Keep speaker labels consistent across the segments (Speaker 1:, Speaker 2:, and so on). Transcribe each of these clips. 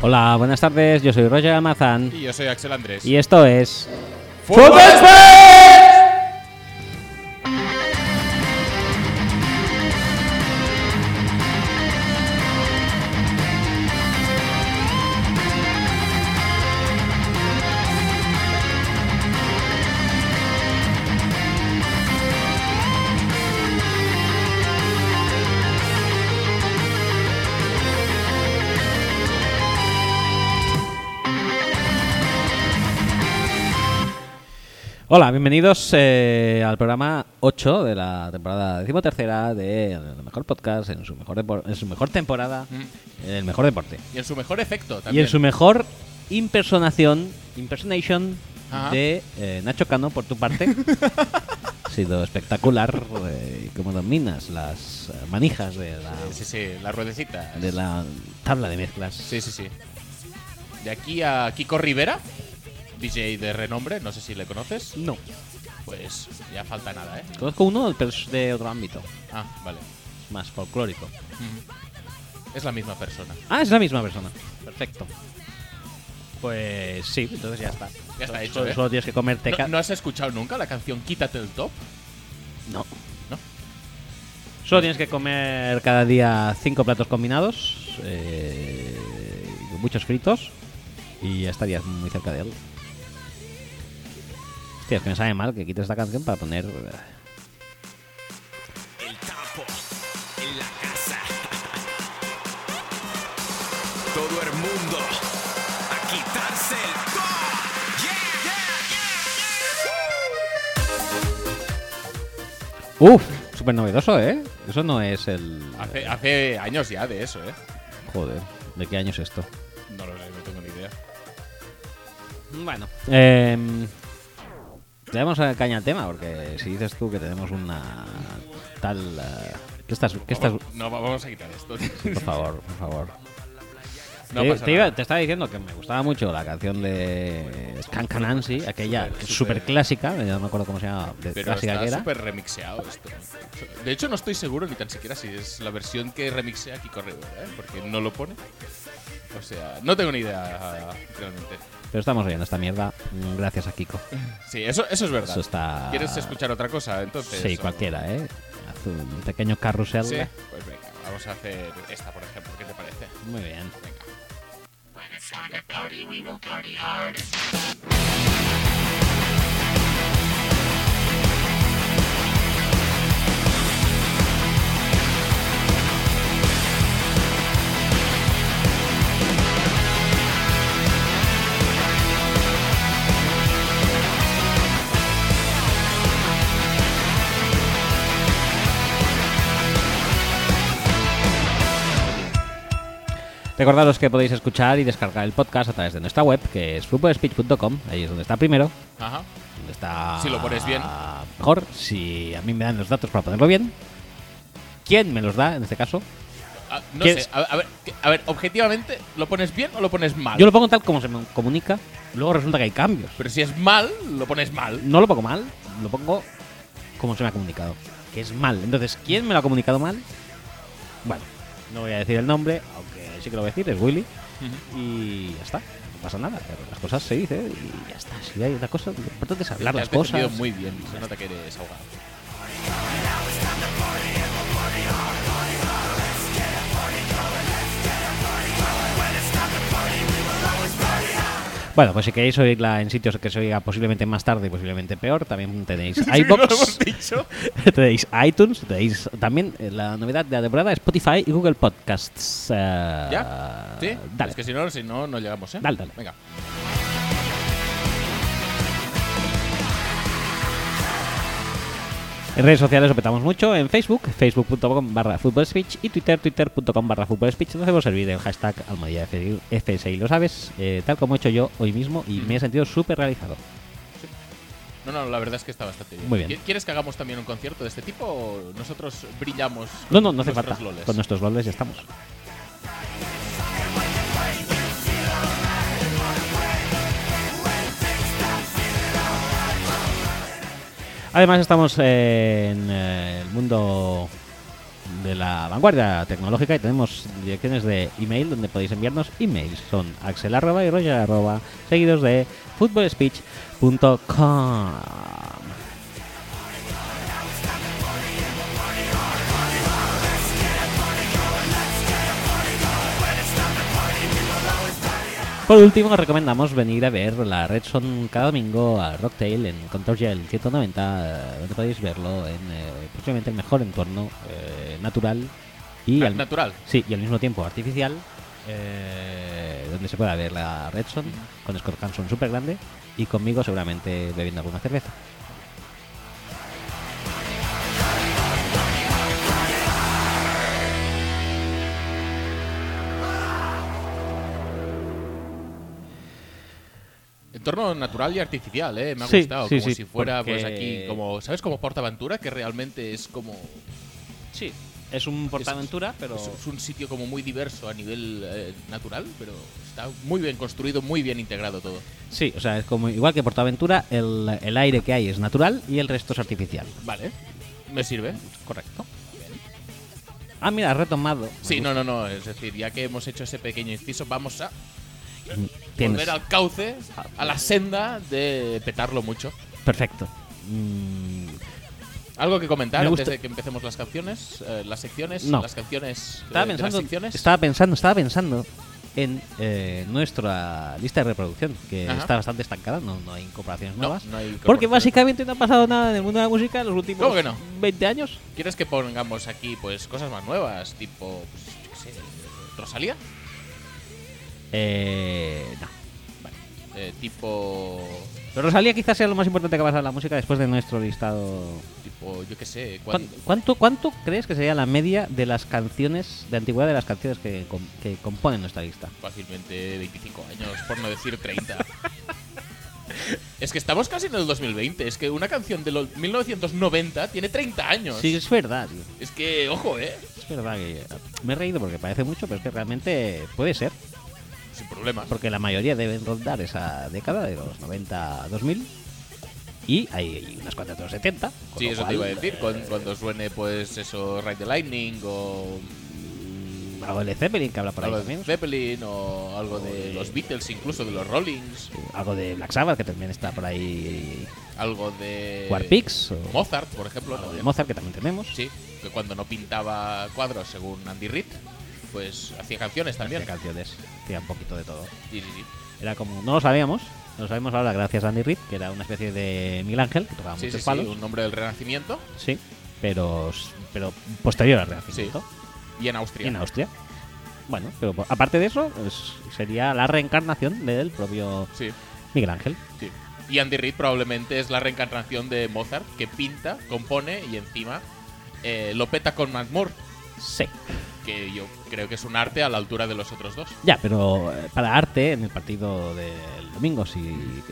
Speaker 1: Hola, buenas tardes, yo soy Roger Almazán
Speaker 2: Y yo soy Axel Andrés.
Speaker 1: y esto es...
Speaker 2: ¡Fútbol
Speaker 1: Hola, bienvenidos eh, al programa 8 de la temporada decimotercera de El Mejor Podcast, en su mejor, depo- en su mejor temporada, en el mejor deporte.
Speaker 2: Y en su mejor efecto
Speaker 1: Y
Speaker 2: Mm. también.
Speaker 1: en su mejor impersonación, impersonation
Speaker 2: Ajá.
Speaker 1: de eh, Nacho Cano por tu parte. ha sido espectacular eh, cómo dominas las eh, manijas de la,
Speaker 2: Sí, sí, la ruedecita.
Speaker 1: de la tabla de mezclas.
Speaker 2: Sí, sí, sí. De aquí a Kiko Rivera, DJ de renombre, no sé si le conoces.
Speaker 1: No,
Speaker 2: Pues ya falta nada, ¿eh?
Speaker 1: conozco uno, pero es de otro ámbito,
Speaker 2: Ah, vale.
Speaker 1: más folclórico.
Speaker 2: Ujú. Es la misma persona.
Speaker 1: Ah, es la misma persona. Perfecto. Pues sí, entonces ya está.
Speaker 2: Ya está
Speaker 1: Solo-
Speaker 2: hecho,
Speaker 1: Solo,
Speaker 2: ¿eh?
Speaker 1: solo tienes que comerte
Speaker 2: ¿No,
Speaker 1: ca-
Speaker 2: no has escuchado nunca la canción Quítate el top?
Speaker 1: No.
Speaker 2: ¿No?
Speaker 1: Solo tienes que comer cada día cinco platos combinados, eh, con muchos fritos, y ya estarías muy cerca de él. Hostia, es que me sabe mal que quites esta canción para poner. eh,
Speaker 3: El tapo en la casa. Todo el mundo a quitarse el top. Yeah, yeah,
Speaker 1: ¡Uf! Súper novedoso, ¿eh? Eso no es el.
Speaker 2: Hace, hace años ya de eso, ¿eh?
Speaker 1: Joder, ¿de qué año es esto?
Speaker 2: No lo sé, no tengo ni idea.
Speaker 1: Bueno. Eh, le damos a caña al tema, porque si dices tú que tenemos una tal... eh, ¿Qué estás...? ¿Qué estás...?
Speaker 2: Vamos- No, va- vamos a quitar esto.
Speaker 1: Por favor, por favor.
Speaker 2: No
Speaker 1: te,
Speaker 2: pasa
Speaker 1: te iba-
Speaker 2: nada.
Speaker 1: te estaba diciendo que me gustaba mucho la canción de Scancanancy, aquella
Speaker 2: Súper,
Speaker 1: súper
Speaker 2: súper.
Speaker 1: clásica, ya no me acuerdo cómo se llama, de
Speaker 2: Pero
Speaker 1: clásica que era.
Speaker 2: está súper remixeado esto. ¿eh? De hecho, no estoy seguro ni tan siquiera si es la versión que remixea Kiko Rivera, ¿eh? Porque no lo pone. O sea, no tengo ni idea realmente.
Speaker 1: Pero estamos oyendo esta mierda mm, gracias a Kiko.
Speaker 2: Sí, eso, eso es verdad.
Speaker 1: Eso está-
Speaker 2: ¿Quieres escuchar otra cosa entonces?
Speaker 1: Sí,
Speaker 2: o-
Speaker 1: cualquiera, ¿eh? Haz un pequeño carrusel.
Speaker 2: Sí, pues venga, vamos a hacer esta, por ejemplo. ¿Qué te parece?
Speaker 1: Muy bien.
Speaker 2: Venga.
Speaker 1: Recordaros que podéis escuchar y descargar el podcast a través de nuestra web, que es footballspeech.com. Ahí es donde está primero,
Speaker 2: Ajá.
Speaker 1: donde está...
Speaker 2: Si lo pones bien.
Speaker 1: Mejor, si a mí me dan los datos para ponerlo bien. ¿Quién me los da en este caso?
Speaker 2: Ah, no
Speaker 1: ¿Quieres-
Speaker 2: sé, a, a ver, que- a ver, objetivamente, ¿lo pones bien o lo pones mal?
Speaker 1: Yo lo pongo tal como se me comunica, luego resulta que hay cambios.
Speaker 2: Pero si es mal, lo pones mal.
Speaker 1: No lo pongo mal, lo pongo como se me ha comunicado, que es mal. Entonces, ¿quién me lo ha comunicado mal? Bueno, no voy a decir el nombre, aunque sí que lo voy a decir, es Willy. Y ya está, no pasa nada, las cosas se dicen y ya está. Si hay una cosa, lo importante es hablar
Speaker 2: Te
Speaker 1: las
Speaker 2: has defendido
Speaker 1: cosas.
Speaker 2: muy bien, se nota que eres ahogado.
Speaker 1: Bueno, pues si queréis oírla en sitios que se oiga posiblemente más tarde y posiblemente peor, también tenéis
Speaker 2: ¿No lo hemos
Speaker 1: iBox,
Speaker 2: dicho?
Speaker 1: tenéis iTunes, tenéis también eh, la novedad de la temporada Spotify y Google Podcasts. Eh,
Speaker 2: ¿Ya? ¿Sí?
Speaker 1: Ah, Dale.
Speaker 2: Es que si no, si no, no llegamos, ¿eh?
Speaker 1: Dale, dale.
Speaker 2: Venga.
Speaker 1: En redes sociales opetamos mucho en Facebook, facebook.com barra speech y twitter, twitter.com barra speech No hacemos servir el hashtag Almadía FSI, lo sabes, eh, tal como he hecho yo hoy mismo y me he sentido súper realizado.
Speaker 2: No, no, la verdad es que está bastante bien.
Speaker 1: Muy bien.
Speaker 2: ¿Qui- ¿Quieres que hagamos también un concierto de este tipo o nosotros brillamos
Speaker 1: No,
Speaker 2: con
Speaker 1: no, no hace
Speaker 2: nuestros
Speaker 1: falta.
Speaker 2: loles?
Speaker 1: Con nuestros loles ya estamos. Además estamos eh, en eh, el mundo de la vanguardia tecnológica y tenemos direcciones de email donde podéis enviarnos emails. Son axel arroba y roger arroba, seguidos de footballspeech.com. Por último, os recomendamos venir a ver la Red Son cada domingo a Rocktail en Contorgia el 190, eh, donde podéis verlo en eh, posiblemente el mejor entorno eh, natural y
Speaker 2: Na-
Speaker 1: al-
Speaker 2: Natural.
Speaker 1: Sí, y al mismo tiempo artificial, eh, donde se pueda ver la Redson, con Scott Hanson súper grande y conmigo seguramente bebiendo alguna cerveza.
Speaker 2: Entorno natural y artificial, ¿eh? Me ha
Speaker 1: Sí,
Speaker 2: gustado.
Speaker 1: sí,
Speaker 2: como
Speaker 1: sí,
Speaker 2: si fuera, pues
Speaker 1: porque-
Speaker 2: aquí, como. ¿Sabes? Como Portaventura, que realmente es como.
Speaker 1: Sí, es un
Speaker 2: Portaventura, Es, es un sitio como muy diverso a nivel eh, natural, pero está muy bien construido, muy bien integrado todo.
Speaker 1: Sí, o sea, es como igual que Portaventura, el, el aire que hay es natural y el resto es artificial.
Speaker 2: Vale. Me sirve.
Speaker 1: Correcto. Ah, mira, has retomado.
Speaker 2: Sí, no, no, no. Es decir, ya que hemos hecho ese pequeño inciso, vamos a
Speaker 1: Tienes-
Speaker 2: volver al cauce, a la senda de petarlo mucho.
Speaker 1: Perfecto. Mm,
Speaker 2: Algo que comentar
Speaker 1: Me
Speaker 2: antes
Speaker 1: gusta-
Speaker 2: de que empecemos las canciones, eh, las secciones,
Speaker 1: No.
Speaker 2: las canciones. eh,
Speaker 1: estaba
Speaker 2: de las
Speaker 1: pensando,
Speaker 2: secciones.
Speaker 1: estaba pensando, estaba pensando en eh, nuestra lista de reproducción, que
Speaker 2: Ajá.
Speaker 1: está bastante estancada, no, no hay incorporaciones
Speaker 2: No,
Speaker 1: nuevas.
Speaker 2: no hay
Speaker 1: porque
Speaker 2: incorporaciones.
Speaker 1: básicamente no ha pasado nada en el mundo de la música en los últimos
Speaker 2: ¿Cómo que no?
Speaker 1: 20 años.
Speaker 2: ¿Quieres que pongamos aquí pues cosas más nuevas, tipo pues, yo qué sé, Rosalía,
Speaker 1: Eh, no.
Speaker 2: Eh, tipo
Speaker 1: Pero Rosalía quizás sea lo más importante que ha pasado en la música después de nuestro listado.
Speaker 2: tipo yo qué sé,
Speaker 1: ¿Cuán-
Speaker 2: cuan-
Speaker 1: ¿Cuánto, ¿Cuánto crees que sería la media de las canciones, de antigüedad de las canciones que, com- que componen nuestra lista?
Speaker 2: fácilmente 25 años, por no decir 30. es que estamos casi en el 2020, es que una canción de los 1990 tiene 30 años.
Speaker 1: Sí, es verdad, tío.
Speaker 2: Es que ojo, eh,
Speaker 1: Es verdad que me he reído porque parece mucho, pero es que realmente puede ser.
Speaker 2: sin problemas.
Speaker 1: porque la mayoría deben rondar esa década de los 90 a 2000 y hay unas cuantas de los 70. con
Speaker 2: Sí,
Speaker 1: lo
Speaker 2: eso te
Speaker 1: cual,
Speaker 2: iba a decir, cuan- cuando suene pues eso Ride the Lightning o
Speaker 1: eh, Algo de Led Zeppelin que habla por ahí
Speaker 2: algo
Speaker 1: también.
Speaker 2: de Zeppelin o algo de los Beatles incluso de los Rollings,
Speaker 1: Algo de Black Sabbath que también está por ahí.
Speaker 2: algo de
Speaker 1: War Pigs o
Speaker 2: Mozart, por ejemplo,
Speaker 1: algo de
Speaker 2: también.
Speaker 1: Mozart que también tenemos.
Speaker 2: Sí, que cuando no pintaba cuadros según Andy Reid, pues hacía canciones
Speaker 1: Hacía
Speaker 2: también.
Speaker 1: canciones. Hacía un poquito de todo.
Speaker 2: Sí, sí, sí.
Speaker 1: Era como. No lo sabíamos. Lo sabemos ahora gracias a Andy Reid, que era una especie de Miguel Ángel que tocaba
Speaker 2: Sí,
Speaker 1: muchos
Speaker 2: sí, sí,
Speaker 1: palos.
Speaker 2: un nombre del Renacimiento
Speaker 1: Sí. Pero, pero posterior al Renacimiento.
Speaker 2: y en
Speaker 1: Y
Speaker 2: Austria.
Speaker 1: en Austria. Bueno, pero por- aparte de eso, pues, sería la reencarnación del propio
Speaker 2: Sí,
Speaker 1: Miguel Ángel.
Speaker 2: sí. Y Andy Reid probablemente es la reencarnación de Mozart, que pinta, compone y encima eh, lo peta con Matt Moore,
Speaker 1: Sí.
Speaker 2: que yo creo que es un arte a la altura de los otros dos.
Speaker 1: Ya, pero eh, para arte, en el partido del domingo, si,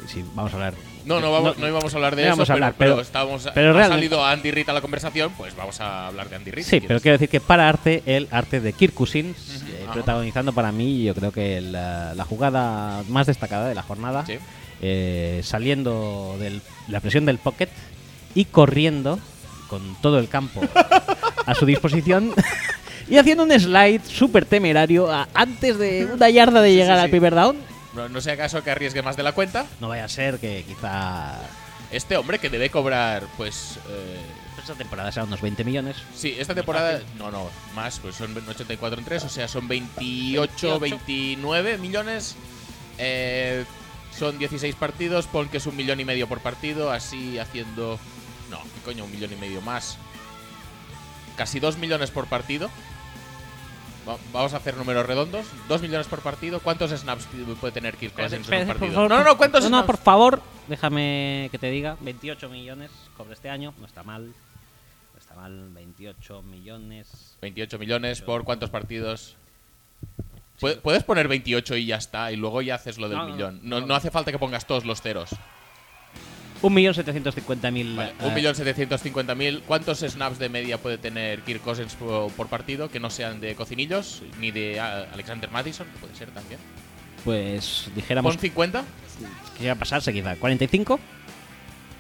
Speaker 1: si vamos a hablar.
Speaker 2: No, no, vamos, no, íbamos a hablar de
Speaker 1: Eh, no
Speaker 2: eso,
Speaker 1: íbamos a hablar,
Speaker 2: pero,
Speaker 1: pero-
Speaker 2: estábamos-
Speaker 1: pero
Speaker 2: ha
Speaker 1: realmente-
Speaker 2: salido Andy Reid a la conversación, pues vamos a hablar de Andy Reid.
Speaker 1: Sí,
Speaker 2: si
Speaker 1: pero
Speaker 2: quieres.
Speaker 1: quiero decir que para arte, el arte de Kirk Cousins,
Speaker 2: Ujú,
Speaker 1: eh,
Speaker 2: ajá.
Speaker 1: protagonizando para mí, yo creo que la, la jugada más destacada de la jornada,
Speaker 2: Sí.
Speaker 1: eh, saliendo de la presión del pocket y corriendo con todo el campo a su disposición y haciendo un slide súper temerario a- antes de una yarda de
Speaker 2: Sí, sí,
Speaker 1: llegar
Speaker 2: sí.
Speaker 1: al primer down.
Speaker 2: No, no sea caso que arriesgue más de la cuenta.
Speaker 1: No vaya a ser que quizá
Speaker 2: Este hombre que debe cobrar, pues. eh,
Speaker 1: esta temporada sea unos 20 millones.
Speaker 2: sí, esta temporada. No, no, más, pues son 84 en 3, o sea, son 28, 29 millones. Eh, son 16 partidos, pon que es un millón y medio por partido, así haciendo. No, ¿qué coño, un millón y medio más. Casi 2 millones por partido. Va- Vamos a hacer números redondos. 2 millones por partido. ¿Cuántos snaps puede tener Kirk Cousins en un
Speaker 1: Espera, por
Speaker 2: partido?
Speaker 1: favor,
Speaker 2: No, no, no, ¿cuántos
Speaker 1: No, no,
Speaker 2: snaps?
Speaker 1: por favor, déjame que te diga. 28 millones cobra este año, no está mal. No está mal, 28 millones.
Speaker 2: 28 millones por cuántos partidos. Pu- Puedes poner 28 y ya está, y luego ya haces lo del
Speaker 1: No, no,
Speaker 2: millón. No, no hace falta que pongas todos los ceros.
Speaker 1: 1.750.000.
Speaker 2: Vale,
Speaker 1: eh,
Speaker 2: 1.750.000. ¿Cuántos snaps de media puede tener Kirk Cousins po- por partido que no sean de cocinillos ni de ah, Alexander Madison? que Puede ser también.
Speaker 1: Pues
Speaker 2: ¿Pon
Speaker 1: dijéramos
Speaker 2: 50?
Speaker 1: que iba a pasarse quizá 45.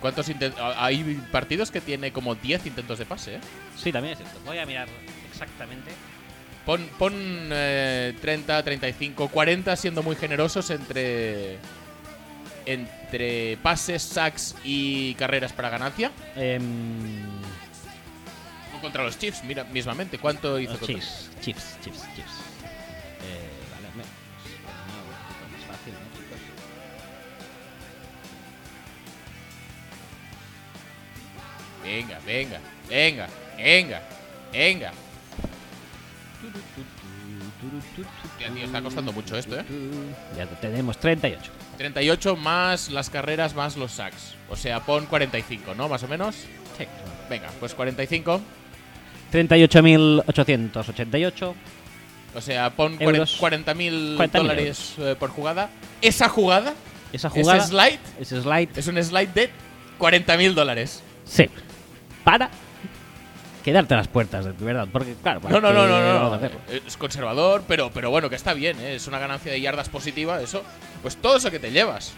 Speaker 2: ¿Cuántos inten- ah, Hay partidos que tiene como 10 intentos de pase, ¿eh?
Speaker 1: Sí, también es esto. Voy a mirar. exactamente.
Speaker 2: Pon, pon eh, 30, 35, 40 siendo muy generosos entre entre pases, sacks y carreras para ganancia.
Speaker 1: Em,
Speaker 2: O contra los Chiefs, mira, mismamente. ¿Cuánto hizo
Speaker 1: los
Speaker 2: contra-
Speaker 1: chips, chips, chips, chips. Eh, vale, me- no, es fácil, ¿no, chicos?
Speaker 2: Venga, venga, venga, venga, venga. Ya, tío, está costando mucho esto, ¿eh?
Speaker 1: Ya tenemos 38.
Speaker 2: 38 más las carreras más los sacks. O sea, pon 45, ¿no? Más o menos.
Speaker 1: Sí.
Speaker 2: Venga, pues 45.
Speaker 1: 38.888.
Speaker 2: O sea, pon
Speaker 1: Euros.
Speaker 2: 40.000
Speaker 1: 40.000
Speaker 2: dólares eh, por jugada. Esa jugada,
Speaker 1: Esa jugada.
Speaker 2: ese slide,
Speaker 1: ese slide.
Speaker 2: es un slide de 40.000 dólares.
Speaker 1: Sí. Para quedarte a las puertas, de verdad. Porque, claro,
Speaker 2: No, no, no, no,
Speaker 1: vamos
Speaker 2: no.
Speaker 1: a
Speaker 2: no.
Speaker 1: hacerlo.
Speaker 2: Es conservador, pero, pero bueno, que está bien, ¿eh? es una ganancia de yardas positiva, eso. Pues todo eso que te llevas.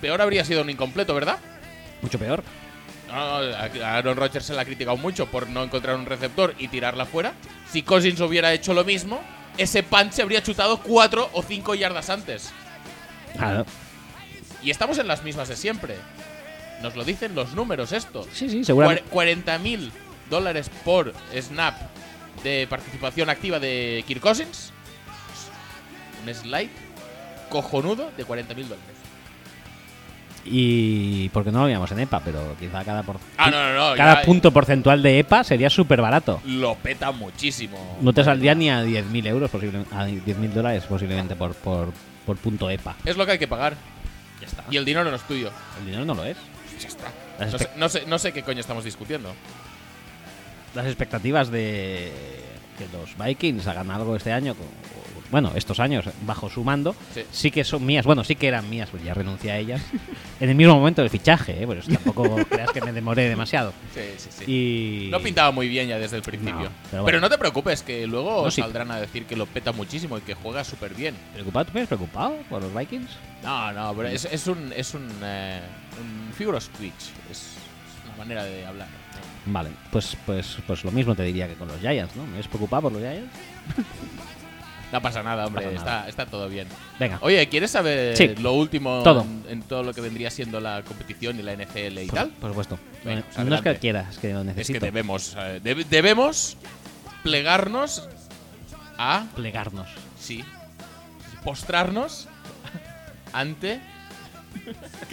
Speaker 2: Peor habría sido un incompleto, ¿verdad?
Speaker 1: Mucho peor.
Speaker 2: No, no, a Aaron Rodgers se la ha criticado mucho por no encontrar un receptor y tirarla fuera. Si Cousins hubiera hecho lo mismo, ese punch se habría chutado 4 o 5 yardas antes.
Speaker 1: Claro.
Speaker 2: Y estamos en las mismas de siempre. Nos lo dicen los números esto.
Speaker 1: Sí, sí, seguramente.
Speaker 2: Cuar- 40.000 dólares por snap de participación activa de Kirk Cousins. Un slide cojonudo de 40.000 dólares.
Speaker 1: Y porque no lo veíamos en EPA, pero quizá cada, por-
Speaker 2: Ah, no, no, no.
Speaker 1: cada
Speaker 2: ya
Speaker 1: punto porcentual de EPA sería súper barato.
Speaker 2: Lo peta muchísimo.
Speaker 1: No te saldría ni a 10.000 euros, posiblemente, a 10.000 dólares posiblemente por, por, por punto EPA.
Speaker 2: Es lo que hay que pagar.
Speaker 1: Ya está.
Speaker 2: Y el dinero no es tuyo.
Speaker 1: El dinero no lo es.
Speaker 2: Ya está.
Speaker 1: Las, espe-
Speaker 2: No sé, no sé- no sé qué coño estamos discutiendo.
Speaker 1: las expectativas de que los Vikings hagan algo este año, con- o- bueno, estos años, bajo su mando,
Speaker 2: Sí.
Speaker 1: sí que son mías. Bueno, sí que eran mías, pues ya renuncié a ellas. en el mismo momento del fichaje, ¿eh? pues tampoco creas que me demoré demasiado.
Speaker 2: Sí, sí, sí.
Speaker 1: Y...
Speaker 2: No pintaba muy bien ya desde el principio.
Speaker 1: No, pero
Speaker 2: pero,
Speaker 1: bueno.
Speaker 2: no te preocupes, que luego
Speaker 1: No, sí.
Speaker 2: saldrán a decir que lo peta muchísimo y que juega súper bien.
Speaker 1: ¿Preocupado? ¿Tú eres preocupado por los Vikings?
Speaker 2: No, no, pero es, es un. Es un. eh, un figure of speech. Es, es una manera de hablar.
Speaker 1: Vale, pues, pues, pues lo mismo te diría que con los Giants, ¿no? ¿Me ves preocupado por los Giants?
Speaker 2: No pasa nada, hombre,
Speaker 1: Pasa nada.
Speaker 2: Está, está todo bien.
Speaker 1: Venga,
Speaker 2: Oye, ¿quieres saber
Speaker 1: Sí.
Speaker 2: lo último
Speaker 1: Todo.
Speaker 2: En, en todo lo que vendría siendo la competición y la NFL y
Speaker 1: por,
Speaker 2: tal?
Speaker 1: por supuesto.
Speaker 2: Venga,
Speaker 1: no
Speaker 2: pues
Speaker 1: no es que
Speaker 2: adelante.
Speaker 1: quieras, es que lo
Speaker 2: Es que
Speaker 1: necesito.
Speaker 2: debemos. eh, deb- debemos plegarnos a.
Speaker 1: plegarnos.
Speaker 2: Sí. Postrarnos ante.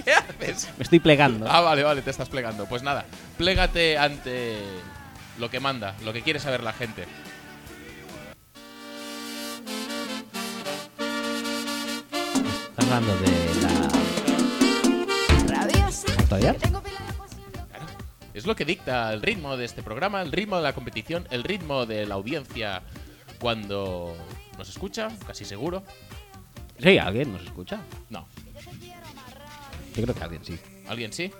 Speaker 2: ¿Qué haces?
Speaker 1: Me estoy plegando.
Speaker 2: Ah, vale, vale, te estás plegando. Pues nada, plégate ante lo que manda, lo que quiere saber la gente.
Speaker 1: Estás hablando de la... ¿Todavía?
Speaker 2: Claro. Es lo que dicta el ritmo de este programa, el ritmo de la competición, el ritmo de la audiencia cuando nos escucha, casi seguro.
Speaker 1: Sí, alguien nos escucha.
Speaker 2: No,
Speaker 1: Yo creo que alguien sí.
Speaker 2: ¿alguien sí?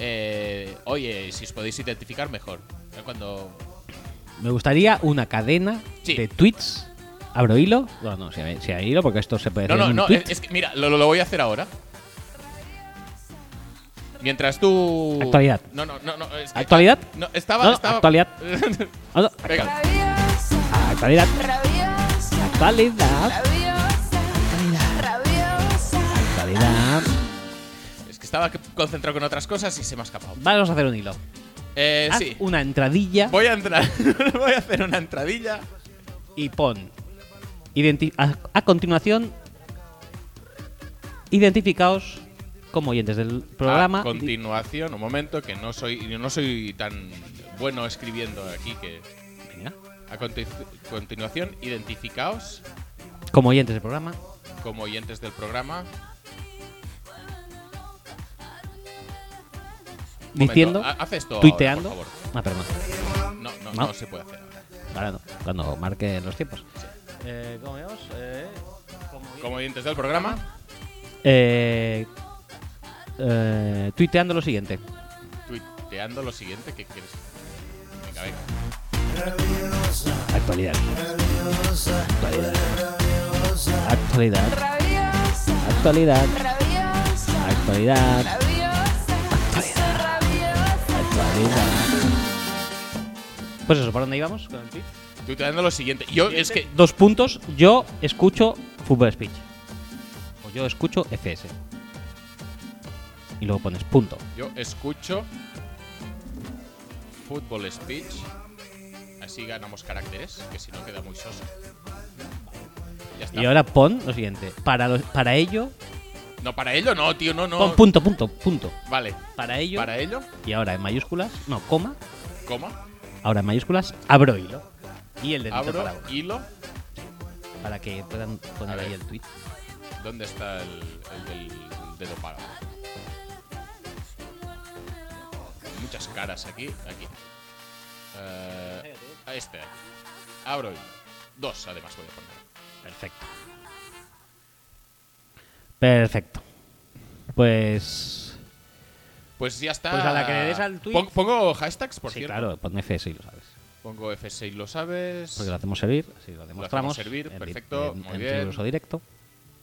Speaker 2: Eh, oye, si os podéis identificar mejor. Ya Cuando.
Speaker 1: Me gustaría una cadena
Speaker 2: Sí.
Speaker 1: de tweets. ¿Abro hilo? No, no, si hay, si hay hilo, porque esto se puede
Speaker 2: No,
Speaker 1: hacer en
Speaker 2: no,
Speaker 1: un
Speaker 2: no,
Speaker 1: tweet.
Speaker 2: es, es que mira, lo, lo voy a hacer ahora. Mientras tú.
Speaker 1: Actualidad.
Speaker 2: No, no, no, no. es que-
Speaker 1: ¿Actualidad?
Speaker 2: No, estaba.
Speaker 1: No,
Speaker 2: estaba-
Speaker 1: actualidad. Ah, no,
Speaker 2: Venga.
Speaker 1: Ah, Actualidad. Actualidad. Actualidad.
Speaker 2: Es que estaba concentrado con otras cosas y se me ha escapado.
Speaker 1: Vamos a hacer un hilo.
Speaker 2: Eh,
Speaker 1: Haz
Speaker 2: sí.
Speaker 1: una entradilla
Speaker 2: Voy a entrar. voy a hacer una entradilla.
Speaker 1: y pon. identi- a, a continuación, identificaos como oyentes del programa.
Speaker 2: A continuación, un momento, que no soy, yo no soy tan bueno escribiendo aquí que.
Speaker 1: Venga.
Speaker 2: A conti- continuación, identificaos
Speaker 1: como oyentes del programa.
Speaker 2: como oyentes del programa. Un momento,
Speaker 1: Diciendo,
Speaker 2: ha- haz esto ahora,
Speaker 1: tuiteando.
Speaker 2: por favor.
Speaker 1: Ah, perdón.
Speaker 2: No, no,
Speaker 1: No.
Speaker 2: no, se puede hacer. ahora.
Speaker 1: Ahora no, cuando marque los tiempos. Eh, ¿Cómo vemos? Eh, como bien-
Speaker 2: Como oyentes del programa,
Speaker 1: Eh, eh, tuiteando lo siguiente.
Speaker 2: tuiteando lo siguiente que quieres. Venga, venga.
Speaker 1: Actualidad. Actualidad. Actualidad. Actualidad. Actualidad. Actualidad. Pues eso, ¿por dónde íbamos? Con el tweet.
Speaker 2: Estoy dando lo siguiente. Yo es que.
Speaker 1: Dos puntos, yo escucho Fútbol Speech. O yo escucho FS. Y luego pones punto.
Speaker 2: Yo escucho. Fútbol speech. Así ganamos caracteres, que si no queda muy soso. Ya está.
Speaker 1: Y ahora pon lo siguiente. Para, los- para ello,
Speaker 2: No, para ello no, tío, no, no.
Speaker 1: pon punto, punto, punto.
Speaker 2: Vale.
Speaker 1: Para ello,
Speaker 2: Para ello,
Speaker 1: y ahora en mayúsculas, no, coma,
Speaker 2: coma,
Speaker 1: ahora en mayúsculas, abro hilo. Y el dedito
Speaker 2: abro,
Speaker 1: para abajo.
Speaker 2: hilo.
Speaker 1: Para que puedan poner
Speaker 2: A ver.
Speaker 1: ahí el tweet.
Speaker 2: ¿Dónde está el, el del dedo para? Muchas caras aquí, aquí. Eh, a este. de aquí. Abro hilo. Dos, además, voy a poner.
Speaker 1: Perfecto. Perfecto. Pues.
Speaker 2: Pues ya está.
Speaker 1: Pues a la que le des al tweet-
Speaker 2: Pon- Pongo hashtags, por
Speaker 1: sí,
Speaker 2: cierto.
Speaker 1: claro, pon FS y lo sabes.
Speaker 2: Pongo F6, lo sabes.
Speaker 1: Porque lo hacemos servir, así lo demostramos.
Speaker 2: servir,
Speaker 1: en di-
Speaker 2: perfecto,
Speaker 1: En,
Speaker 2: muy
Speaker 1: en
Speaker 2: bien.
Speaker 1: riguroso directo.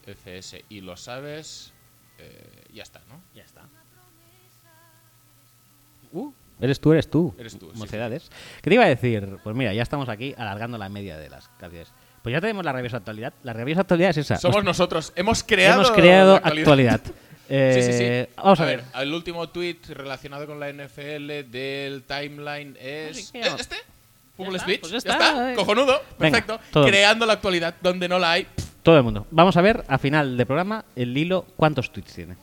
Speaker 2: FS y lo sabes. eh, ya está, ¿no?
Speaker 1: Ya está. eres tú, eres tú.
Speaker 2: Uh. Eres tú, sí.
Speaker 1: Mocedades. ¿Qué te iba a decir? Pues mira, ya estamos aquí alargando la media de las canciones. Pues ya tenemos la revista actualidad. La revista actualidad es esa.
Speaker 2: Somos
Speaker 1: Nos-
Speaker 2: nosotros. Hemos creado.
Speaker 1: hemos creado
Speaker 2: la
Speaker 1: actualidad.
Speaker 2: Sí, sí, sí.
Speaker 1: Eh, Vamos a, ver.
Speaker 2: El último tweet relacionado con la NFL del timeline es.
Speaker 1: Sí,
Speaker 2: ¿Eh,
Speaker 1: ya.
Speaker 2: ¿Este?
Speaker 1: Ya
Speaker 2: Fútbol
Speaker 1: está,
Speaker 2: Speech.
Speaker 1: pues ya
Speaker 2: ya está.
Speaker 1: está, eh.
Speaker 2: Cojonudo.
Speaker 1: Venga,
Speaker 2: Perfecto.
Speaker 1: todo.
Speaker 2: Creando la actualidad donde no la hay. Pff,
Speaker 1: Todo el mundo. Vamos a ver a final de programa el hilo cuántos tweets tiene.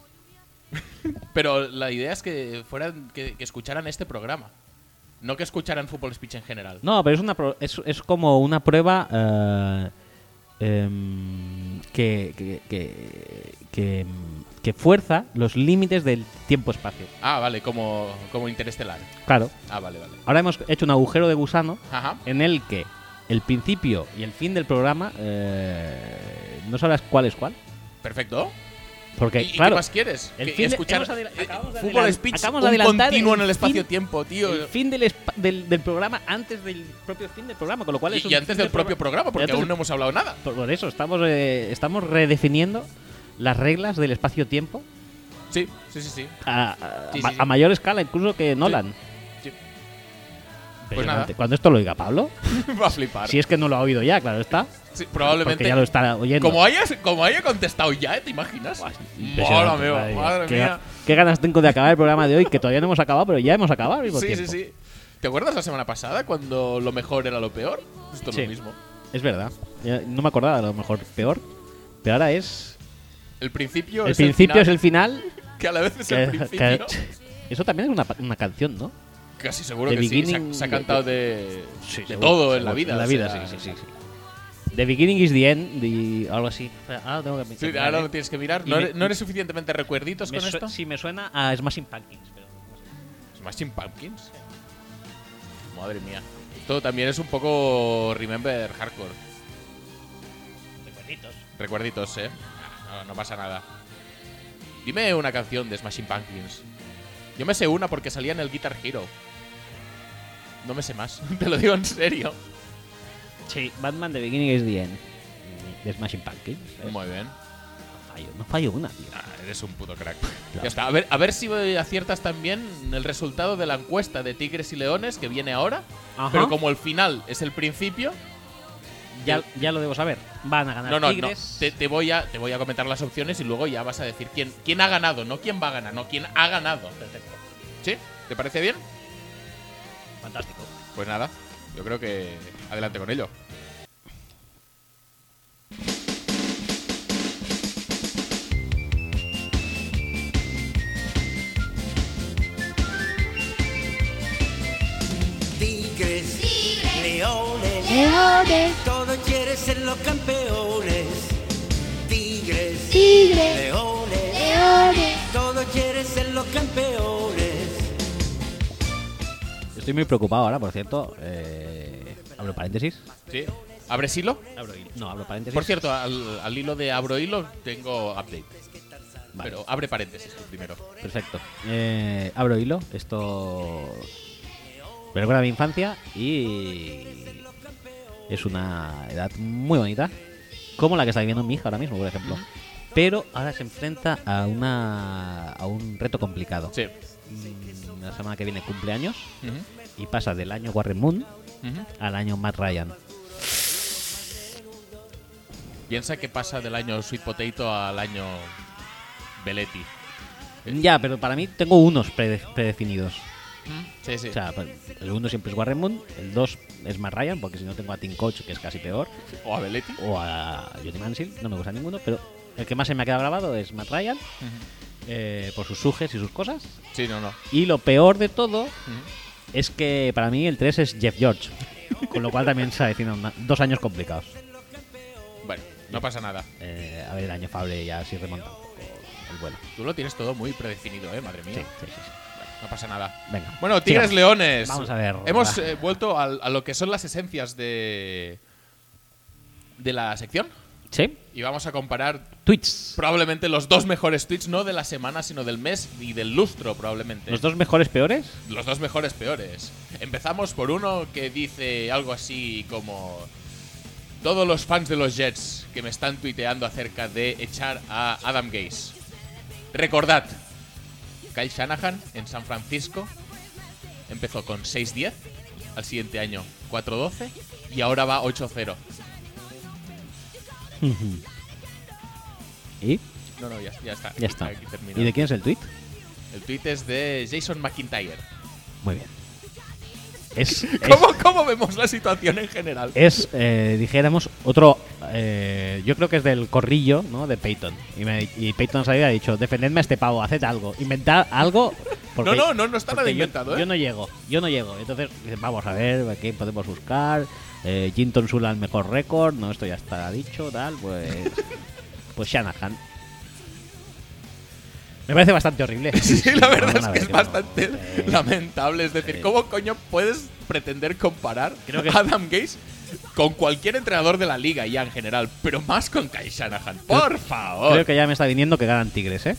Speaker 2: Pero la idea es que fueran que, que escucharan este programa. No que escucharan Fútbol Speech en general.
Speaker 1: No, pero es una pro- es, es como una prueba eh, em, que, que, que, que, mm, que fuerza los límites del tiempo-espacio.
Speaker 2: Ah, vale, como, como interestelar.
Speaker 1: Claro.
Speaker 2: Ah, vale, vale.
Speaker 1: Ahora hemos hecho un agujero de gusano
Speaker 2: Ajá.
Speaker 1: en el que el principio y el fin del programa eh, no sabrás cuál es cuál.
Speaker 2: Perfecto.
Speaker 1: Porque,
Speaker 2: ¿Y- ¿Y,
Speaker 1: claro,
Speaker 2: qué más quieres?
Speaker 1: el
Speaker 2: Que-
Speaker 1: fin de-
Speaker 2: escuchar
Speaker 1: hemos adela-
Speaker 2: eh,
Speaker 1: acabamos de
Speaker 2: Fútbol
Speaker 1: adelan-
Speaker 2: Speech
Speaker 1: acabamos de
Speaker 2: un
Speaker 1: adelantar
Speaker 2: continuo en
Speaker 1: el
Speaker 2: el
Speaker 1: fin-
Speaker 2: espacio-tiempo, tío.
Speaker 1: el fin del, espa- del, del programa antes del propio fin del programa, con lo cual es
Speaker 2: Y,
Speaker 1: un
Speaker 2: y antes
Speaker 1: fin
Speaker 2: del propio programa, porque
Speaker 1: antes
Speaker 2: aún
Speaker 1: del-
Speaker 2: no hemos hablado nada.
Speaker 1: Por, por eso, estamos, eh, estamos redefiniendo las reglas del espacio-tiempo
Speaker 2: Sí, sí, sí, sí.
Speaker 1: a, a-
Speaker 2: Sí,
Speaker 1: ma-
Speaker 2: sí, sí.
Speaker 1: a mayor escala incluso que Nolan.
Speaker 2: sí. Pues
Speaker 1: Pero
Speaker 2: nada.
Speaker 1: antes- Cuando esto lo oiga Pablo,
Speaker 2: Va a flipar.
Speaker 1: si es que no lo ha oído ya, claro está,
Speaker 2: Sí,
Speaker 1: porque
Speaker 2: probablemente.
Speaker 1: ya lo está oyendo.
Speaker 2: como, hayas, como haya contestado ya, ¿eh? ¿te imaginas?
Speaker 1: Buah, es
Speaker 2: Mola,
Speaker 1: impresionante,
Speaker 2: meo, madre,
Speaker 1: mía. ¿Qué,
Speaker 2: mía.
Speaker 1: qué ganas tengo de acabar el programa de hoy, que todavía no hemos acabado, pero ya hemos acabado. al mismo
Speaker 2: Sí, sí,
Speaker 1: tiempo.
Speaker 2: sí. ¿Te acuerdas la semana pasada cuando lo mejor era lo peor? Esto es
Speaker 1: Sí.
Speaker 2: lo mismo.
Speaker 1: Es verdad. Ya No me acordaba, a lo mejor peor. Pero ahora es.
Speaker 2: El principio
Speaker 1: El
Speaker 2: es
Speaker 1: principio
Speaker 2: el
Speaker 1: es
Speaker 2: final,
Speaker 1: el final.
Speaker 2: Que a la vez es el
Speaker 1: que- que-
Speaker 2: principio.
Speaker 1: eso también es una, pa- una canción, ¿no?
Speaker 2: Casi seguro
Speaker 1: The
Speaker 2: que sí. Se ha,
Speaker 1: beginning-
Speaker 2: se ha cantado de, de
Speaker 1: seguro,
Speaker 2: todo en
Speaker 1: seguro.
Speaker 2: la vida.
Speaker 1: En la
Speaker 2: o
Speaker 1: vida,
Speaker 2: sea,
Speaker 1: sí, sí, sí, sí. The beginning is the end, y algo así. Espera, Ahora tengo que
Speaker 2: Sí,
Speaker 1: mirar,
Speaker 2: ahora
Speaker 1: ¿eh?
Speaker 2: lo tienes que mirar.
Speaker 1: Y
Speaker 2: ¿No
Speaker 1: me-
Speaker 2: eres, no eres suficientemente recuerditos
Speaker 1: Me
Speaker 2: con
Speaker 1: su-
Speaker 2: esto?
Speaker 1: Sí, me suena a Smashing Pumpkins. Pero...
Speaker 2: Smashing Pumpkins. Madre mía. Esto también es un poco Remember Hardcore.
Speaker 1: Recuerditos.
Speaker 2: Recuerditos, ¿eh? No, no pasa nada. Dime una canción de Smashing Pumpkins. Yo me sé una porque salía en el Guitar Hero. No me sé más. Te lo digo en serio.
Speaker 1: Sí, Batman The beginning is the end. Mm, De Smashing Pumpkins. ¿sabes?
Speaker 2: Muy bien.
Speaker 1: No fallo, no fallo una, tío.
Speaker 2: Ah, eres un puto crack. Ya está. A ver, a ver si aciertas también el resultado de la encuesta de Tigres y Leones que viene ahora.
Speaker 1: Ajá.
Speaker 2: Pero como el final es el principio,
Speaker 1: Ya, ya lo debo saber. Van a ganar
Speaker 2: No, no, no.
Speaker 1: Tigres.
Speaker 2: Te, te voy a, te voy a comentar las opciones y luego ya vas a decir quién, quién ha ganado, no quién va a ganar, no quién ha ganado.
Speaker 1: Perfecto.
Speaker 2: ¿Sí? ¿Te parece bien?
Speaker 1: Fantástico.
Speaker 2: Pues nada, yo creo que adelante con ello.
Speaker 4: Tigres, leones,
Speaker 5: Leones,
Speaker 4: todos quieren ser los campeones. Tigres,
Speaker 5: tigres,
Speaker 4: leones,
Speaker 5: leones.
Speaker 4: todos quieren ser los campeones.
Speaker 1: Estoy muy preocupado ahora, por cierto. Eh, abro paréntesis.
Speaker 2: ¿Sí? ¿Abres hilo?
Speaker 1: Abro No, abro paréntesis.
Speaker 2: Por cierto, al, al hilo de abro hilo tengo update.
Speaker 1: Vale.
Speaker 2: Pero abre paréntesis tú primero.
Speaker 1: Perfecto. Eh, abro hilo. Esto me recuerda a mi infancia y es una edad muy bonita, como la que está viviendo mi hija ahora mismo, por ejemplo. Pero ahora se enfrenta a una a un reto complicado.
Speaker 2: Sí.
Speaker 1: Mm, La semana que viene cumpleaños
Speaker 2: Ujú.
Speaker 1: y pasa del año Warren Moon
Speaker 2: Ujú.
Speaker 1: al año Matt Ryan.
Speaker 2: Piensa que pasa del año Sweet Potato al año Beletti. Sí.
Speaker 1: Ya, pero para mí tengo unos prede- predefinidos.
Speaker 2: Sí, sí.
Speaker 1: ¿Mm? O sea, el uno siempre es Warren Moon, el dos es Matt Ryan, porque si no tengo a Tim Koch, que es casi peor,
Speaker 2: o a Beletti.
Speaker 1: o a Johnny Manziel, no me gusta ninguno, pero el que más se me ha quedado grabado es Matt Ryan, eh, por sus sujes y sus cosas.
Speaker 2: Sí, no, no.
Speaker 1: Y lo peor de todo es que para mí el 3 es Jeff George. Con lo cual también se avecinan una- dos años complicados.
Speaker 2: Bueno, no pasa nada.
Speaker 1: Eh, a ver, el año Fable ya sí remonta un poco el vuelo.
Speaker 2: Tú lo tienes todo muy predefinido, ¿eh? Madre mía.
Speaker 1: Sí, sí, sí. sí.
Speaker 2: Bueno, no pasa nada.
Speaker 1: Venga.
Speaker 2: Bueno, Tigres
Speaker 1: sigamos.
Speaker 2: Leones.
Speaker 1: Vamos a ver.
Speaker 2: Hemos eh, vuelto al- a lo que son las esencias de. de la sección.
Speaker 1: Sí.
Speaker 2: Y vamos a comparar
Speaker 1: Tweets.
Speaker 2: probablemente los dos mejores tweets, no de la semana, sino del mes y del lustro, probablemente.
Speaker 1: ¿Los dos mejores peores?
Speaker 2: Los dos mejores peores. Empezamos por uno que dice algo así como... Todos los fans de los Jets que me están tuiteando acerca de echar a Adam Gase. Recordad, Kyle Shanahan en San Francisco empezó con 6-10, al siguiente año 4-12 y ahora va 8-0.
Speaker 1: ¿Y?
Speaker 2: No, no, ya, ya está.
Speaker 1: Ya está.
Speaker 2: Aquí termino.
Speaker 1: ¿Y de quién es el tweet?
Speaker 2: El tweet es de Jason McIntyre.
Speaker 1: Muy bien. Es, es-
Speaker 2: ¿Cómo, ¿Cómo vemos la situación en general?
Speaker 1: es, eh, dijéramos, otro. eh, yo creo que es del corrillo, ¿no? De Peyton. Y, me- y Peyton se había dicho: defendedme a este pavo, haced algo, inventad algo. porque-
Speaker 2: no, no, no está nada
Speaker 1: porque yo-
Speaker 2: inventado, ¿eh?
Speaker 1: Yo no llego, yo no llego. Entonces, dicen, vamos a ver, ¿qué podemos buscar? Eh, Jinton Sula el mejor récord, no, esto ya está dicho, tal, pues. pues Shanahan. Me parece bastante horrible.
Speaker 2: Sí, la verdad es
Speaker 1: Perdona,
Speaker 2: que es
Speaker 1: no,
Speaker 2: bastante
Speaker 1: eh,
Speaker 2: lamentable. Es decir,
Speaker 1: eh.
Speaker 2: ¿cómo coño puedes pretender comparar
Speaker 1: Creo que-
Speaker 2: a Adam Gaze con cualquier entrenador de la liga ya en general? Pero más con Kai Shanahan. Por favor.
Speaker 1: Creo que ya me está viniendo que ganan Tigres, ¿eh?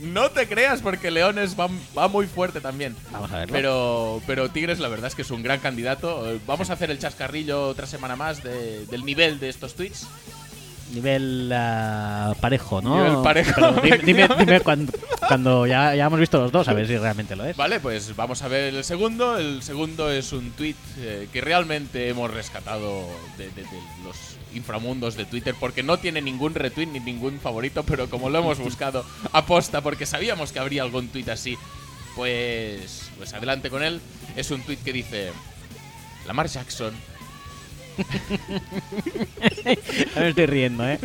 Speaker 2: No te creas porque Leones va, va muy fuerte también.
Speaker 1: Vamos a verlo.
Speaker 2: Pero, pero Tigres la verdad es que es un gran candidato. Eh, Vamos a hacer el chascarrillo otra semana más de- del nivel de estos tweets.
Speaker 1: Nivel ah, parejo, ¿no?
Speaker 2: Nivel parejo,
Speaker 1: Pero dime, dime-
Speaker 2: efectivamente.
Speaker 1: dime cuando, cuando ya, ya hemos visto los dos, a ver si realmente lo es.
Speaker 2: Vale, pues vamos a ver el segundo. El segundo es un tweet eh, que realmente hemos rescatado de, de- de los inframundos de Twitter porque no tiene ningún retweet ni ningún favorito, pero como lo hemos buscado aposta porque sabíamos que habría algún tweet así, pues, pues adelante con él. Es un tweet que dice, Lamar Jackson
Speaker 1: Ya me estoy riendo, ¿eh?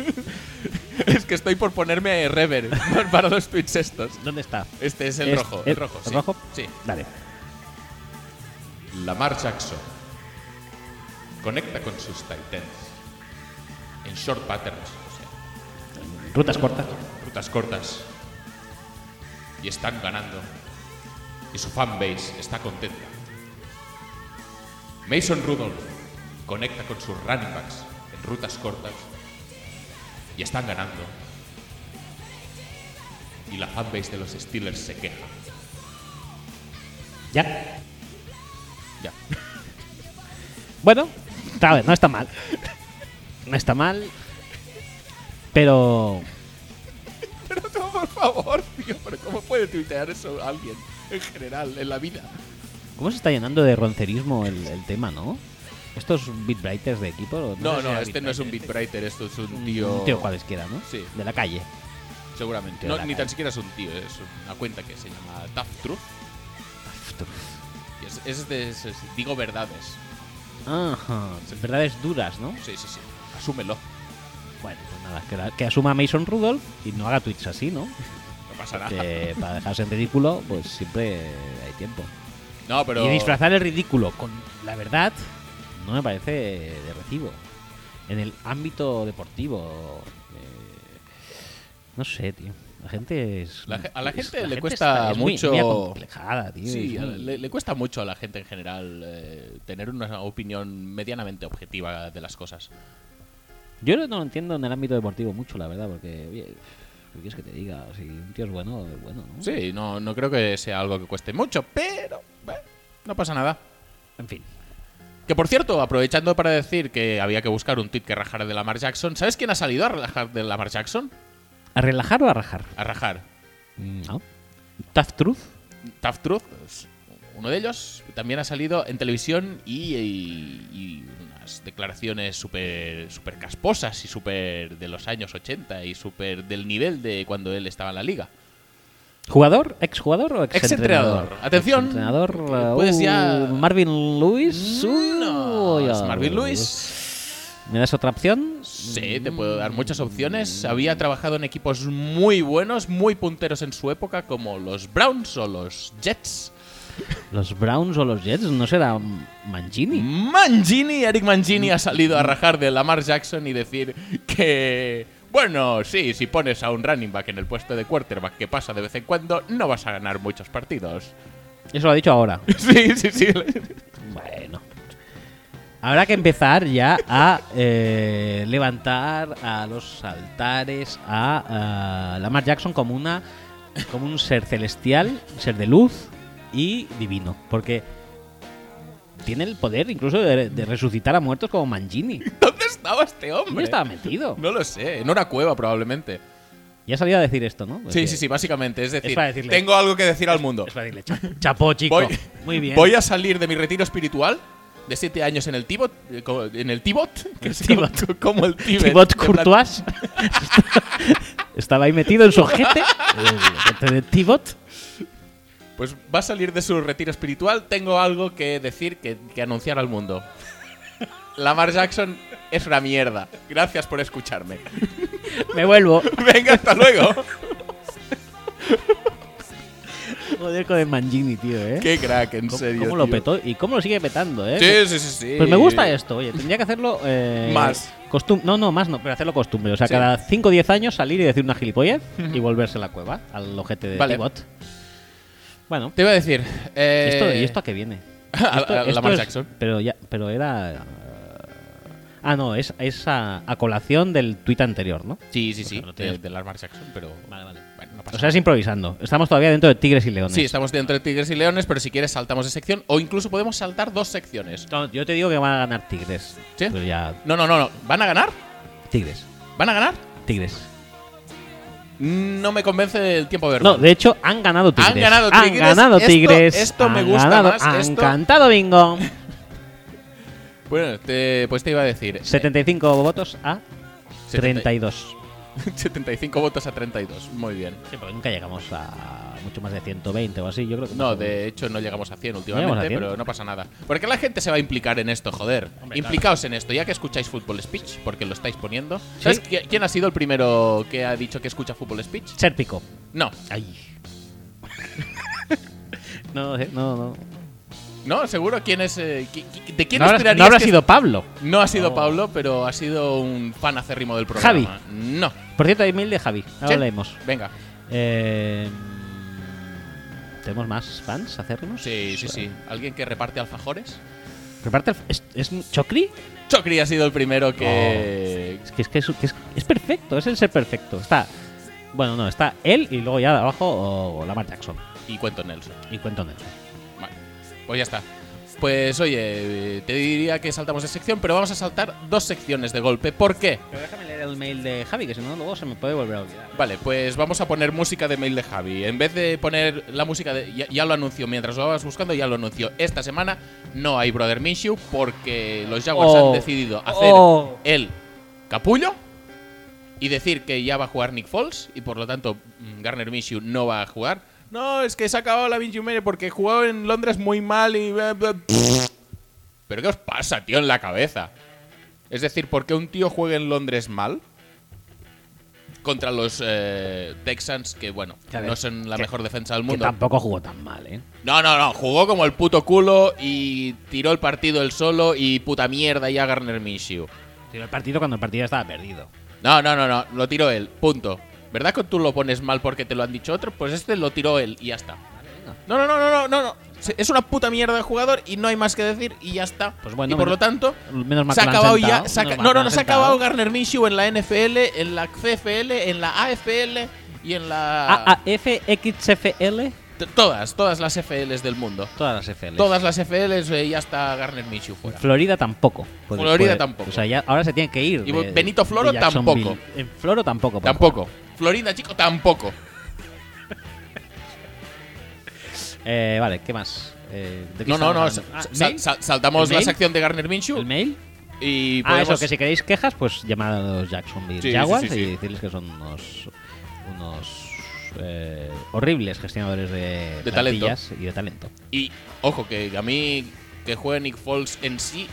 Speaker 2: es que estoy por ponerme rever para los tweets estos.
Speaker 1: ¿Dónde está?
Speaker 2: Este es el
Speaker 1: Es-
Speaker 2: rojo, el,
Speaker 1: el-
Speaker 2: rojo.
Speaker 1: ¿el
Speaker 2: sí.
Speaker 1: rojo?
Speaker 2: Sí.
Speaker 1: Dale.
Speaker 2: Lamar Jackson conecta con sus Titans en short patterns, o sea,
Speaker 1: Rutas cortas.
Speaker 2: rutas cortas, y están ganando. Y su fanbase está contenta. Mason Rudolph conecta con sus running backs en rutas cortas y están ganando. Y la fanbase de los Steelers se queja.
Speaker 1: Ya.
Speaker 2: Ya.
Speaker 1: Bueno, a ver, no está mal. No está mal. Pero.
Speaker 2: Pero tú, por favor, tío, pero ¿cómo puede tuitear eso alguien en general, en la vida?
Speaker 1: ¿Cómo se está llenando de roncerismo el, el tema, no? ¿Estos beatwriters de equipo?
Speaker 2: No,
Speaker 1: sé si
Speaker 2: no,
Speaker 1: era
Speaker 2: este no es un
Speaker 1: beatwriter,
Speaker 2: beatwriter, esto es un
Speaker 1: este es
Speaker 2: tío.
Speaker 1: Un tío cualesquiera, ¿no?
Speaker 2: Sí.
Speaker 1: De la calle.
Speaker 2: Seguramente.
Speaker 1: tío de
Speaker 2: No,
Speaker 1: la
Speaker 2: ni
Speaker 1: calle.
Speaker 2: tan siquiera es un tío, es una cuenta que se llama Tough Truth. y es, es de. es- es- digo verdades.
Speaker 1: Ajá. Verdades duras, ¿no?
Speaker 2: Sí, sí, sí. Asúmelo.
Speaker 1: Bueno, pues nada, que, la- que asuma Mason Rudolph y no haga tweets así, ¿no?
Speaker 2: No pasa nada.
Speaker 1: Que para dejarse en ridículo, pues siempre hay tiempo.
Speaker 2: No, pero.
Speaker 1: Y disfrazar el ridículo con la verdad no me parece de recibo. En el ámbito deportivo, eh, no sé, tío. La gente es.
Speaker 2: La ge- a la
Speaker 1: es-
Speaker 2: gente le
Speaker 1: es-
Speaker 2: cuesta
Speaker 1: es muy-
Speaker 2: mucho-
Speaker 1: Muy, acomplejada, tío.
Speaker 2: Sí,
Speaker 1: es muy-
Speaker 2: le, le cuesta mucho a la gente en general eh, tener una opinión medianamente objetiva de las cosas.
Speaker 1: Yo no lo entiendo en el ámbito deportivo mucho, la verdad, porque. Oye, ¿qué quieres que te diga? Si un tío es bueno, es bueno, ¿no?
Speaker 2: Sí, no, no creo que sea algo que cueste mucho, pero. bueno, no pasa nada.
Speaker 1: En fin.
Speaker 2: Que por cierto, aprovechando para decir que había que buscar un tweet que rajara de Lamar Jackson, ¿sabes quién ha salido a relajar de Lamar Jackson?
Speaker 1: ¿A relajar o a rajar?
Speaker 2: A rajar.
Speaker 1: No. Tough Truth.
Speaker 2: Tough Truth, es uno de ellos también ha salido en televisión y, y- y unas declaraciones súper super casposas y súper de los años 80 y súper del nivel de cuando él estaba en la liga.
Speaker 1: ¿Jugador? ¿Exjugador o
Speaker 2: Exentrenador.
Speaker 1: exentrenador?
Speaker 2: Atención. Eh,
Speaker 1: Entrenador.
Speaker 2: Puedes ya-
Speaker 1: Marvin Lewis. uh,
Speaker 2: No,
Speaker 1: ya.
Speaker 2: es Marvin Ah, Lewis.
Speaker 1: ¿Me das otra opción?
Speaker 2: Sí, te puedo dar muchas opciones. Había trabajado en equipos muy buenos, muy punteros en su época, como los Browns o los Jets.
Speaker 1: ¿Los Browns o los Jets? ¿No será Mancini?
Speaker 2: Mangini, Eric Mangini ha salido a rajar de Lamar Jackson y decir que, bueno, sí, si pones a un running back en el puesto de quarterback que pasa de vez en cuando, no vas a ganar muchos partidos.
Speaker 1: Eso lo ha dicho ahora.
Speaker 2: Sí, sí, sí.
Speaker 1: Bueno. Habrá que empezar ya a eh, levantar a los altares a, ah, Lamar Jackson como una como un ser celestial, ser de luz y divino, porque tiene el poder incluso de, de resucitar a muertos como Mangini.
Speaker 2: ¿Dónde estaba este
Speaker 1: Yo
Speaker 2: hombre?
Speaker 1: estaba metido.
Speaker 2: No lo sé, en una cueva probablemente.
Speaker 1: Ya salía a decir esto, ¿no?
Speaker 2: Sí, sí, sí, básicamente. Es decir,
Speaker 1: Pues para decirle-
Speaker 2: tengo algo que decir al mundo.
Speaker 1: Es para decirle, "Cha- chapó, chico.
Speaker 2: Voy,
Speaker 1: Muy bien.
Speaker 2: voy a salir de mi retiro espiritual de 7 años en el Tibot, eh, co- en el Tibot, que es
Speaker 1: Tibot.
Speaker 2: co- como el Tibet.
Speaker 1: Tibot
Speaker 2: de ¿eh? plan-
Speaker 1: Courtois estaba ahí metido en su ojete. el ojete de Tibot.
Speaker 2: Pues va a salir de su retiro espiritual. Tengo algo que decir, que, que anunciar al mundo. Lamar Jackson es una mierda. Gracias por escucharme.
Speaker 1: Me vuelvo.
Speaker 2: Venga, hasta luego.
Speaker 1: Joder con el Mangini, tío, ¿eh?
Speaker 2: Qué crack, en
Speaker 1: ¿Cómo,
Speaker 2: serio.
Speaker 1: cómo lo
Speaker 2: tío.
Speaker 1: petó y cómo lo sigue petando, ¿eh?
Speaker 2: Sí, sí, sí, sí.
Speaker 1: Pues me gusta esto, oye. Tendría que hacerlo. eh,
Speaker 2: Más.
Speaker 1: costum- no, no, más no, pero hacerlo costumbre. O sea,
Speaker 2: Sí.
Speaker 1: cada 5 o 10 años salir y decir una gilipollez y volverse a la cueva, al ojete de
Speaker 2: Vale.
Speaker 1: Tibot. Bueno,
Speaker 2: Te iba a decir. eh,
Speaker 1: ¿esto, ¿y esto a qué viene?
Speaker 2: a-
Speaker 1: Esto-
Speaker 2: a
Speaker 1: esto
Speaker 2: Lamar
Speaker 1: es-
Speaker 2: Jackson.
Speaker 1: Pero, ya, pero era. eh, Ah, no, es, es a, a colación del tuit anterior, ¿no?
Speaker 2: Sí, sí, sí.
Speaker 1: Pero te-
Speaker 2: De, de Lamar Jackson, pero.
Speaker 1: Vale, vale.
Speaker 2: Bueno, no pasa
Speaker 1: O sea, es improvisando. Estamos todavía dentro de Tigres y Leones.
Speaker 2: Sí, estamos dentro de Tigres y Leones, pero si quieres saltamos de sección o incluso podemos saltar dos secciones.
Speaker 1: No, yo te digo que van a ganar Tigres.
Speaker 2: ¿Sí?
Speaker 1: Pero ya.
Speaker 2: No, no, no, no. ¿Van a ganar?
Speaker 1: Tigres.
Speaker 2: ¿Van a ganar?
Speaker 1: Tigres.
Speaker 2: No me convence el tiempo
Speaker 1: No,
Speaker 2: verbal.
Speaker 1: de hecho, han ganado Tigres.
Speaker 2: Han ganado Tigres.
Speaker 1: Han ganado
Speaker 2: Esto-
Speaker 1: Tigres.
Speaker 2: esto me
Speaker 1: Han
Speaker 2: gusta
Speaker 1: ganado-
Speaker 2: más,
Speaker 1: Han
Speaker 2: esto-
Speaker 1: cantado bingo.
Speaker 2: Bueno, te- pues te iba a decir. eh,
Speaker 1: 75 votos a
Speaker 2: setenta-
Speaker 1: 32.
Speaker 2: 75 votos a 32. Muy bien.
Speaker 1: Sí, porque nunca llegamos a mucho más de 120 o así, yo creo que
Speaker 2: No, de hecho no llegamos a 100
Speaker 1: llegamos
Speaker 2: últimamente,
Speaker 1: a 100.
Speaker 2: pero no pasa nada. Porque la gente se va a implicar en esto, joder.
Speaker 1: Hombre,
Speaker 2: Implicaos en esto, ya que escucháis Fútbol Speech, porque lo estáis poniendo. ¿Sabes qui- quién ha sido el primero que ha dicho que escucha Fútbol Speech?
Speaker 1: Sérpico.
Speaker 2: No.
Speaker 1: Ay. no, eh, no, no.
Speaker 2: No, seguro quién es. eh, qui- qui- ¿De quién
Speaker 1: no habrá,
Speaker 2: esperarías
Speaker 1: no habrá
Speaker 2: que-
Speaker 1: sido Pablo.
Speaker 2: No ha sido
Speaker 1: No.
Speaker 2: Pablo, pero ha sido un fan acérrimo del programa.
Speaker 1: Javi.
Speaker 2: No.
Speaker 1: Por cierto, hay mail de Javi. Ahora
Speaker 2: Sí.
Speaker 1: lo leemos.
Speaker 2: Venga.
Speaker 1: Eh, ¿Tenemos más fans hacernos?
Speaker 2: Sí, sí, sí. ¿Alguien que reparte alfajores?
Speaker 1: Reparte el- ¿Es, es Chocri?
Speaker 2: Chocri ha sido el primero que.
Speaker 1: Es que es, que es, que es- es perfecto, es el ser perfecto. Está. Bueno, no, está él y luego ya de abajo o Lamar Jackson.
Speaker 2: Y cuento Nelson.
Speaker 1: Y cuento de
Speaker 2: Vale. Pues ya está. Pues oye, te diría que saltamos de sección, pero vamos a saltar dos secciones de golpe. ¿Por qué?
Speaker 1: Pero déjame leer el mail de Javi, que si no, luego se me puede volver a olvidar.
Speaker 2: Vale, pues vamos a poner música de mail de Javi. En vez de poner la música de. Ya, ya lo anunció, mientras lo vas buscando, ya lo anunció. Esta semana no hay Brother Minshew porque los Jaguars
Speaker 1: Oh.
Speaker 2: han decidido hacer
Speaker 1: Oh.
Speaker 2: el capullo y decir que ya va a jugar Nick Foles y por lo tanto mm, Garner Minshew no va a jugar. No, es que se ha acabado la Minshew Mania porque jugó en Londres muy mal y. bla, bla, ¿Pero qué os pasa, tío, en la cabeza? Es decir, ¿por qué un tío juega en Londres mal? Contra los eh, Texans, que bueno,
Speaker 1: Que a ver,
Speaker 2: no son la
Speaker 1: que-
Speaker 2: mejor defensa del
Speaker 1: Que
Speaker 2: mundo.
Speaker 1: tampoco jugó tan mal, ¿eh?
Speaker 2: No, no, no, jugó como el puto culo y tiró el partido él solo y puta mierda ya Garner Minshew.
Speaker 1: Tiró el partido cuando el partido estaba perdido.
Speaker 2: No, no, no, no, lo tiró él, punto. ¿Verdad que tú lo pones mal porque te lo han dicho otros? Pues este lo tiró él y ya está. No, no, no, no, no, no, no. Se- Es una puta mierda de jugador y no hay más que decir y ya está.
Speaker 1: Pues bueno,
Speaker 2: y por
Speaker 1: menos-
Speaker 2: lo tanto,
Speaker 1: menos mal
Speaker 2: se ha
Speaker 1: que lo han
Speaker 2: acabado
Speaker 1: sentado,
Speaker 2: ya. se ha
Speaker 1: menos mal
Speaker 2: ca- no,
Speaker 1: que lo
Speaker 2: no,
Speaker 1: han
Speaker 2: no, se ha
Speaker 1: sentado.
Speaker 2: acabado Garner Minshew en la NFL, en la CFL, en la AFL y en
Speaker 1: Ah,
Speaker 2: la.
Speaker 1: AAFXFL.
Speaker 2: T- Todas, todas las FLs del mundo.
Speaker 1: Todas las FL.
Speaker 2: Todas las FLs eh, ya está Garner Minshew fuera.
Speaker 1: Florida tampoco. Puede-
Speaker 2: Florida
Speaker 1: puede-
Speaker 2: tampoco.
Speaker 1: O sea, ya ahora se tienen que ir.
Speaker 2: Y Benito Floro
Speaker 1: Jacksonville.
Speaker 2: tampoco.
Speaker 1: En Floro tampoco. por
Speaker 2: Tampoco. Florida, chico, tampoco.
Speaker 1: favor. Eh, vale, ¿qué más? Eh, ¿de qué
Speaker 2: No, no,
Speaker 1: estamos
Speaker 2: no.
Speaker 1: hablando?
Speaker 2: sa-
Speaker 1: Ah,
Speaker 2: sa-
Speaker 1: ¿mail?
Speaker 2: sa- saltamos
Speaker 1: ¿El
Speaker 2: la
Speaker 1: mail?
Speaker 2: sección de Garner Minshew
Speaker 1: ¿El mail?
Speaker 2: y
Speaker 1: Ah,
Speaker 2: podemos.
Speaker 1: eso, que si queréis quejas, pues llamad a los Jacksonville
Speaker 2: Sí, sí,
Speaker 1: Jaguars
Speaker 2: sí, sí.
Speaker 1: y decirles que son unos, unos eh, horribles gestionadores de,
Speaker 2: De talento.
Speaker 1: plantillas y de talento.
Speaker 2: Y ojo, que a mí que juegue Nick Foles en sí,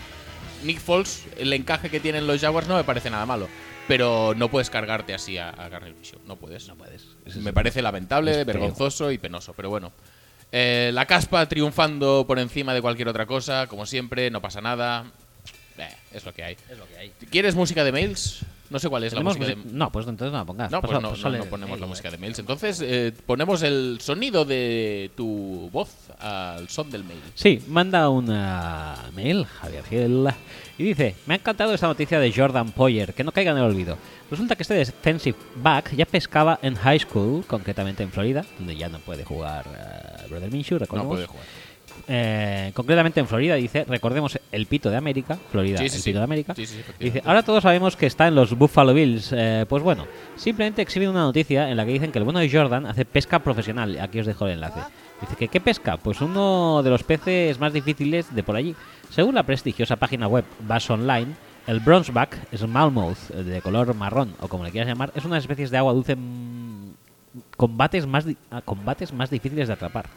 Speaker 2: Nick Foles, el encaje que tienen los Jaguars no me parece nada malo. Pero no puedes cargarte así a, a Garner Minshew. No puedes.
Speaker 1: No puedes.
Speaker 2: me parece lamentable,
Speaker 1: es feo.
Speaker 2: vergonzoso y penoso, pero bueno. Eh, la caspa triunfando por encima de cualquier otra cosa, como siempre, no pasa nada. Eh, es lo que hay.
Speaker 1: lo que hay.
Speaker 2: ¿Quieres música de mails? No sé cuál es la
Speaker 1: ¿Tenemos
Speaker 2: música de...
Speaker 1: musi- No, pues entonces no la pongas.
Speaker 2: No,
Speaker 1: Pasa-
Speaker 2: pues no,
Speaker 1: pues
Speaker 2: no,
Speaker 1: sale
Speaker 2: no
Speaker 1: el
Speaker 2: ponemos la
Speaker 1: mail,
Speaker 2: música de mails. Entonces eh, ponemos el sonido de tu voz al son del mail.
Speaker 1: Sí, manda una mail, Javier Gil, y dice, me ha encantado esta noticia de Jordan Poyer, que no caiga en el olvido. Resulta que este defensive back ya pescaba en high school, concretamente en Florida, donde ya no puede jugar eh, Brother Minshew,
Speaker 2: No
Speaker 1: recordemos.
Speaker 2: puede jugar.
Speaker 1: Eh, concretamente en Florida, dice, recordemos el pito de América, Florida,
Speaker 2: Sí, sí,
Speaker 1: el
Speaker 2: sí.
Speaker 1: pito de América.
Speaker 2: Sí, sí, sí, efectivamente.
Speaker 1: dice, ahora todos sabemos que está en los Buffalo Bills. Eh, pues bueno, simplemente exhiben una noticia en la que dicen que el bueno de Jordan hace pesca profesional. Aquí os dejo el enlace. Dice que ¿qué pesca? Pues uno de los peces más difíciles de por allí. Según la prestigiosa página web Bass Online, el bronzeback smallmouth, eh, de color marrón o como le quieras llamar, es una especie de agua dulce mm, combates más di- a combates más difíciles de atrapar.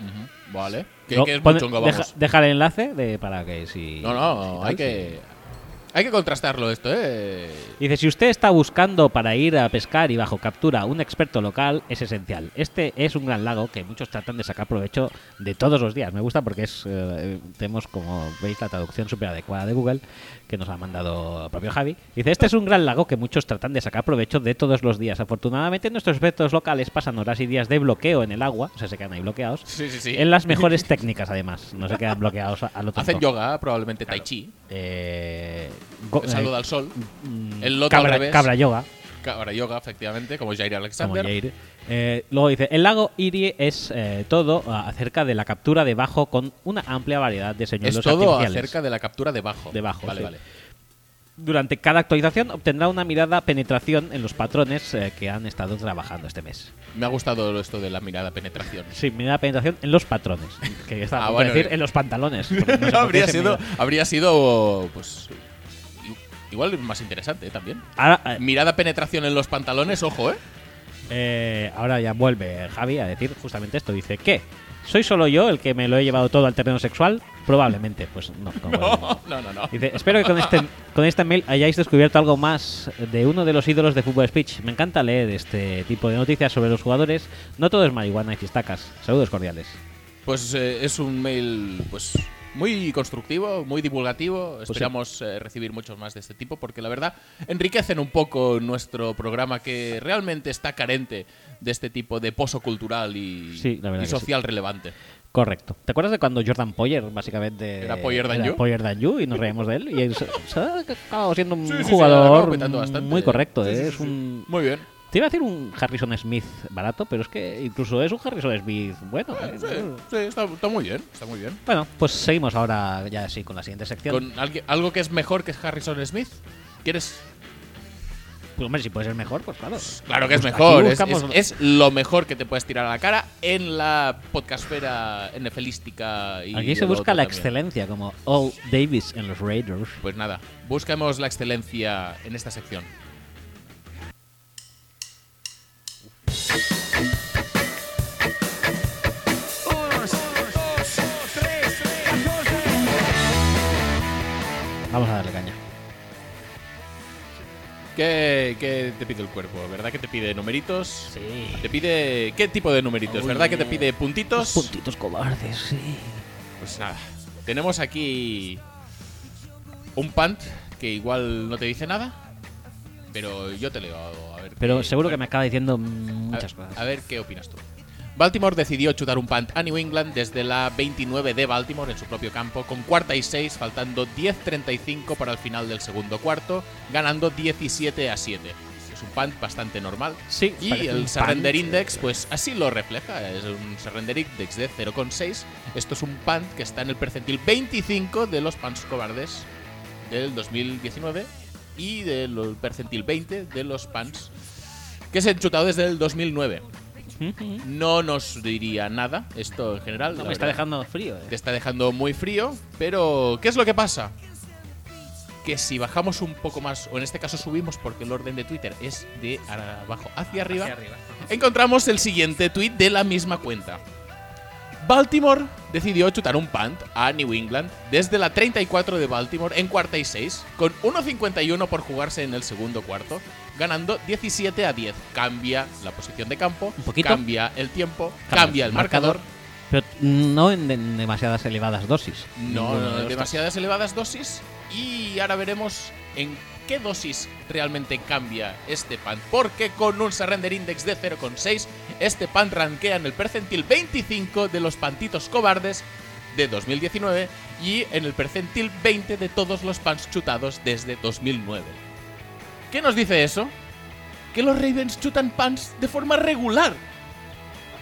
Speaker 2: Ujú. Vale. Que,
Speaker 1: No,
Speaker 2: que es
Speaker 1: pone-
Speaker 2: muy chungo,
Speaker 1: deja,
Speaker 2: vamos.
Speaker 1: deja el enlace de, para que si.
Speaker 2: no,
Speaker 1: si
Speaker 2: no,
Speaker 1: tal,
Speaker 2: hay que... Hay que contrastarlo esto, ¿eh?
Speaker 1: si- Dice: Si usted está buscando para ir a pescar y bajo captura un experto local, es esencial. Este es un gran lago que muchos tratan de sacar provecho de todos los días. Me gusta porque es eh, tenemos, como veis, la traducción súper adecuada de Google que nos ha mandado el propio Javi. Dice: Este es un gran lago que muchos tratan de sacar provecho de todos los días. Afortunadamente, nuestros expertos locales pasan horas y días de bloqueo en el agua, o sea, se quedan ahí bloqueados.
Speaker 2: Sí, sí, sí.
Speaker 1: En las mejores técnicas, además. No se quedan bloqueados a- al otro
Speaker 2: Hacen yoga, probablemente tai chi.
Speaker 1: Eh, go-
Speaker 2: El saludo
Speaker 1: eh,
Speaker 2: al sol.
Speaker 1: mm,
Speaker 2: el loto al
Speaker 1: cabra,
Speaker 2: revés.
Speaker 1: cabra yoga,
Speaker 2: Ahora yoga, efectivamente, como Jair
Speaker 1: como
Speaker 2: Alexander.
Speaker 1: Jair. Eh, luego dice, el lago Irie es eh, todo ah, acerca de la captura de bajo con una amplia variedad de señuelos
Speaker 2: Es todo
Speaker 1: artificiales.
Speaker 2: acerca de la captura debajo.
Speaker 1: De bajo,
Speaker 2: Vale,
Speaker 1: sí.
Speaker 2: vale.
Speaker 1: Durante cada actualización obtendrá una mirada penetración en los patrones eh, que han estado trabajando este mes.
Speaker 2: Me ha gustado esto de la mirada penetración.
Speaker 1: Sí, mirada penetración en los patrones. Que estaba
Speaker 2: Ah,
Speaker 1: a punto de
Speaker 2: bueno.
Speaker 1: decir en los pantalones. porque no sé por qué
Speaker 2: habría,
Speaker 1: se
Speaker 2: sido,
Speaker 1: mira.
Speaker 2: habría sido, pues, i- igual más interesante ¿eh? también.
Speaker 1: Ahora, eh,
Speaker 2: Mirada penetración en los pantalones, ojo, ¿eh?
Speaker 1: Eh, ahora ya vuelve Javi a decir justamente esto. Dice que soy solo yo el que me lo he llevado todo al terreno sexual. Probablemente, pues no. como-
Speaker 2: No, no, no. no.
Speaker 1: Dice, espero que con este, con este mail hayáis descubierto algo más de uno de los ídolos de Fútbol Speech. Me encanta leer este tipo de noticias sobre los jugadores. No todo es marihuana y chistacas. Saludos cordiales.
Speaker 2: Pues eh, es un mail, pues, muy constructivo, muy divulgativo.
Speaker 1: Pues sí.
Speaker 2: Esperamos eh, recibir muchos más de este tipo porque la verdad enriquecen un poco nuestro programa que realmente está carente de este tipo de pozo cultural y,
Speaker 1: Sí, la verdad
Speaker 2: y
Speaker 1: que sí.
Speaker 2: social relevante.
Speaker 1: Correcto. ¿Te acuerdas de cuando Jordan Poyer, básicamente.
Speaker 2: Era Poyer Dan
Speaker 1: era
Speaker 2: You?
Speaker 1: Poyer Dan You y nos reíamos de él? Y él se, se ha acabado siendo un
Speaker 2: Sí, sí, sí,
Speaker 1: jugador
Speaker 2: acaba petando bastante.
Speaker 1: muy correcto.
Speaker 2: Sí,
Speaker 1: ¿eh?
Speaker 2: sí, sí,
Speaker 1: es
Speaker 2: sí.
Speaker 1: un
Speaker 2: Muy bien.
Speaker 1: Te iba a decir un Harrison Smith barato, pero es que incluso es un Harrison Smith bueno. ¿eh?
Speaker 2: Sí, sí, está, está muy bien, está muy bien.
Speaker 1: Bueno, pues seguimos ahora ya sí con la siguiente sección.
Speaker 2: Con algui- algo que es mejor que Harrison Smith. ¿Quieres?
Speaker 1: Pues hombre, si puede ser mejor, pues claro.
Speaker 2: Claro que es
Speaker 1: Pues aquí
Speaker 2: mejor. Es,
Speaker 1: buscamos-
Speaker 2: es- es lo mejor que te puedes tirar a la cara en la podcastfera NFLística. Y
Speaker 1: Aquí se
Speaker 2: lo
Speaker 1: busca
Speaker 2: otro
Speaker 1: la
Speaker 2: también.
Speaker 1: excelencia, como All Davis en los Raiders.
Speaker 2: Pues nada, buscamos la excelencia en esta sección.
Speaker 1: Vamos a darle caña.
Speaker 2: ¿Qué, qué te pide el cuerpo? ¿Verdad que te pide numeritos?
Speaker 1: Sí.
Speaker 2: ¿Te pide qué tipo de numeritos?
Speaker 1: Uy,
Speaker 2: ¿Verdad que te pide puntitos?
Speaker 1: Puntitos cobardes, sí.
Speaker 2: Pues nada, tenemos aquí un pant que igual no te dice nada, pero yo te leo a ver.
Speaker 1: Pero
Speaker 2: qué-
Speaker 1: seguro
Speaker 2: a
Speaker 1: que
Speaker 2: ver-
Speaker 1: me acaba diciendo
Speaker 2: a-
Speaker 1: muchas
Speaker 2: A
Speaker 1: cosas.
Speaker 2: ver qué opinas tú. Baltimore decidió chutar un punt a New England desde la 29 de Baltimore en su propio campo, con cuarta y seis, faltando 10.35 para el final del segundo cuarto, ganando 17 a 7. Es un punt bastante normal.
Speaker 1: Sí,
Speaker 2: Y
Speaker 1: parece un
Speaker 2: el surrender
Speaker 1: punt.
Speaker 2: index, pues así lo refleja. Es un surrender index de 0,6. Esto es un punt que está en el percentil 25 de los punts cobardes del 2019 y del percentil 20 de los punts que se han chutado desde el 2009. No nos diría nada esto en general.
Speaker 1: No
Speaker 2: la
Speaker 1: me está
Speaker 2: verdad.
Speaker 1: dejando frío. eh.
Speaker 2: Te está dejando muy frío, pero ¿qué es lo que pasa? Que si bajamos un poco más, o en este caso subimos porque el orden de Twitter es de ara- abajo hacia arriba,
Speaker 5: Hacia arriba.
Speaker 2: encontramos el siguiente tweet de la misma cuenta. Baltimore decidió chutar un punt a New England desde la 34 de Baltimore en cuarta y 6, con 1.51 por jugarse en el segundo cuarto, ganando 17 a 10. Cambia la posición de campo,
Speaker 1: Un poquito.
Speaker 2: cambia el tiempo, cambia el marcador.
Speaker 1: Pero no en, en demasiadas elevadas dosis.
Speaker 2: No,
Speaker 1: Ninguno de
Speaker 2: no,
Speaker 1: los dos.
Speaker 2: demasiadas elevadas dosis. Y ahora veremos en qué dosis realmente cambia este pan. Porque con un surrender index de 0,6, este pan rankea en el percentil 25 de los pantitos cobardes de 2019 y en el percentil 20 de todos los pans chutados desde 2009. ¿Qué nos dice eso? Que los Ravens chutan pans de forma regular.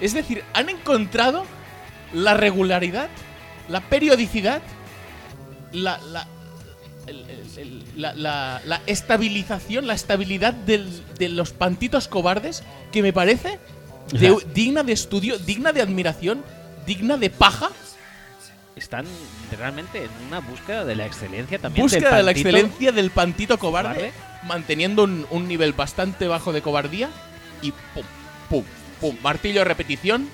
Speaker 2: Es decir, han encontrado la regularidad, la periodicidad, la, la, el- el- el- la, la- la estabilización, la estabilidad del- de los pantitos cobardes, que me parece de-
Speaker 1: O sea-
Speaker 2: digna de estudio, digna de admiración, digna de paja.
Speaker 1: Están realmente en una búsqueda de la excelencia también.
Speaker 2: Búsqueda de
Speaker 1: del
Speaker 2: la
Speaker 1: pantito.
Speaker 2: excelencia del pantito
Speaker 1: Cobarde.
Speaker 2: cobarde, manteniendo un, un nivel bastante bajo de cobardía y pum, pum, pum. Martillo, repetición.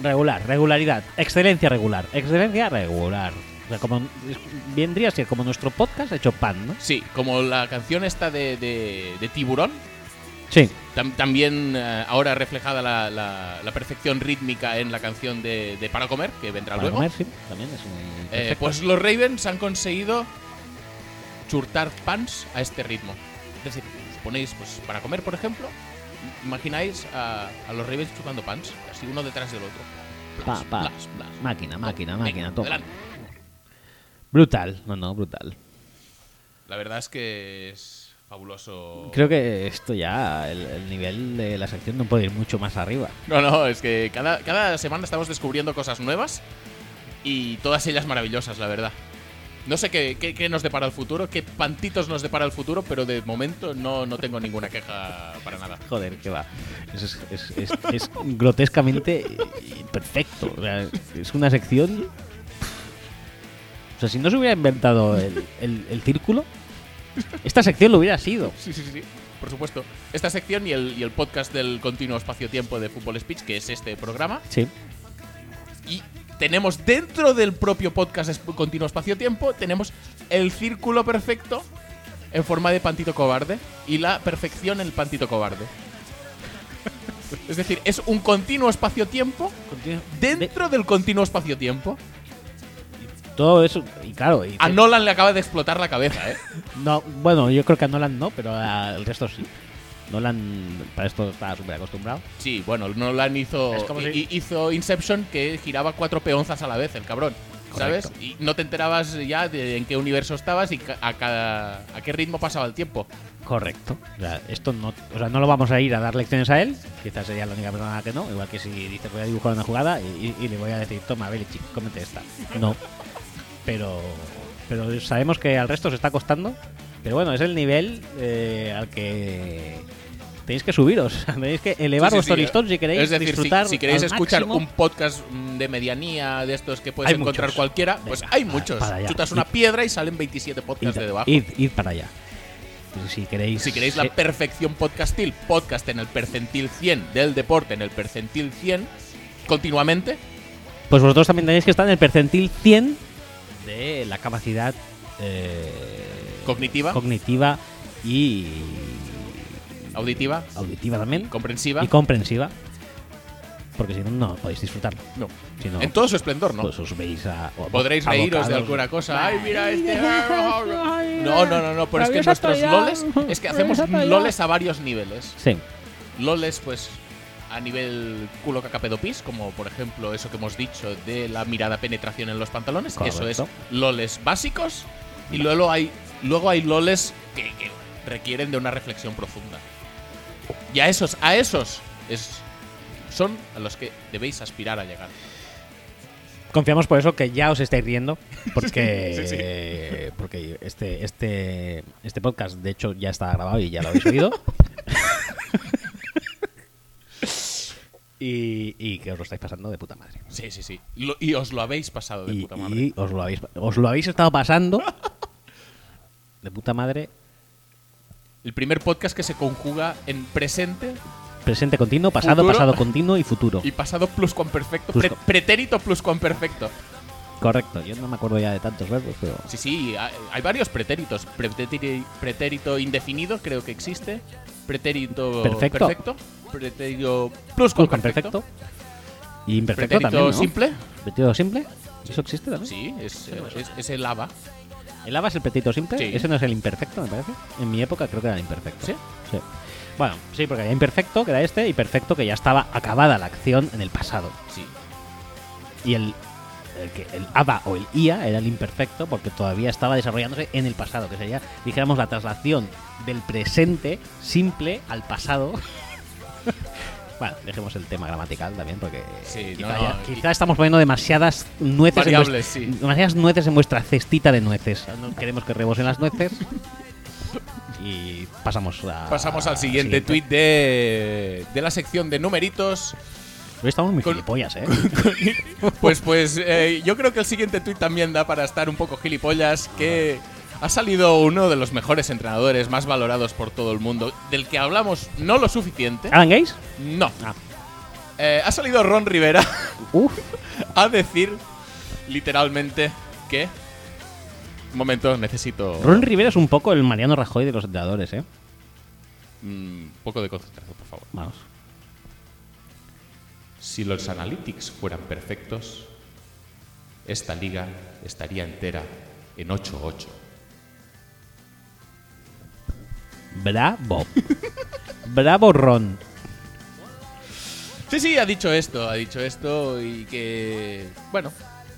Speaker 1: Regular, regularidad. Excelencia regular. Excelencia regular. O sea, como, es- vendría a ser como nuestro podcast hecho pan, ¿no?
Speaker 2: Sí, como la canción esta de, de- de Tiburón.
Speaker 1: Sí.
Speaker 2: Tam- también eh, ahora reflejada la, la- la perfección rítmica en la canción de, de Para Comer, que vendrá
Speaker 1: Para
Speaker 2: luego.
Speaker 1: comer, sí. También es un.
Speaker 2: Eh,
Speaker 1: perfecto.
Speaker 2: pues los Ravens han conseguido churtar pans a este ritmo. Es decir, os ponéis pues, para comer, por ejemplo, imagináis a, a los Ravens chutando pans, así uno detrás del otro. Plas,
Speaker 1: Pa, pa.
Speaker 2: plas, plas.
Speaker 1: Máquina, máquina,
Speaker 2: pues, Venga,
Speaker 1: máquina. toma.
Speaker 2: adelante.
Speaker 1: Brutal. No, no, brutal.
Speaker 2: La verdad es que es fabuloso.
Speaker 1: Creo que esto ya, el, el nivel de la sección no puede ir mucho más arriba.
Speaker 2: No, no, es que cada, cada semana estamos descubriendo cosas nuevas y todas ellas maravillosas, la verdad. No sé qué, qué- qué nos depara el futuro, qué pantitos nos depara el futuro, pero de momento no, no tengo ninguna queja para nada.
Speaker 1: Joder, que va. Es, es- es- es- es grotescamente eh, perfecto. O sea, es una sección. O sea, si no se hubiera inventado el, el- el círculo, esta sección lo hubiera sido.
Speaker 2: Sí, sí, sí, sí, por supuesto. Esta sección y el, y el podcast del continuo espacio-tiempo de Fútbol Speech, que es este programa,
Speaker 1: Sí.
Speaker 2: y tenemos dentro del propio podcast es- Continuo Espacio-Tiempo, tenemos el círculo perfecto en forma de pantito cobarde y la perfección en el pantito cobarde. Es decir, es un continuo espacio-tiempo dentro del continuo espacio-tiempo.
Speaker 1: todo eso. Y claro. y-
Speaker 2: A Nolan le acaba de explotar la cabeza, ¿eh?
Speaker 1: no, bueno, yo creo que a Nolan no, pero al resto sí. Nolan para esto está súper acostumbrado.
Speaker 2: Sí, bueno, Nolan hizo,
Speaker 1: Es como
Speaker 2: hi-
Speaker 1: si-
Speaker 2: hizo Inception que giraba cuatro peonzas a la vez, el cabrón. ¿Sabes? Y no te enterabas ya de en qué universo estabas y ca- a, cada, a qué ritmo pasaba el tiempo.
Speaker 1: Correcto. O sea, esto no, o sea, no lo vamos a ir a dar lecciones a él. Quizás sería la única persona que no. Igual que si dice voy a dibujar una jugada y, y- y le voy a decir, toma, Belichick, cómete esta. No. Pero, pero sabemos que al resto se está costando. Pero bueno, es el nivel eh, al que tenéis que subiros. Tenéis que elevar
Speaker 2: Sí, sí,
Speaker 1: vuestro
Speaker 2: sí.
Speaker 1: listón si queréis
Speaker 2: Es decir, si-
Speaker 1: disfrutar.
Speaker 2: Si, queréis
Speaker 1: al
Speaker 2: escuchar
Speaker 1: máximo.
Speaker 2: un podcast mm, de medianía, de estos que puedes
Speaker 1: Hay
Speaker 2: encontrar
Speaker 1: muchos.
Speaker 2: cualquiera, pues
Speaker 1: Venga,
Speaker 2: hay
Speaker 1: para-
Speaker 2: muchos.
Speaker 1: para allá.
Speaker 2: Chutas una
Speaker 1: Id-
Speaker 2: piedra y salen 27 podcasts
Speaker 1: id-
Speaker 2: de debajo.
Speaker 1: Id, id para allá. Si queréis,
Speaker 2: Si queréis la
Speaker 1: eh,
Speaker 2: perfección podcastil, podcast en el percentil 100 del deporte, en el percentil 100, continuamente,
Speaker 1: Pues vosotros también tenéis que estar en el percentil 100 de la capacidad eh,
Speaker 2: Cognitiva.
Speaker 1: cognitiva y
Speaker 2: auditiva,
Speaker 1: auditiva también
Speaker 2: comprensiva.
Speaker 1: y comprensiva, porque si no, no podéis disfrutarlo.
Speaker 2: No.
Speaker 1: Si no,
Speaker 2: En todo su esplendor, ¿no?
Speaker 1: pues os veis a. o-
Speaker 2: Podréis
Speaker 1: abocados.
Speaker 2: reíros de alguna cosa. Ay, mira este. No, no, no, no. Pero es que
Speaker 1: Rabiosa
Speaker 2: nuestros
Speaker 1: actualidad.
Speaker 2: loles. Es que hacemos
Speaker 1: Rabiosa actualidad.
Speaker 2: loles a varios niveles.
Speaker 1: Sí,
Speaker 2: Loles, pues, a nivel culo cacapedopis, como por ejemplo eso que hemos dicho de la mirada penetración en los pantalones. Eso es
Speaker 1: Correcto.
Speaker 2: loles básicos. Y luego hay, luego hay loles que, que requieren de una reflexión profunda. Y a esos, a esos es, son a los que debéis aspirar a llegar.
Speaker 1: confiamos por eso que ya os estáis riendo, porque, porque este, este, este podcast, de hecho, ya está grabado y ya lo habéis oído. y, y que os lo estáis pasando de puta madre.
Speaker 2: Sí, sí, sí. Lo- y os lo habéis pasado de
Speaker 1: y,
Speaker 2: puta madre.
Speaker 1: y os, lo habéis, os lo habéis estado pasando de puta madre.
Speaker 2: El primer podcast que se conjuga en presente
Speaker 1: Presente continuo, pasado,
Speaker 2: Futuro.
Speaker 1: pasado continuo y futuro.
Speaker 2: y pasado pluscuamperfecto.
Speaker 1: Plus-
Speaker 2: pre- pretérito pluscuamperfecto.
Speaker 1: Correcto, yo no me acuerdo ya de tantos verbos, pero
Speaker 2: Sí, sí, hay, hay varios pretéritos. Preteri- pretérito indefinido, creo que existe. Pretérito
Speaker 1: Perfecto.
Speaker 2: Pretérito
Speaker 1: con
Speaker 2: pluscuamperfecto.
Speaker 1: perfecto. Y imperfecto
Speaker 2: Pretérito
Speaker 1: también, ¿no?
Speaker 2: simple.
Speaker 1: ¿Pretérito simple? ¿Eso existe también?
Speaker 2: Sí, es,
Speaker 1: pues.
Speaker 2: es, es el ABA.
Speaker 1: ¿El ABA es el pretérito simple?
Speaker 2: Sí.
Speaker 1: ¿Ese no es el imperfecto, me parece? En mi época creo que era el imperfecto.
Speaker 2: ¿Sí?
Speaker 1: Sí. Bueno, sí, porque había imperfecto, que era este, y perfecto, que ya estaba acabada la acción en el pasado.
Speaker 2: Sí.
Speaker 1: Y el, el, que, el ABA o el IA era el imperfecto porque todavía estaba desarrollándose en el pasado, que sería, dijéramos, la traslación del presente simple al pasado. bueno, dejemos el tema gramatical también porque eh,
Speaker 2: Sí,
Speaker 1: quizá,
Speaker 2: no,
Speaker 1: ya-
Speaker 2: no,
Speaker 1: quizá estamos poniendo demasiadas nueces, en vuestra,
Speaker 2: Variables, sí.
Speaker 1: demasiadas nueces en vuestra cestita de nueces. No queremos que rebosen las nueces. Y pasamos a-
Speaker 2: Pasamos al siguiente tuit de, de la sección de numeritos.
Speaker 1: Hoy estamos muy
Speaker 2: Con-
Speaker 1: gilipollas, ¿eh?
Speaker 2: Pues, pues eh, yo creo que el siguiente tuit también da para estar un poco gilipollas, que ha salido uno de los mejores entrenadores, más valorados por todo el mundo, del que hablamos no lo suficiente.
Speaker 1: ¿Alan Gates?
Speaker 2: No.
Speaker 1: Ah.
Speaker 2: Eh, ha salido Ron Rivera
Speaker 1: Uf.
Speaker 2: a decir literalmente que... Un momento, necesito
Speaker 1: Ron Rivera es un poco el Mariano Rajoy de los entrenadores, ¿eh?
Speaker 2: mm, un poco de concentración, por favor.
Speaker 1: Vamos.
Speaker 2: Si los analytics fueran perfectos, esta liga estaría entera en 8-8.
Speaker 1: Bravo. Bravo Ron.
Speaker 2: Sí, sí, ha dicho esto, ha dicho esto y que, bueno,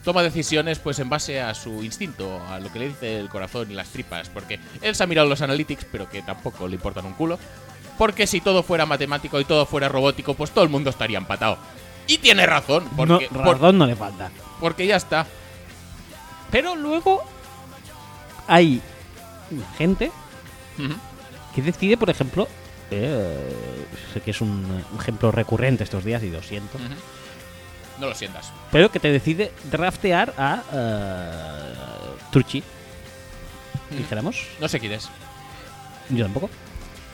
Speaker 2: toma decisiones pues en base a su instinto, a lo que le dice el corazón y las tripas, porque él se ha mirado los analytics, pero que tampoco le importan un culo, porque si todo fuera matemático y todo fuera robótico, pues todo el mundo estaría empatado. Y tiene razón, porque,
Speaker 1: no,
Speaker 2: por-
Speaker 1: razón no le falta.
Speaker 2: porque ya está.
Speaker 1: Pero luego hay gente
Speaker 2: Ujú.
Speaker 1: que decide, por ejemplo, eh, sé que es un ejemplo recurrente estos días y lo siento,
Speaker 2: Ujú. No lo sientas.
Speaker 1: pero que te decide draftear a eh, Turchi, dijéramos.
Speaker 2: No sé quién es.
Speaker 1: Yo tampoco.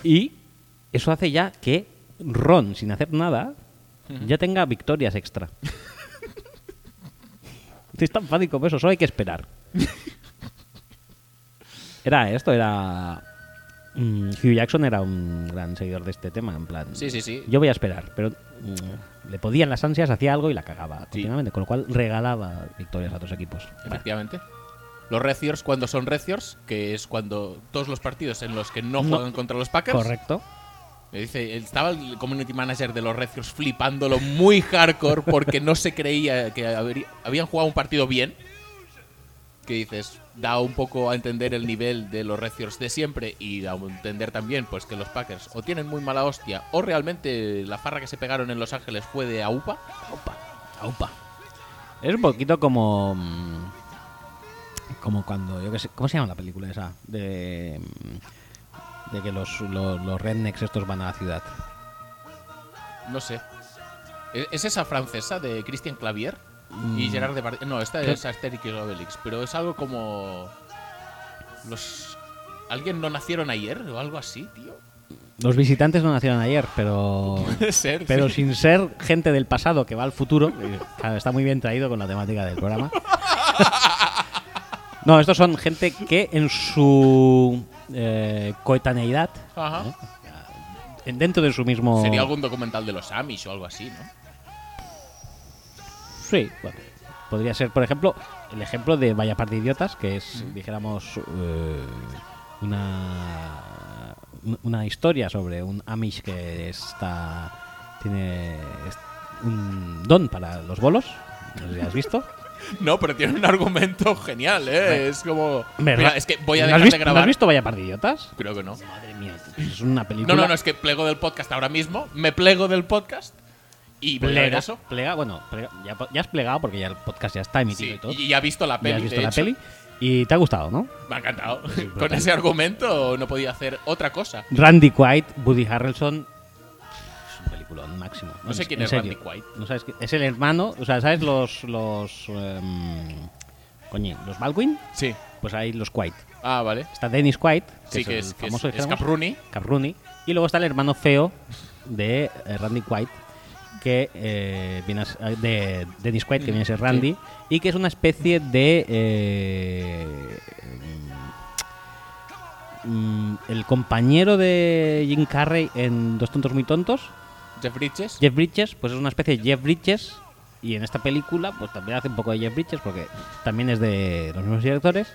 Speaker 1: Y eso hace ya que Ron, sin hacer nada, ya tenga victorias extra. es tan fácil como eso, solo hay que esperar. Era esto, era. mm, Hugh Jackson era un gran seguidor de este tema, en plan.
Speaker 2: Sí, sí, sí.
Speaker 1: Yo voy a esperar, pero mm, le podían las ansias, hacía algo y la cagaba continuamente, con lo cual regalaba victorias a otros equipos. Bueno,
Speaker 2: Efectivamente. Los Reciors cuando son Reciors, que es cuando todos los partidos en los que no
Speaker 1: No.
Speaker 2: juegan contra los Packers.
Speaker 1: correcto.
Speaker 2: Me dice, estaba el community manager de los Reciors flipándolo muy hardcore porque no se creía que habría- habían jugado un partido bien. Que dices, da un poco a entender el nivel de los Reciors de siempre y da a entender también pues que los Packers o tienen muy mala hostia o realmente la farra que se pegaron en Los Ángeles fue de AUPA.
Speaker 1: Aupa, aupa. Es un poquito como. mm, Como cuando. Yo qué sé, ¿Cómo se llama la película esa? De. mm, De que los, los, los rednecks estos van a la ciudad.
Speaker 2: No sé. ¿E- ¿Es esa francesa de Christian Clavier?
Speaker 1: Mm.
Speaker 2: Y Gerard Depardieu. No, esta es Asterix y Obelix. Pero es algo como. Los. ¿Alguien no nacieron ayer o algo así, tío?
Speaker 1: Los visitantes no nacieron ayer, pero.
Speaker 2: Puede ser.
Speaker 1: Pero
Speaker 2: sí.
Speaker 1: sin ser gente del pasado que va al futuro. que, Claro, está muy bien traído con la temática del programa. No, estos son gente que en su eh, coetaneidad,
Speaker 2: Ajá.
Speaker 1: ¿eh? Oh. en- dentro de su mismo.
Speaker 2: Sería algún documental de los Amish o algo así, ¿no?
Speaker 1: Sí, bueno. Podría ser, por ejemplo, el ejemplo de Vaya Par de Idiotas, que es, dijéramos, eh, una, una historia sobre un Amish que está tiene es- un don para los bolos. No sé si has visto.
Speaker 2: No, pero tiene un argumento genial, ¿eh? Es como.
Speaker 1: Hombre,
Speaker 2: Mira,
Speaker 1: ra-
Speaker 2: es que voy a
Speaker 1: ¿no has
Speaker 2: dejar
Speaker 1: visto-
Speaker 2: de
Speaker 1: ¿No
Speaker 2: grabar.
Speaker 1: has visto Vaya Par de Idiotas?
Speaker 2: Creo que no.
Speaker 1: Madre mía, es una película.
Speaker 2: No, no, no, es que plego del podcast ahora mismo. Me plego del podcast. Y voy a ver
Speaker 1: Plega,
Speaker 2: eso.
Speaker 1: plega, bueno, plega- ya, po- ya has plegado porque ya el podcast ya está emitido
Speaker 2: Sí,
Speaker 1: y todo.
Speaker 2: y ya ha visto la peli.
Speaker 1: ya has
Speaker 2: de
Speaker 1: visto la
Speaker 2: hecho.
Speaker 1: peli y te ha gustado, ¿no?
Speaker 2: Me ha encantado. Con
Speaker 1: brutal.
Speaker 2: ese argumento no podía hacer otra cosa.
Speaker 1: Randy Quaid, Woody Harrelson. Es un peliculón máximo.
Speaker 2: No sé
Speaker 1: En-
Speaker 2: quién
Speaker 1: en
Speaker 2: es
Speaker 1: serio.
Speaker 2: Randy Quaid.
Speaker 1: No sabes que- es el hermano, o sea, ¿sabes los. los. em, coño, los Baldwin?
Speaker 2: Sí.
Speaker 1: Pues hay los Quaid.
Speaker 2: Ah, vale.
Speaker 1: Está Dennis Quaid, que
Speaker 2: Sí,
Speaker 1: es
Speaker 2: que
Speaker 1: el
Speaker 2: es, que es,
Speaker 1: famoso
Speaker 2: es
Speaker 1: dijéramos,
Speaker 2: Capruni.
Speaker 1: Capruni. Y luego está el hermano feo de eh, Randy Quaid, que eh, viene a ser- eh, de Dennis Quaid, que viene a ser Randy, y que es una especie de eh, mm, el compañero de Jim Carrey en Dos tontos muy tontos,
Speaker 2: Jeff Bridges.
Speaker 1: Jeff Bridges, pues es una especie de Jeff Bridges. Y en esta película, pues también hace un poco de Jeff Bridges, porque también es de los mismos directores.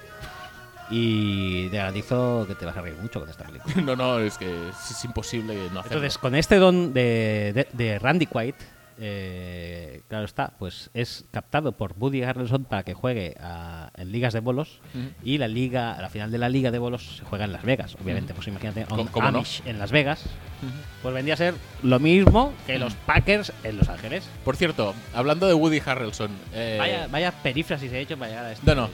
Speaker 1: Y te garantizo que te vas a reír mucho con esta película.
Speaker 2: No, no, es que es, es imposible no hacerlo.
Speaker 1: Entonces, con este don de, de- de Randy Quaid, eh, claro está, pues es captado por Woody Harrelson para que juegue a- en ligas de bolos. Y la liga, la final de la liga de bolos se juega en Las Vegas, obviamente. Pues imagínate a un
Speaker 2: Co- cómo no.
Speaker 1: Amish en Las Vegas. Pues vendría a ser lo mismo que los Packers en Los Ángeles.
Speaker 2: Por cierto, hablando de Woody Harrelson. eh,
Speaker 1: Vaya, vaya perífrasis he hecho este- para llegar a esto.
Speaker 2: No, no.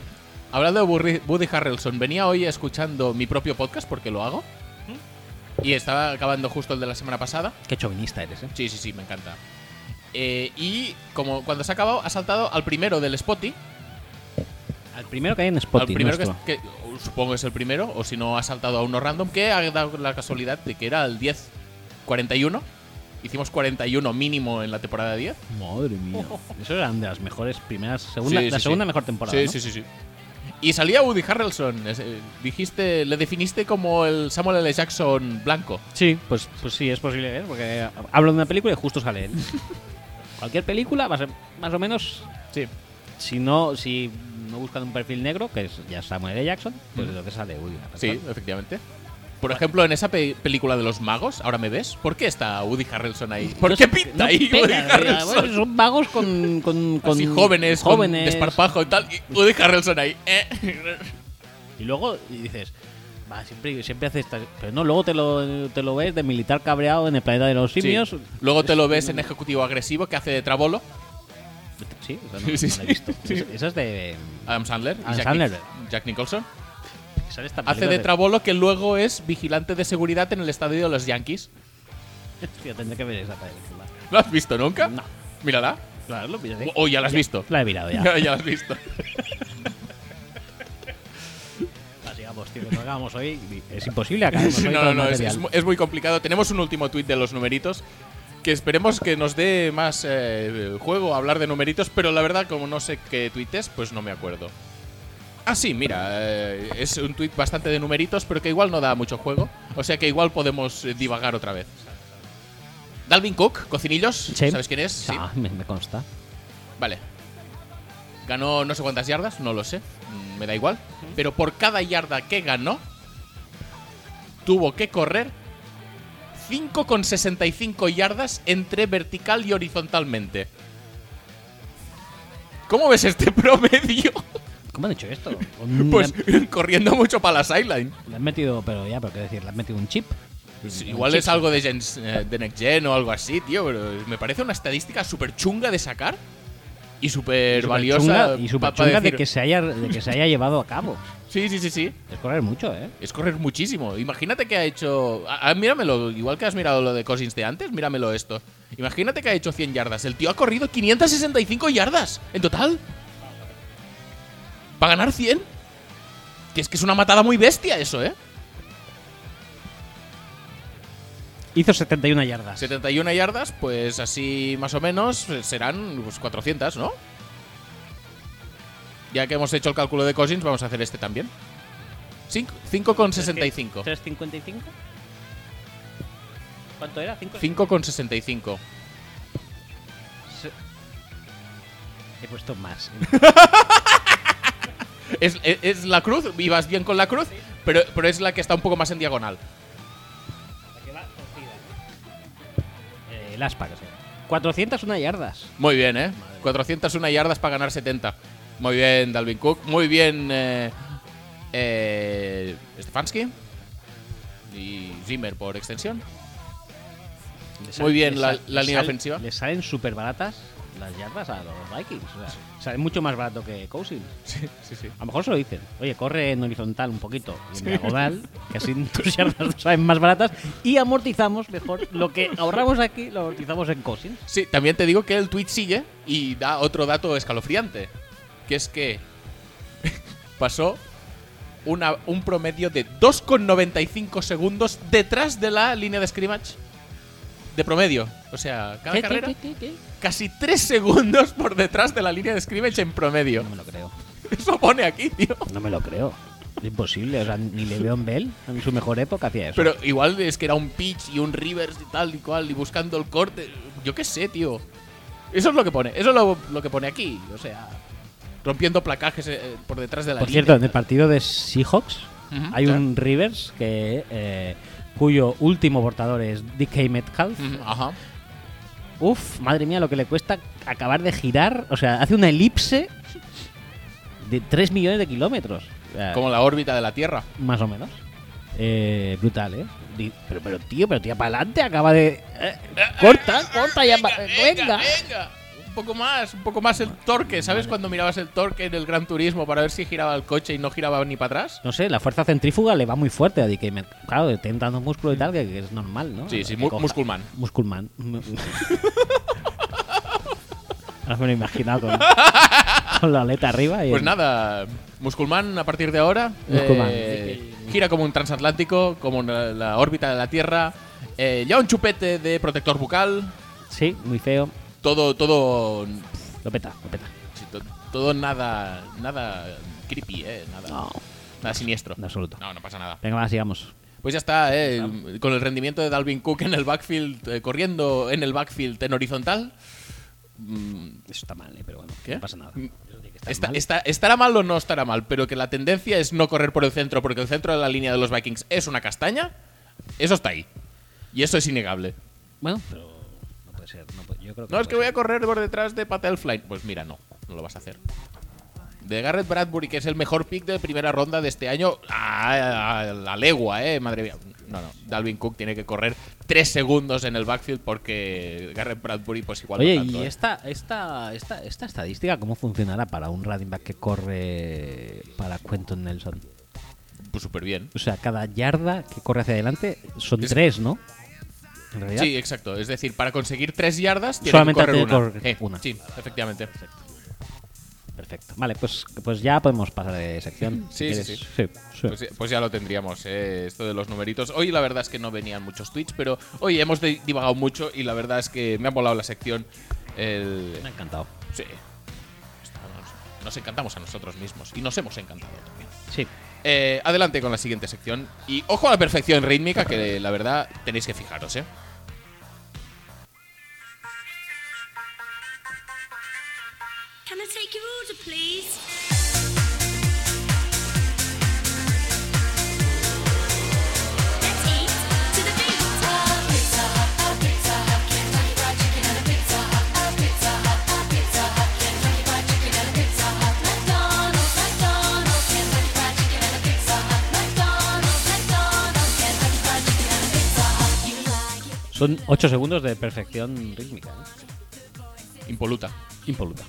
Speaker 2: Hablando de Burri- Woody Harrelson, venía hoy escuchando mi propio podcast porque lo hago.
Speaker 1: ¿Mm?
Speaker 2: Y estaba acabando justo el de la semana pasada.
Speaker 1: Qué chauvinista eres, ¿eh?
Speaker 2: Sí, sí, sí, me encanta. Eh, y como cuando se ha acabado, ha saltado al primero del Spotty.
Speaker 1: Al primero que hay en
Speaker 2: Al
Speaker 1: Spotify.
Speaker 2: primero que,
Speaker 1: nuestro.
Speaker 2: que- supongo que es el primero, o si no ha saltado a uno random, que ha dado la casualidad de que era el 10 41. Hicimos 41 mínimo en la temporada 10.
Speaker 1: Madre mía. Eso eran de las mejores primeras. Segunda,
Speaker 2: Sí,
Speaker 1: la
Speaker 2: sí,
Speaker 1: segunda
Speaker 2: sí.
Speaker 1: mejor temporada.
Speaker 2: Sí,
Speaker 1: ¿no?
Speaker 2: sí, sí, sí. Y salía Woody Harrelson. Es, eh, dijiste, le definiste como el Samuel L. Jackson blanco.
Speaker 1: Sí, pues, pues sí, es posible, ¿eh? Porque hablo de una película y justo sale él. Cualquier película, más, más o menos,
Speaker 2: Sí.
Speaker 1: si no, si no buscan un perfil negro, que es ya Samuel L. Jackson, pues entonces sale Woody
Speaker 2: Sí,
Speaker 1: Harrelson.
Speaker 2: efectivamente. Por ejemplo, en esa pe- película de los magos, ahora me ves, ¿por qué está Woody Harrelson ahí? ¿Por
Speaker 1: No
Speaker 2: qué
Speaker 1: sé,
Speaker 2: pinta
Speaker 1: no
Speaker 2: ahí
Speaker 1: pega,
Speaker 2: Woody
Speaker 1: eh,
Speaker 2: Harrelson?
Speaker 1: bueno, son vagos con, con, con
Speaker 2: Así jóvenes,
Speaker 1: jóvenes.
Speaker 2: con desparpajo y tal. Y Woody Harrelson ahí. eh.
Speaker 1: Y luego dices, va, siempre, siempre hace esta. Pero no, luego te lo, te lo ves de militar cabreado en el planeta de los
Speaker 2: Sí.
Speaker 1: simios.
Speaker 2: Luego te lo ves en Ejecutivo Agresivo que hace de Trabolo,
Speaker 1: Sí, o sea, no,
Speaker 2: Sí, sí,
Speaker 1: no la he visto.
Speaker 2: sí.
Speaker 1: Esa- Esa es de.
Speaker 2: Adam Sandler, y
Speaker 1: Adam
Speaker 2: Jack,
Speaker 1: Sandler.
Speaker 2: Nich- Jack Nicholson.
Speaker 1: sale esta
Speaker 2: Hace
Speaker 1: película
Speaker 2: de Trabolo que luego es vigilante de seguridad en el estadio de los Yankees.
Speaker 1: Hostia, tendré que ver esa película.
Speaker 2: ¿Lo has visto nunca?
Speaker 1: No.
Speaker 2: Mírala.
Speaker 1: Claro, lo miraré.
Speaker 2: O, o ya la has visto.
Speaker 1: La he mirado ya.
Speaker 2: Ya, ya la has visto.
Speaker 1: La sigamos, tío, que no hagamos hoy. Es imposible acabar.
Speaker 2: Sí, no, no, no, es, es mu- es muy complicado. Tenemos un último tuit de los numeritos que esperemos que nos dé más eh, juego a hablar de numeritos, pero la verdad, como no sé qué tuit es, pues no me acuerdo. Ah, sí, mira, eh, es un tuit bastante de numeritos, pero que igual no da mucho juego. O sea que igual podemos eh, divagar otra vez. Dalvin Cook, cocinillos,
Speaker 1: Sí.
Speaker 2: ¿sabes quién es? Sí.
Speaker 1: Ah, me, me consta.
Speaker 2: Vale. Ganó no sé cuántas yardas, no lo sé, mm, me da igual. Pero por cada yarda que ganó, tuvo que correr 5,65 yardas entre vertical y horizontalmente. ¿Cómo ves este promedio?
Speaker 1: ¿Cómo han hecho esto? Con-
Speaker 2: Pues
Speaker 1: le
Speaker 2: corriendo mucho para la sideline.
Speaker 1: han- le han metido, pero ya, pero qué decir, le han metido un chip.
Speaker 2: Sí,
Speaker 1: Un
Speaker 2: Igual
Speaker 1: chip,
Speaker 2: es algo de, gen- eh, de Next Gen o algo así, tío. Pero me parece una estadística súper chunga de sacar y súper
Speaker 1: superchunga
Speaker 2: valiosa.
Speaker 1: y
Speaker 2: pa-
Speaker 1: super
Speaker 2: pa
Speaker 1: de
Speaker 2: decir-
Speaker 1: que se haya de que se haya llevado a cabo.
Speaker 2: Sí, sí, sí, sí.
Speaker 1: Es correr mucho, ¿eh?
Speaker 2: Es correr muchísimo. Imagínate que ha hecho. ah, ah, míramelo, igual que has mirado lo de Cousins de antes, míramelo esto. Imagínate que ha hecho 100 yardas. El tío ha corrido 565 yardas en total. ¿Para ganar 100? Que es que es una matada muy bestia eso, ¿eh?
Speaker 1: Hizo 71 yardas.
Speaker 2: 71 yardas, pues así más o menos eh, serán pues, 400, ¿no? Ya que hemos hecho el cálculo de Cousins, vamos a hacer este también. Cinco- 5,65.
Speaker 1: 3.55. ¿Cuánto era? 5.
Speaker 2: 5,65.
Speaker 1: He puesto más.
Speaker 2: Es, es- es la cruz, y vas bien con la cruz, pero, pero es la que está un poco más en diagonal.
Speaker 1: Eh, el aspa, que sea. 401 yardas.
Speaker 2: Muy bien, ¿eh? 401 yardas para ganar 70. Muy bien, Dalvin Cook. Muy bien, eh, eh, Stefanski. Y Zimmer por extensión.
Speaker 1: Le
Speaker 2: Muy bien
Speaker 1: le
Speaker 2: la-
Speaker 1: sal-
Speaker 2: la
Speaker 1: le
Speaker 2: línea
Speaker 1: sal-
Speaker 2: ofensiva.
Speaker 1: Le salen súper baratas. las yardas a los Vikings. O sea, sale mucho más barato que Cousins.
Speaker 2: Sí, sí, sí.
Speaker 1: A lo mejor se lo dicen. Oye, corre en horizontal un poquito y en diagonal, que así tus yardas salen más baratas y amortizamos mejor. Lo que ahorramos aquí lo amortizamos en Cousins.
Speaker 2: Sí, también te digo que el tweet sigue y da otro dato escalofriante, que es que pasó una- un promedio de 2,95 segundos detrás de la línea de scrimmage de promedio. O sea, cada carrera casi 3 segundos por detrás de la línea de scrimmage en promedio.
Speaker 1: No me lo creo.
Speaker 2: Eso pone aquí, tío.
Speaker 1: No me lo creo. Es imposible. O sea, ni Le'Veon Bell en su mejor época hacía eso.
Speaker 2: Pero igual es que era un pitch y un Rivers y tal y cual, y buscando el corte. Yo qué sé, tío. Eso es lo que pone. Eso es lo, lo que pone aquí. O sea, rompiendo placajes eh, por detrás de la
Speaker 1: Por
Speaker 2: línea.
Speaker 1: cierto, en el partido de Seahawks
Speaker 2: Ujú,
Speaker 1: hay
Speaker 2: claro.
Speaker 1: un Rivers que eh, cuyo último portador es DK Metcalf.
Speaker 2: Mm, Ajá.
Speaker 1: Uf, madre mía, lo que le cuesta acabar de girar. O sea, hace una elipse de 3 millones de kilómetros. O sea,
Speaker 2: Como la órbita de la Tierra.
Speaker 1: Más o menos. Eh, brutal, ¿eh? Di- Pero, pero tío, pero tía, para adelante, acaba de... eh, corta, corta, ya... pa- venga.
Speaker 2: venga. Un poco más, un poco más el torque. ¿Sabes cuando mirabas el torque en el Gran Turismo para ver si giraba el coche y no giraba ni para atrás?
Speaker 1: No sé, la fuerza centrífuga le va muy fuerte a DK Metcalf. Claro, tiene tanto músculo y tal que, que es normal, ¿no?
Speaker 2: Sí, sí,
Speaker 1: Que
Speaker 2: mu-
Speaker 1: coja-
Speaker 2: musculman.
Speaker 1: Musculman. Ahora me lo he imaginado con, con la aleta arriba. Y
Speaker 2: Pues
Speaker 1: el-
Speaker 2: nada, Musculman a partir de ahora
Speaker 1: Musculman.
Speaker 2: eh, gira como un transatlántico, como una- la órbita de la Tierra, eh, ya un chupete de protector bucal,
Speaker 1: Sí, muy feo.
Speaker 2: todo, todo,
Speaker 1: Lo peta, lo peta.
Speaker 2: sí, to- todo nada, nada creepy, eh, nada,
Speaker 1: No,
Speaker 2: nada siniestro.
Speaker 1: en absoluto.
Speaker 2: No, no pasa nada.
Speaker 1: Venga, va, sigamos.
Speaker 2: Pues ya está, eh, con el rendimiento de Dalvin Cook en el backfield, eh, corriendo en el backfield en horizontal.
Speaker 1: Eso está mal, eh, pero bueno,
Speaker 2: ¿Qué?
Speaker 1: no pasa nada.
Speaker 2: Mm,
Speaker 1: Eso tiene que estar
Speaker 2: Está-
Speaker 1: mal.
Speaker 2: está- estará mal o no estará mal, pero que la tendencia es no correr por el centro, porque el centro de la línea de los Vikings es una castaña, eso está ahí. Y eso es innegable.
Speaker 1: Bueno, pero no puede ser. No puede- yo creo que
Speaker 2: No, es que voy
Speaker 1: puede
Speaker 2: a correr por detrás de Patel Flight. Pues mira, no, no lo vas a hacer. De Garrett Bradbury, que es el mejor pick de primera ronda de este año, a, a la legua, eh, madre mía. No, no, Dalvin Cook tiene que correr tres segundos en el backfield porque Garrett Bradbury, pues
Speaker 1: ser.
Speaker 2: igual
Speaker 1: Oye,
Speaker 2: no tanto,
Speaker 1: ¿y
Speaker 2: eh.
Speaker 1: esta, esta, esta, esta estadística cómo funcionará para un running back que corre para Quentin Nelson?
Speaker 2: Pues súper bien.
Speaker 1: O sea, cada yarda que corre hacia adelante son
Speaker 2: Es-
Speaker 1: tres, ¿no? En realidad.
Speaker 2: Sí, exacto. Es decir, para conseguir tres yardas tiene
Speaker 1: Solamente
Speaker 2: que correr
Speaker 1: tiene que
Speaker 2: una.
Speaker 1: correr
Speaker 2: Eh,
Speaker 1: una.
Speaker 2: Sí, efectivamente.
Speaker 1: Perfecto. Vale, pues, pues ya podemos pasar de sección.
Speaker 2: Sí,
Speaker 1: si
Speaker 2: sí,
Speaker 1: quieres.
Speaker 2: sí.
Speaker 1: sí, sí.
Speaker 2: Pues, ya- pues ya lo tendríamos, eh, esto de los numeritos. Hoy la verdad es que no venían muchos tweets, pero hoy hemos de- divagado mucho y la verdad es que me ha volado la sección. El...
Speaker 1: Me ha encantado.
Speaker 2: Sí. Estamos- Nos encantamos a nosotros mismos y nos hemos encantado también.
Speaker 1: Sí.
Speaker 2: Eh, adelante con la siguiente sección. Y ojo a la perfección rítmica, que la verdad tenéis que fijaros, ¿eh?
Speaker 5: Can I take your order, please? Let's eat to the beat.
Speaker 1: Son ocho segundos de perfección rítmica. ¿eh?
Speaker 2: Impoluta.
Speaker 1: Impoluta.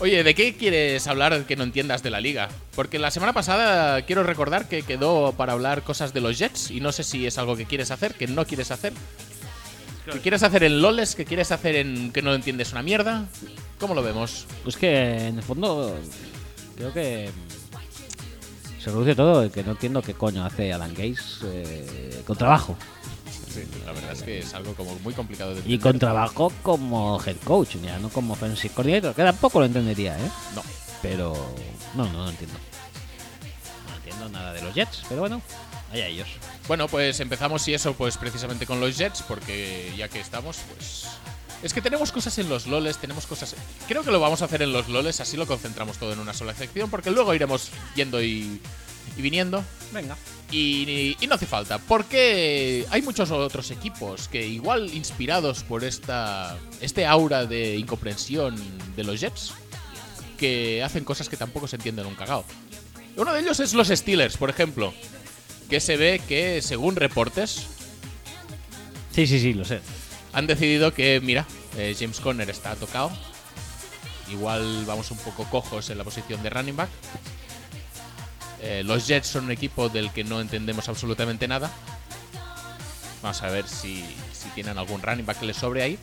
Speaker 2: Oye, ¿de qué quieres hablar que no entiendas de la liga? Porque la semana pasada quiero recordar que quedó para hablar cosas de los Jets y no sé si es algo que quieres hacer, que no quieres hacer. ¿Qué quieres hacer en LOLES? ¿Qué quieres hacer en que no entiendes una mierda? ¿Cómo lo vemos?
Speaker 1: Pues que en el fondo creo que mm, se reduce todo el que no entiendo qué coño hace Adam Gates eh, con trabajo.
Speaker 2: Sí, la verdad es que es algo como muy complicado de
Speaker 1: Y
Speaker 2: entender.
Speaker 1: con trabajo como head coach, ya no como offensive coordinator, que tampoco lo entendería, ¿eh?
Speaker 2: No.
Speaker 1: Pero no, no, no entiendo. No entiendo nada de los Jets, pero bueno, allá ellos.
Speaker 2: Bueno, pues empezamos y eso, pues precisamente con los Jets, porque ya que estamos, pues. Es que tenemos cosas en los loles, tenemos cosas. Creo que lo vamos a hacer en los loles, así lo concentramos todo en una sola sección, porque luego iremos yendo y, y viniendo.
Speaker 1: Venga.
Speaker 2: Y, y no hace falta, porque hay muchos otros equipos que, igual inspirados por esta este aura de incomprensión de los Jets, que hacen cosas que tampoco se entienden un cagao. Uno de ellos es los Steelers, por ejemplo, que se ve que, según reportes,
Speaker 1: Sí, sí, sí, lo sé.
Speaker 2: han decidido que, mira, Eh, James Conner está tocado. Igual vamos un poco cojos en la posición de running back. Eh, los Jets son un equipo del que no entendemos absolutamente nada. Vamos a ver si, si tienen algún running back que les sobre ahí.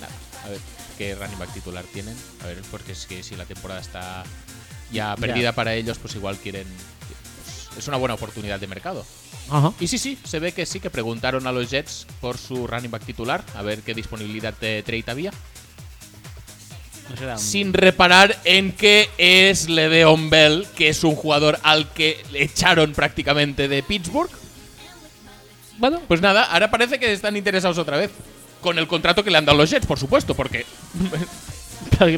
Speaker 2: Nada, a ver qué running back titular tienen. A ver, porque es que si la temporada está ya perdida para ellos, pues igual quieren. pues es una buena oportunidad de mercado.
Speaker 1: Ajá.
Speaker 2: Y sí, sí, se ve que sí que preguntaron a los Jets por su running back titular, a ver qué disponibilidad de trade había.
Speaker 1: No será un-
Speaker 2: Sin reparar en que es Le'Veon Bell, que es un jugador al que le echaron prácticamente de Pittsburgh. Bueno, pues nada, ahora parece que están interesados otra vez. Con el contrato que le han dado los Jets, por supuesto, porque.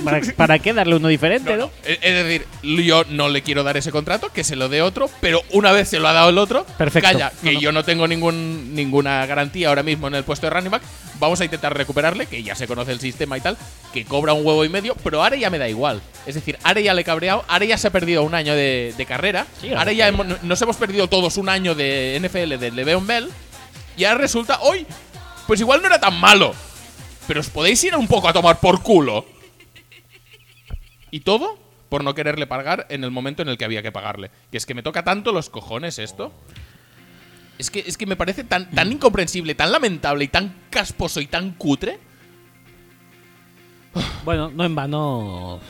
Speaker 1: ¿Para, para qué darle uno diferente,
Speaker 2: No, no. Es es decir, yo no le quiero dar ese contrato, que se lo dé otro, pero una vez se lo ha dado el otro,
Speaker 1: Perfecto.
Speaker 2: calla, que
Speaker 1: No, no.
Speaker 2: yo no tengo ningún, ninguna garantía ahora mismo en el puesto de running back. Vamos a intentar recuperarle, que ya se conoce el sistema y tal, que cobra un huevo y medio, pero ahora ya me da igual. Es decir, ahora ya le he cabreado, ahora ya se ha perdido un año de, de carrera,
Speaker 1: Sí, ahora
Speaker 2: ahora ya hemos- nos hemos perdido todos un año de NFL de Le'Veon Bell, y ahora resulta, hoy, pues igual no era tan malo, pero os podéis ir un poco a tomar por culo. Y todo por no quererle pagar en el momento en el que había que pagarle. Que es que me toca tanto los cojones esto. Es que, es que me parece tan, tan incomprensible, tan lamentable y tan casposo y tan cutre.
Speaker 1: Bueno, no en vano.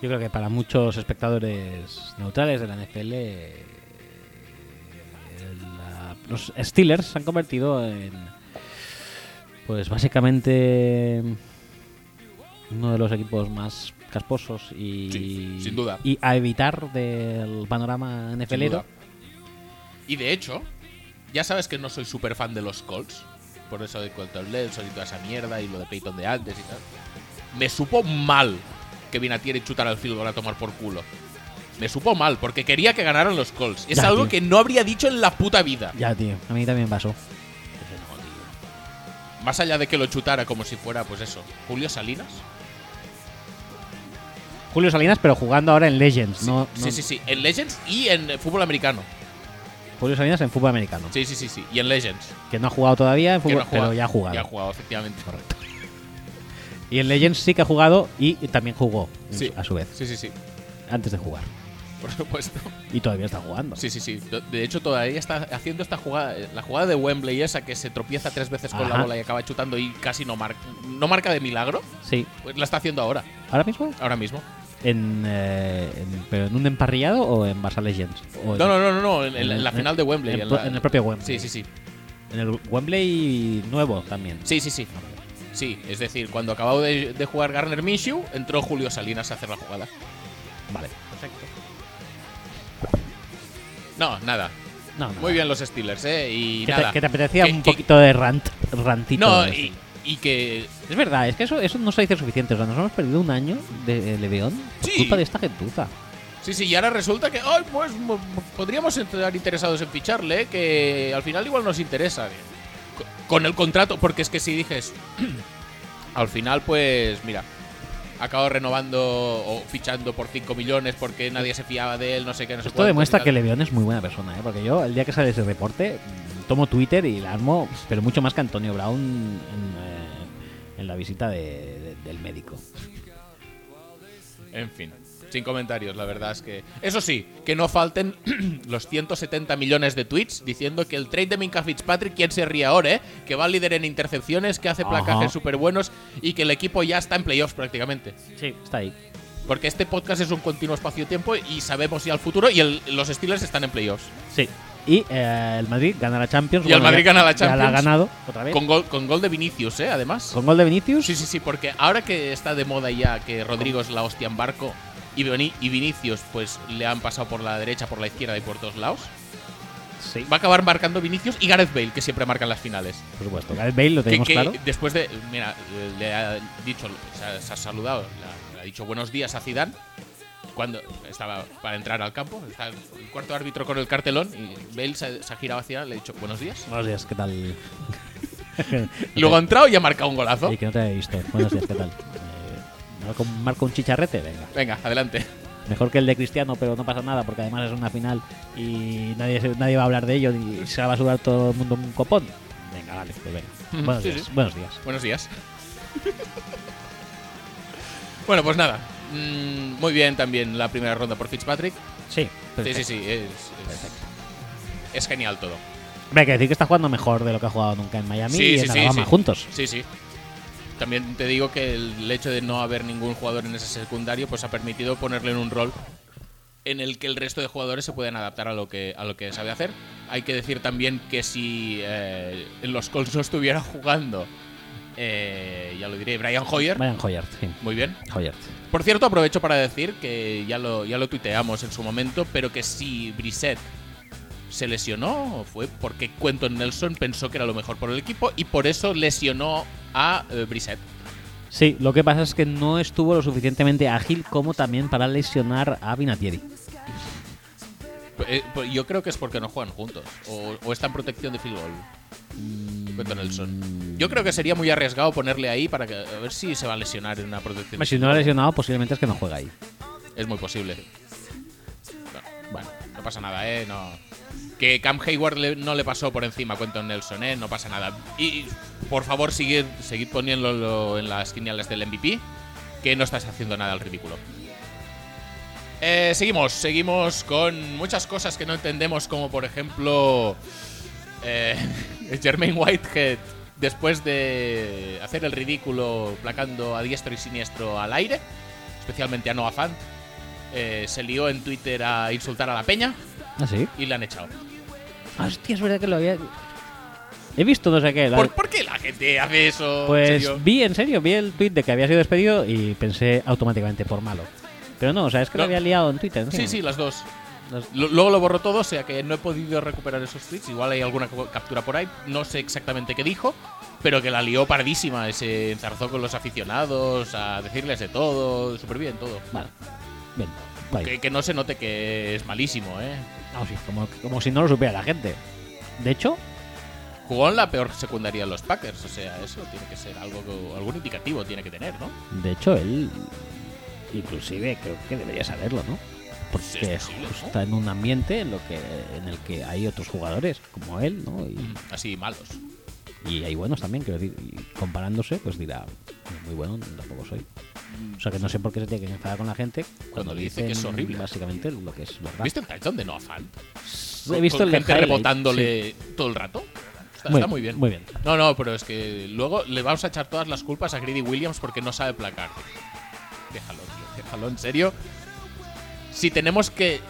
Speaker 1: Yo creo que para muchos espectadores neutrales de la NFL, eh, la- los Steelers se han convertido en, pues básicamente, uno de los equipos más casposos y,
Speaker 2: Sí, sin duda.
Speaker 1: y a evitar del panorama
Speaker 2: sin
Speaker 1: NFLero.
Speaker 2: duda. Y de hecho, ya sabes que no soy súper fan de los Colts. Por eso de Colton Nelson y toda esa mierda y lo de Peyton de antes y tal. Me supo mal que Vinatieri y chutar al field goal a tomar por culo. Me supo mal, porque quería que ganaran los Colts. Es
Speaker 1: Ya,
Speaker 2: algo
Speaker 1: tío.
Speaker 2: que no habría dicho en la puta vida.
Speaker 1: Ya, tío, a mí también pasó.
Speaker 2: Más allá de que lo chutara como si fuera, pues eso, Julio Salinas.
Speaker 1: Julio Salinas, pero jugando ahora en Legends, no,
Speaker 2: Sí,
Speaker 1: no-
Speaker 2: sí, sí. En Legends y en eh, fútbol americano.
Speaker 1: Julio Salinas en fútbol americano,
Speaker 2: Sí, sí, sí, sí. Y en Legends.
Speaker 1: que no ha jugado todavía en
Speaker 2: que
Speaker 1: fútbol,
Speaker 2: no ha jugado.
Speaker 1: pero ya ha jugado.
Speaker 2: Ya ha jugado, efectivamente. Correcto.
Speaker 1: Y en Legends sí que ha jugado y también jugó en
Speaker 2: Sí.
Speaker 1: su- a su vez,
Speaker 2: Sí, sí, sí.
Speaker 1: antes de jugar.
Speaker 2: Por supuesto.
Speaker 1: Y todavía está jugando.
Speaker 2: Sí, sí, sí. Do- De hecho, todavía está haciendo esta jugada, eh, la jugada de Wembley esa que se tropieza tres veces con la
Speaker 1: Ajá.
Speaker 2: bola y acaba chutando y casi no marca, no marca de milagro.
Speaker 1: Sí.
Speaker 2: Pues la está haciendo ahora,
Speaker 1: ¿Ahora mismo?
Speaker 2: ahora mismo.
Speaker 1: En, eh, en- ¿Pero en un emparrillado o en Barça Legends? O en-
Speaker 2: No, no, no, no, no, en, en la- en la
Speaker 1: Pues en-
Speaker 2: final de Wembley.
Speaker 1: en
Speaker 2: la-
Speaker 1: pro- en el propio Wembley.
Speaker 2: Sí, sí, sí.
Speaker 1: En el Wembley nuevo también.
Speaker 2: Sí, sí, sí. Sí, es decir, cuando acababa de, de jugar Garner Minshew, entró Julio Salinas a hacer la jugada.
Speaker 1: Vale. Perfecto.
Speaker 2: No, nada.
Speaker 1: No, no,
Speaker 2: Muy
Speaker 1: no.
Speaker 2: bien los Steelers, ¿eh? Y
Speaker 1: Que te,
Speaker 2: nada.
Speaker 1: que te apetecía
Speaker 2: Que-
Speaker 1: un
Speaker 2: que-
Speaker 1: poquito de rant, rantito.
Speaker 2: No,
Speaker 1: de-
Speaker 2: y, y que.
Speaker 1: Es verdad, es que eso, eso no se dice suficiente. O sea, nos hemos perdido un año de Leveón por
Speaker 2: Sí.
Speaker 1: culpa de esta gentuza.
Speaker 2: Sí, sí, y ahora resulta que. Ay, pues mo- mo- podríamos estar interesados en ficharle, ¿eh? Que al final igual nos interesa. Co- Con el contrato, porque es que si dices. al final, pues. Mira. Acabo renovando o fichando por 5 millones porque nadie se fiaba de él, no sé qué, no sé
Speaker 1: Esto
Speaker 2: cuántos y
Speaker 1: demuestra
Speaker 2: tal.
Speaker 1: que Leveón es muy buena persona, ¿eh? porque yo el día que sale ese reporte mm, tomo Twitter y la armo, pero mucho más que Antonio Brown en, eh, en la visita de- de- del médico.
Speaker 2: En fin, sin comentarios, la verdad es que. Eso sí, que no falten los 170 millones de tweets diciendo que el trade de Minka Fitzpatrick, quien se ríe ahora, eh? Que va líder en intercepciones, que hace
Speaker 1: Ajá.
Speaker 2: placajes súper buenos y que el equipo ya está en playoffs prácticamente.
Speaker 1: Sí, está ahí.
Speaker 2: Porque este podcast es un continuo espacio-tiempo y sabemos ya el futuro y el- los Steelers están en playoffs.
Speaker 1: Sí. Y eh, el Madrid gana la Champions.
Speaker 2: Y el Madrid
Speaker 1: ya-
Speaker 2: gana la
Speaker 1: Ya la ha
Speaker 2: Champions.
Speaker 1: ganado otra vez. Con,
Speaker 2: Con gol, con gol de Vinicius, ¿eh? Además.
Speaker 1: gol de Vinicius.
Speaker 2: Sí, sí, sí, porque ahora que está de moda ya que Rodrigo es la hostia en barco y, Beni- y Vinicius pues le han pasado por la derecha, por la izquierda y por todos lados.
Speaker 1: Sí,
Speaker 2: va a acabar marcando Vinicius y Gareth Bale, que siempre marcan las finales.
Speaker 1: por supuesto. Gareth Bale lo
Speaker 2: Que,
Speaker 1: tenemos
Speaker 2: que
Speaker 1: claro.
Speaker 2: después de. Mira, le ha dicho, se ha, se ha saludado, le ha, le ha dicho buenos días a Zidane cuando estaba para entrar al campo. Está el cuarto árbitro con el cartelón y Bale se, se ha girado hacia él, le ha dicho buenos días.
Speaker 1: Buenos días, ¿qué tal?
Speaker 2: Y luego ha entrado y ha marcado un golazo.
Speaker 1: Sí, que no te había visto. Buenos días, ¿qué tal? Eh, marco- marco un chicharrete, venga.
Speaker 2: Venga, adelante.
Speaker 1: Mejor que el de Cristiano, pero no pasa nada porque además es una final y nadie, se- nadie va a hablar de ello y se la va a sudar todo el mundo en un copón. Venga, vale, pues venga. Buenos
Speaker 2: Sí,
Speaker 1: días.
Speaker 2: sí.
Speaker 1: Buenos días.
Speaker 2: Buenos días. bueno, pues nada. Mm, muy bien también la primera ronda por Fitzpatrick.
Speaker 1: Sí,
Speaker 2: Sí, sí, sí. Es, es- es genial todo.
Speaker 1: Me hay que decir que está jugando mejor de lo que ha jugado nunca en Miami
Speaker 2: sí,
Speaker 1: y en
Speaker 2: sí, sí,
Speaker 1: Alabama
Speaker 2: sí.
Speaker 1: juntos.
Speaker 2: Sí, sí. También te digo que el hecho de no haber ningún jugador en ese secundario pues ha permitido ponerle en un rol en el que el resto de jugadores se pueden adaptar a lo que a lo que sabe hacer. Hay que decir también que si eh, los Colts no estuvieran jugando, eh, ya lo diré, Brian Hoyer,
Speaker 1: Brian Hoyard, sí.
Speaker 2: muy bien,
Speaker 1: Hoyard.
Speaker 2: Por cierto, aprovecho para decir que ya lo, ya lo tuiteamos en su momento, pero que si Brissett se lesionó fue porque Quentin Nelson pensó que era lo mejor por el equipo y por eso lesionó a eh, Brissett.
Speaker 1: Sí, lo que pasa es que no estuvo lo suficientemente ágil como también para lesionar a Vinatieri.
Speaker 2: Eh, pues yo creo que es porque no juegan juntos o, o está en protección de field goal. Quentin Nelson. Yo creo que sería muy arriesgado ponerle ahí para que, a ver si se va a lesionar en una protección. de
Speaker 1: Si
Speaker 2: field
Speaker 1: no ha
Speaker 2: goal.
Speaker 1: lesionado, posiblemente es que no juega ahí.
Speaker 2: Es muy posible. Bueno, Bueno, no pasa nada, ¿eh? No. Que Cam Hayward le- no le pasó por encima a Quentin Nelson, ¿eh? No pasa nada. Y, y, por favor, seguid, seguid poniéndolo en las quinielas del MVP, que no estás haciendo nada al ridículo. Eh, seguimos, seguimos con muchas cosas que no entendemos, como por ejemplo eh, Jermaine Whitehead, después de hacer el ridículo placando a diestro y siniestro al aire, especialmente a Noah Fant, eh, se lió en Twitter a insultar a la peña
Speaker 1: ¿Ah, sí?
Speaker 2: y la han echado.
Speaker 1: Hostia, es verdad que lo había. He visto no sé qué. la-
Speaker 2: ¿Por, por qué la gente hace eso? en
Speaker 1: Pues
Speaker 2: serio?
Speaker 1: vi, en serio, vi el tweet de que había sido despedido y pensé automáticamente por malo. Pero no, o sea, es que
Speaker 2: No.
Speaker 1: lo había liado en Twitter.
Speaker 2: Sí, sí, las dos.
Speaker 1: Las-
Speaker 2: Lo- Luego lo borro todo, o sea que no he podido recuperar esos tweets. Igual hay alguna co- captura por ahí. No sé exactamente qué dijo, pero que la lió pardísima. Se enzarzó con los aficionados a decirles de todo. Súper bien, todo.
Speaker 1: Vale. Bien. guay.
Speaker 2: Que, que no se note que es malísimo, ¿eh?
Speaker 1: Ah, sí, como, como si no lo supiera la gente. De hecho,
Speaker 2: Jugó en la peor secundaria de los Packers, o sea, eso tiene que ser algo, que- algún indicativo tiene que tener, ¿no?
Speaker 1: de hecho, él inclusive creo que debería saberlo, ¿no?
Speaker 2: Sí,
Speaker 1: Porque
Speaker 2: es posible, ¿no?
Speaker 1: está en un ambiente en, lo que, en el que hay otros jugadores como él, ¿no? Y,
Speaker 2: Así malos.
Speaker 1: y hay buenos también, quiero decir, y comparándose, pues dirá, muy bueno, tampoco soy. O sea que no sé por qué se tiene que enfadar con la gente cuando,
Speaker 2: Cuando
Speaker 1: le
Speaker 2: dice que es
Speaker 1: dicen
Speaker 2: horrible.
Speaker 1: Básicamente lo que es verdad.
Speaker 2: ¿Viste el touchdown de Noah Fant?
Speaker 1: He visto
Speaker 2: Con
Speaker 1: el de
Speaker 2: gente
Speaker 1: highlight,
Speaker 2: rebotándole todo el rato. Está está
Speaker 1: Muy
Speaker 2: muy,
Speaker 1: bien,
Speaker 2: bien.
Speaker 1: muy bien.
Speaker 2: No, no, pero es que luego le vamos a echar todas las culpas a Greedy Williams porque no sabe placar. Déjalo, tío, déjalo, en serio. Si tenemos que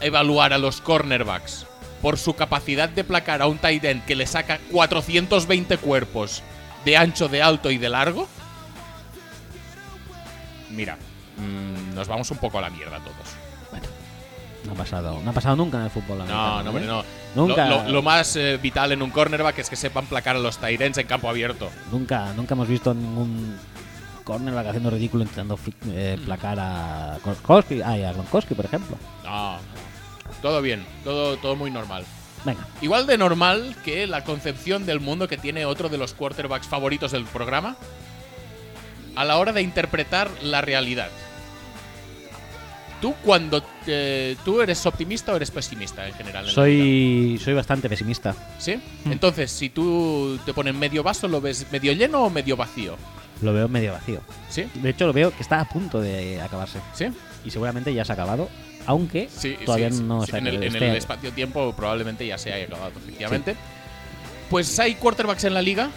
Speaker 2: evaluar a los cornerbacks por su capacidad de placar a un tight end que le saca 420 cuerpos de ancho, de alto y de largo, mira, mm, nos vamos un poco a la mierda todos.
Speaker 1: sí. Bueno, no ha pasado, no ha pasado nunca en el fútbol.
Speaker 2: No,
Speaker 1: americano,
Speaker 2: no,
Speaker 1: ¿eh?
Speaker 2: hombre, no.
Speaker 1: Nunca.
Speaker 2: Lo, lo- lo más eh, vital en un cornerback es que sepan placar a los Tyrens en campo abierto.
Speaker 1: Nunca, nunca hemos visto ningún cornerback haciendo ridículo intentando fi- eh,
Speaker 2: Mm.
Speaker 1: placar a Koski, ah, y a Gronkowski, por ejemplo.
Speaker 2: No, no. Todo bien, todo, todo muy normal.
Speaker 1: Venga,
Speaker 2: Igual de normal que la concepción del mundo que tiene otro de los quarterbacks favoritos del programa a la hora de interpretar la realidad. ¿Tú cuando eh, tú eres optimista o eres pesimista en general? en la
Speaker 1: soy, Mm. soy bastante pesimista.
Speaker 2: vida? ¿Sí? Entonces, si tú te pones medio vaso, ¿lo ves medio lleno o medio vacío?
Speaker 1: Lo veo medio vacío.
Speaker 2: ¿Sí?
Speaker 1: De hecho, lo veo que está a punto de acabarse.
Speaker 2: ¿Sí?
Speaker 1: Y seguramente ya se ha acabado, aunque
Speaker 2: Sí,
Speaker 1: todavía
Speaker 2: sí, sí,
Speaker 1: no
Speaker 2: sí.
Speaker 1: está
Speaker 2: en el, en
Speaker 1: esté-
Speaker 2: el espacio-tiempo probablemente ya se haya acabado, efectivamente. Pues hay quarterbacks en la liga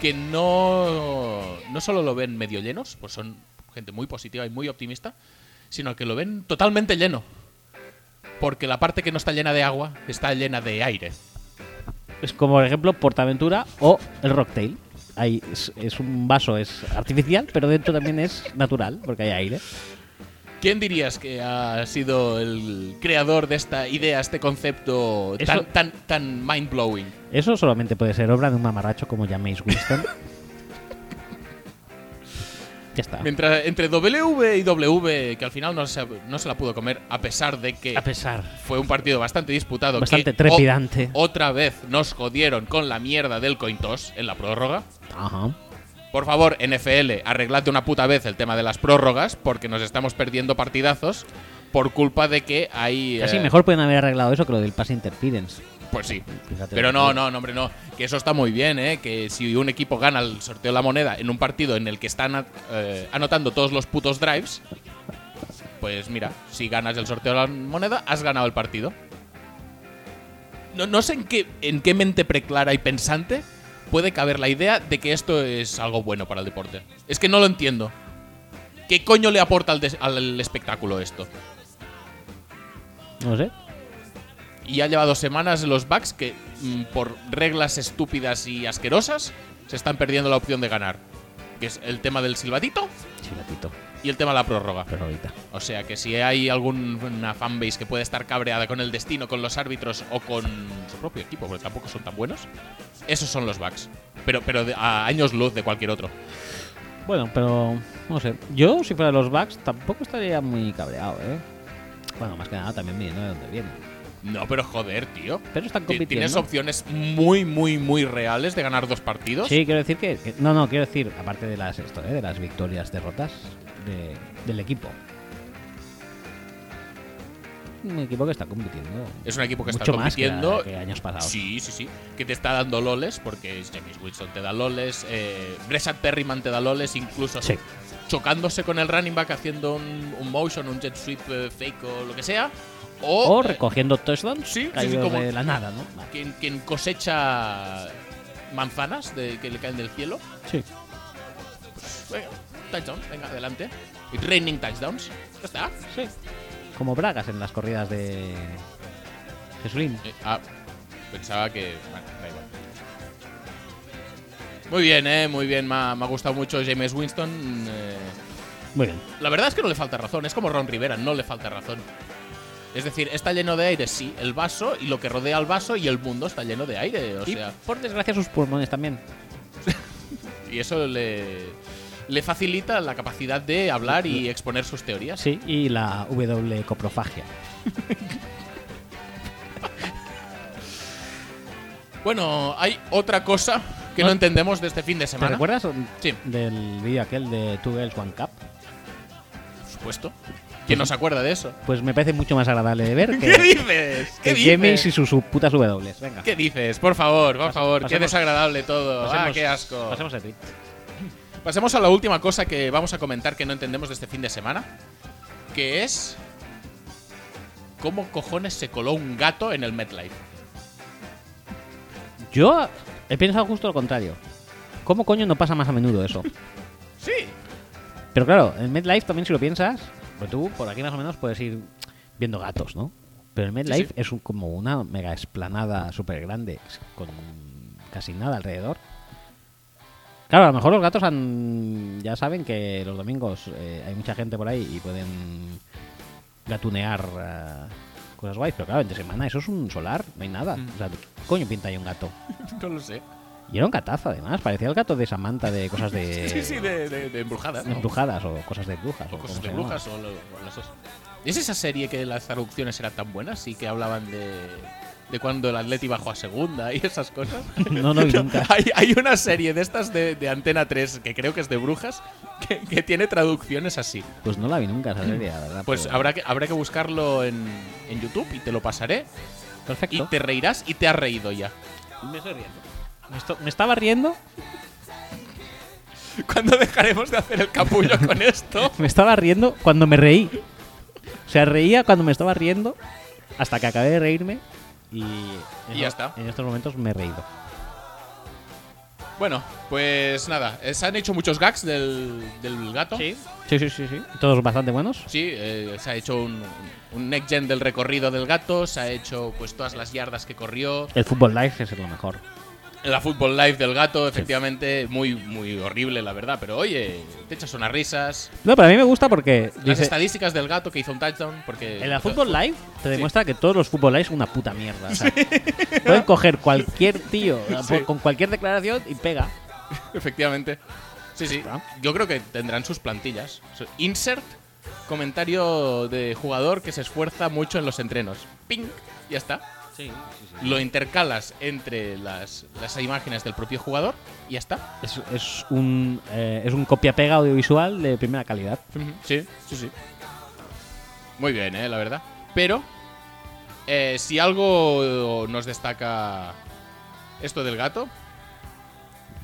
Speaker 2: que no, no solo lo ven medio llenos, pues son gente muy positiva y muy optimista, sino que lo ven totalmente lleno. Porque la parte que no está llena de agua está llena de aire.
Speaker 1: Es como, por ejemplo, Portaventura o el Rocktail. Ahí es, es un vaso, es artificial, pero dentro también es natural, porque hay aire.
Speaker 2: ¿Quién dirías que ha sido el creador de esta idea, este concepto
Speaker 1: Eso-
Speaker 2: tan, tan, tan mind-blowing?
Speaker 1: Eso solamente puede ser obra de un mamarracho como llaméis Winston. ya está.
Speaker 2: Mientras entre W y W, que al final no se, no se la pudo comer, a pesar de que
Speaker 1: A pesar.
Speaker 2: fue un partido bastante disputado. que
Speaker 1: Bastante
Speaker 2: o-
Speaker 1: trepidante.
Speaker 2: otra vez nos jodieron con la mierda del coin toss en la prórroga.
Speaker 1: Ajá.
Speaker 2: Por favor, NFL, arreglad de una puta vez el tema de las prórrogas, porque nos estamos perdiendo partidazos por culpa de que hay.
Speaker 1: Casi
Speaker 2: eh,
Speaker 1: mejor pueden haber arreglado eso que lo del pass interference.
Speaker 2: Pues sí.
Speaker 1: Fíjate.
Speaker 2: Pero no, no, no, hombre, no. Que eso está muy bien, ¿eh? Que si un equipo gana el sorteo de la moneda en un partido en el que están eh, anotando todos los putos drives, pues mira, si ganas el sorteo de la moneda, has ganado el partido. No, no sé en qué, en qué mente preclara y pensante puede caber la idea de que esto es algo bueno para el deporte. Es que no lo entiendo. ¿Qué coño le aporta al des- al espectáculo esto?
Speaker 1: No sé.
Speaker 2: y ya lleva dos semanas los Bucks que mm, por reglas estúpidas y asquerosas se están perdiendo la opción de ganar, que es el tema del silbatito
Speaker 1: Sí, gatito.
Speaker 2: y el tema de la prórroga.
Speaker 1: Pero ahorita.
Speaker 2: O sea que si hay alguna fanbase que puede estar cabreada con el destino, con los árbitros o con su propio equipo, porque tampoco son tan buenos, esos son los Bucks. Pero, pero de- a años luz de cualquier otro.
Speaker 1: Bueno, pero no sé. Yo, si fuera los Bucks, tampoco estaría muy cabreado, ¿eh? Bueno, más que nada también midiendo de dónde vienen.
Speaker 2: No, pero joder, tío.
Speaker 1: Pero están
Speaker 2: Ti-
Speaker 1: compitiendo.
Speaker 2: Tienes opciones muy, muy, muy reales de ganar dos partidos.
Speaker 1: Sí, quiero decir que, que- No, no, quiero decir, aparte de las esto, ¿eh? de las victorias, derrotas de- del equipo. Un equipo que está compitiendo.
Speaker 2: Es un equipo que
Speaker 1: mucho
Speaker 2: está
Speaker 1: más que la-
Speaker 2: compitiendo
Speaker 1: que, años pasados.
Speaker 2: Sí, sí, sí. Que te está dando loles, porque James Wilson te da loles, eh, Breshad Perryman te da loles, incluso
Speaker 1: Sí.
Speaker 2: chocándose con el running back haciendo un, un motion, un jet sweep eh, fake o lo que sea. O,
Speaker 1: O
Speaker 2: eh,
Speaker 1: recogiendo touchdowns
Speaker 2: sí, sí, sí,
Speaker 1: caídos
Speaker 2: como-
Speaker 1: de la nada, ¿no? Vale.
Speaker 2: quien, quien cosecha manzanas de, que le caen del cielo.
Speaker 1: Sí.
Speaker 2: Venga, touchdowns, venga, adelante. Y Raining touchdowns. Ya está.
Speaker 1: Sí. Como Bragas en las corridas de Jesulín.
Speaker 2: Eh, ah, pensaba que. Bueno, da igual. Muy bien, eh, muy bien. Me ha, me ha gustado mucho James Winston. eh,
Speaker 1: Muy bien.
Speaker 2: La verdad es que no le falta razón, es como Ron Rivera, no le falta razón. Es decir, está lleno de aire, sí, el vaso y lo que rodea al vaso y el mundo está lleno de aire, o
Speaker 1: y
Speaker 2: sea,
Speaker 1: por desgracia sus pulmones también.
Speaker 2: y eso le, le facilita la capacidad de hablar y exponer sus teorías.
Speaker 1: Sí, y la W coprofagia.
Speaker 2: Bueno, hay otra cosa que no entendemos de este fin de
Speaker 1: Ah. ¿Te
Speaker 2: semana,
Speaker 1: recuerdas
Speaker 2: Sí.
Speaker 1: del vídeo aquel de Two Girls One Cup?
Speaker 2: por supuesto. ¿Quién nos acuerda de eso?
Speaker 1: Pues me parece mucho más agradable de ver
Speaker 2: ¿Qué
Speaker 1: que,
Speaker 2: dices? ¿Qué
Speaker 1: que
Speaker 2: dices?
Speaker 1: James y sus sub- putas W. Venga.
Speaker 2: ¿Qué dices? Por favor, por favor, qué
Speaker 1: pasemos-
Speaker 2: desagradable todo. ah, qué asco.
Speaker 1: Pasemos a ti.
Speaker 2: Pasemos a la última cosa que vamos a comentar que no entendemos de este fin de semana, que es cómo cojones se coló un gato en el MetLife.
Speaker 1: Yo he pensado justo lo contrario. ¿Cómo coño no pasa más a menudo eso?
Speaker 2: Sí.
Speaker 1: Pero claro, en MedLife también si lo piensas, pues tú por aquí más o menos puedes ir viendo gatos, ¿no? Pero el MedLife
Speaker 2: sí.
Speaker 1: es un- como una mega esplanada súper grande, con casi nada alrededor. Claro, a lo mejor los gatos han, ya saben que los domingos eh, hay mucha gente por ahí y pueden gatunear eh, cosas guays, pero claro, entre semana eso es un solar, no hay nada.
Speaker 2: Mm.
Speaker 1: O sea, ¿qué coño pinta ahí un gato?
Speaker 2: No lo sé.
Speaker 1: Y era un gatazo además, parecía el gato de Samantha de cosas de...
Speaker 2: Sí, sí, de, de, de embrujadas. ¿no?
Speaker 1: Eh, Embrujadas o cosas de brujas.
Speaker 2: O
Speaker 1: como
Speaker 2: cosas de
Speaker 1: se llama.
Speaker 2: brujas o, lo- o las dos. ¿Es esa serie que las traducciones eran tan buenas y que hablaban de, de cuando el Atleti bajó a segunda y esas cosas?
Speaker 1: No, no, y nunca.
Speaker 2: hay, hay una serie de estas de, de Antena 3 que creo que es de brujas que- que tiene traducciones así.
Speaker 1: Pues no la vi nunca esa serie, la verdad.
Speaker 2: Pues
Speaker 1: pero-
Speaker 2: habrá que, habrá que buscarlo en, en YouTube y te lo pasaré. Y
Speaker 1: Perfecto.
Speaker 2: te reirás y te has reído ya.
Speaker 1: Me estoy riendo. Me, esto- me estaba riendo,
Speaker 2: ¿Cuándo dejaremos de hacer el capullo con esto?
Speaker 1: me estaba riendo cuando me reí. O sea, reía cuando me estaba riendo hasta que acabé de reírme y... en-
Speaker 2: Y ya está.
Speaker 1: En estos momentos me he reído.
Speaker 2: Bueno, pues nada. eh, Se han hecho muchos gags del, del gato. Sí.
Speaker 1: Sí, sí, sí, sí. Todos bastante buenos.
Speaker 2: eh, se ha hecho un, un next gen del recorrido del gato. Se ha hecho pues todas las yardas que corrió.
Speaker 1: El fútbol live es lo mejor.
Speaker 2: La Football Live del gato, efectivamente. Muy, muy horrible, la verdad. Pero oye, te echas unas risas.
Speaker 1: No, pero a mí me gusta porque...
Speaker 2: Las
Speaker 1: dice-
Speaker 2: estadísticas del gato que hizo un touchdown. Porque
Speaker 1: En la Fútbol Live te demuestra que todos los Fútbol Live son una puta mierda. o sea, pueden coger cualquier tío
Speaker 2: Sí.
Speaker 1: con cualquier declaración y pega.
Speaker 2: Efectivamente. Sí, sí.
Speaker 1: está.
Speaker 2: Yo creo que tendrán sus plantillas. Su- Insert comentario de jugador que se esfuerza mucho en los entrenos. Ping, ya está. Lo intercalas entre las, las imágenes del propio jugador y ya está.
Speaker 1: Es, es un, eh, es un copia-pega audiovisual de primera calidad.
Speaker 2: Sí, sí, sí. Muy bien, ¿eh? la verdad. Pero Eh, si algo nos destaca esto del gato,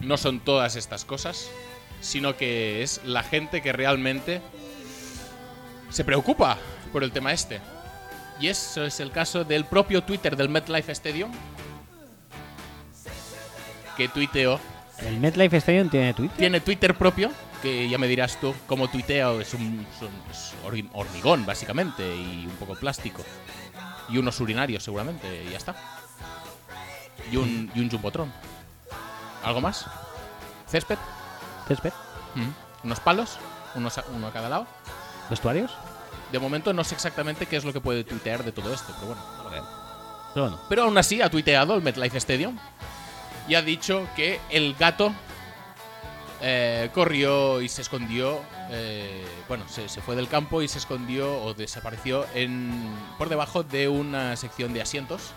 Speaker 2: no son todas estas cosas, sino que es la gente que realmente se preocupa por el tema este. Y eso es el caso del propio Twitter del MetLife Stadium, que tuiteó
Speaker 1: ¿El MetLife Stadium tiene Twitter?
Speaker 2: tiene Twitter propio, que ya me dirás tú cómo tuitea, o es un, es un- es hormi- hormigón básicamente y un poco plástico. Y unos urinarios seguramente, y ya está. Y un, y un jumbotron. ¿Algo más? ¿Césped?
Speaker 1: ¿Césped?
Speaker 2: Mm. ¿Unos palos? Unos a- uno a cada lado.
Speaker 1: ¿Vestuarios?
Speaker 2: De momento no sé exactamente qué es lo que puede tuitear de todo esto, pero bueno.
Speaker 1: Pero bueno.
Speaker 2: Pero aún así ha tuiteado el MetLife Stadium y ha dicho que el gato eh, corrió y se escondió. eh, bueno, se, se fue del campo y se escondió o desapareció en, por debajo de una sección de asientos.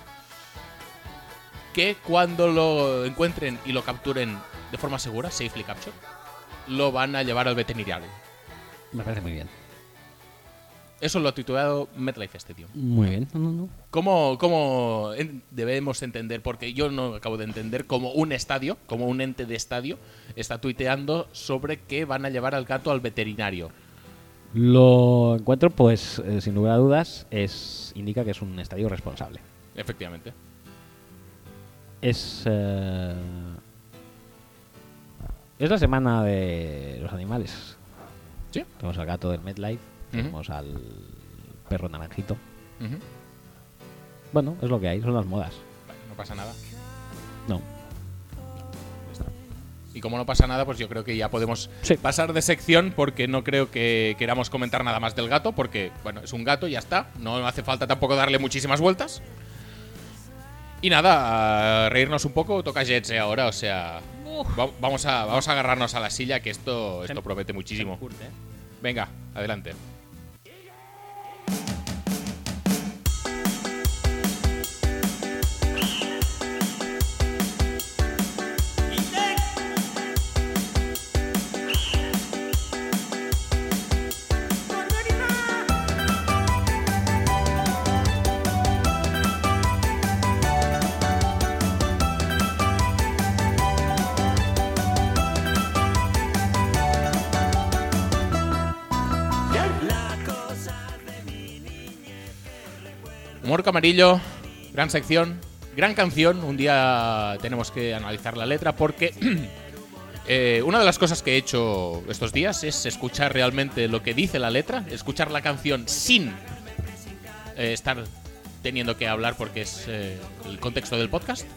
Speaker 2: Que cuando lo encuentren y lo capturen de forma segura, safely capture, lo van a llevar al veterinario.
Speaker 1: Me parece muy bien.
Speaker 2: Eso lo ha tuiteado MetLife Stadium.
Speaker 1: Muy bien. No, no, no.
Speaker 2: ¿Cómo, cómo en- debemos entender? Porque yo no acabo de entender cómo un estadio, como un ente de estadio, está tuiteando sobre que van a llevar al gato al veterinario.
Speaker 1: Lo encuentro, pues, eh, sin lugar a dudas, es indica que es un estadio responsable.
Speaker 2: Efectivamente.
Speaker 1: Es. eh, es la semana de los animales.
Speaker 2: Sí.
Speaker 1: Tenemos al gato del MedLife,
Speaker 2: Ujú.
Speaker 1: tenemos al perro naranjito.
Speaker 2: Ujú.
Speaker 1: Bueno, es lo que hay, son las modas.
Speaker 2: Vale, no pasa nada.
Speaker 1: No.
Speaker 2: Y como no pasa nada, pues yo creo que ya podemos
Speaker 1: Sí.
Speaker 2: pasar de sección porque no creo que queramos comentar nada más del gato, porque, bueno, es un gato y ya está. No hace falta tampoco darle muchísimas vueltas. Y nada, a reírnos un poco, toca Jets eh, ahora, o sea. va- vamos, a, vamos a agarrarnos a la silla, que esto, esto promete muchísimo. Venga, adelante. Humor Camarillo, gran sección, gran canción. Un día tenemos que analizar la letra porque eh, una de las cosas que he hecho estos días es escuchar realmente lo que dice la letra, escuchar la canción sin eh, estar teniendo que hablar porque es eh, el contexto del podcast.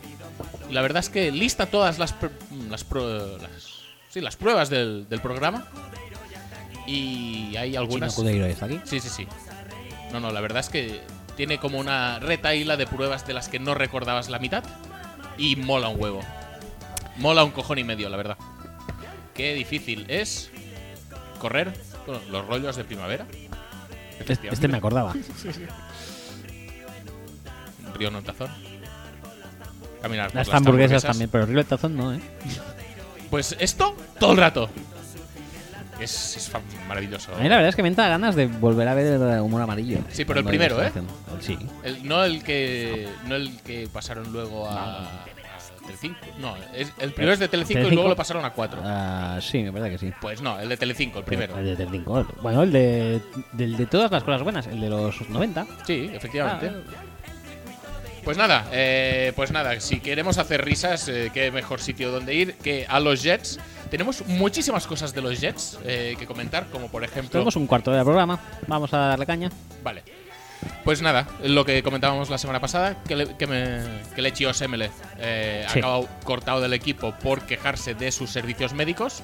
Speaker 2: Y la verdad es que lista todas las, pr- las, pro- las- sí, las pruebas del, del programa y hay algunas...
Speaker 1: Chino Cudeiro está aquí.
Speaker 2: Sí, sí, sí. No, no, la verdad es que tiene como una retaíla de pruebas de las que no recordabas la mitad. Y mola un huevo. Mola un cojón y medio, la verdad. Qué difícil es correr con los rollos de primavera.
Speaker 1: Este, este me acordaba.
Speaker 2: Río Nontazón. Caminar por
Speaker 1: Las hamburguesas
Speaker 2: hamburguesas.
Speaker 1: también, pero el tazón no, ¿eh?
Speaker 2: Pues esto todo el rato. Es, es fa- maravilloso.
Speaker 1: A mí la verdad es que me entra ganas de volver a ver el humor amarillo.
Speaker 2: Sí, pero el
Speaker 1: Cuando
Speaker 2: primero,
Speaker 1: hay
Speaker 2: ¿eh?
Speaker 1: esta canción. Sí.
Speaker 2: El- no el que no el que pasaron luego a, a Telecinco. No, es- el primero es de Telecinco y
Speaker 1: Telecinco.
Speaker 2: luego lo pasaron a 4.
Speaker 1: Ah, sí, me parece que sí.
Speaker 2: Pues no, el de Telecinco, el primero.
Speaker 1: El de Telecinco. el- Bueno, el de, del de todas las cosas buenas, el de los Ah, 90.
Speaker 2: Sí, efectivamente. Pues nada, eh, pues nada, si queremos hacer risas, eh, qué mejor sitio donde ir que a los Jets. Tenemos muchísimas cosas de los Jets eh, que comentar, como por ejemplo...
Speaker 1: Tenemos un cuarto de programa. Vamos a darle caña.
Speaker 2: Vale. Pues nada, lo que comentábamos la semana pasada, que, le, que, me, que Lechi Osemele eh,
Speaker 1: Sí.
Speaker 2: acaba cortado del equipo por quejarse de sus servicios médicos.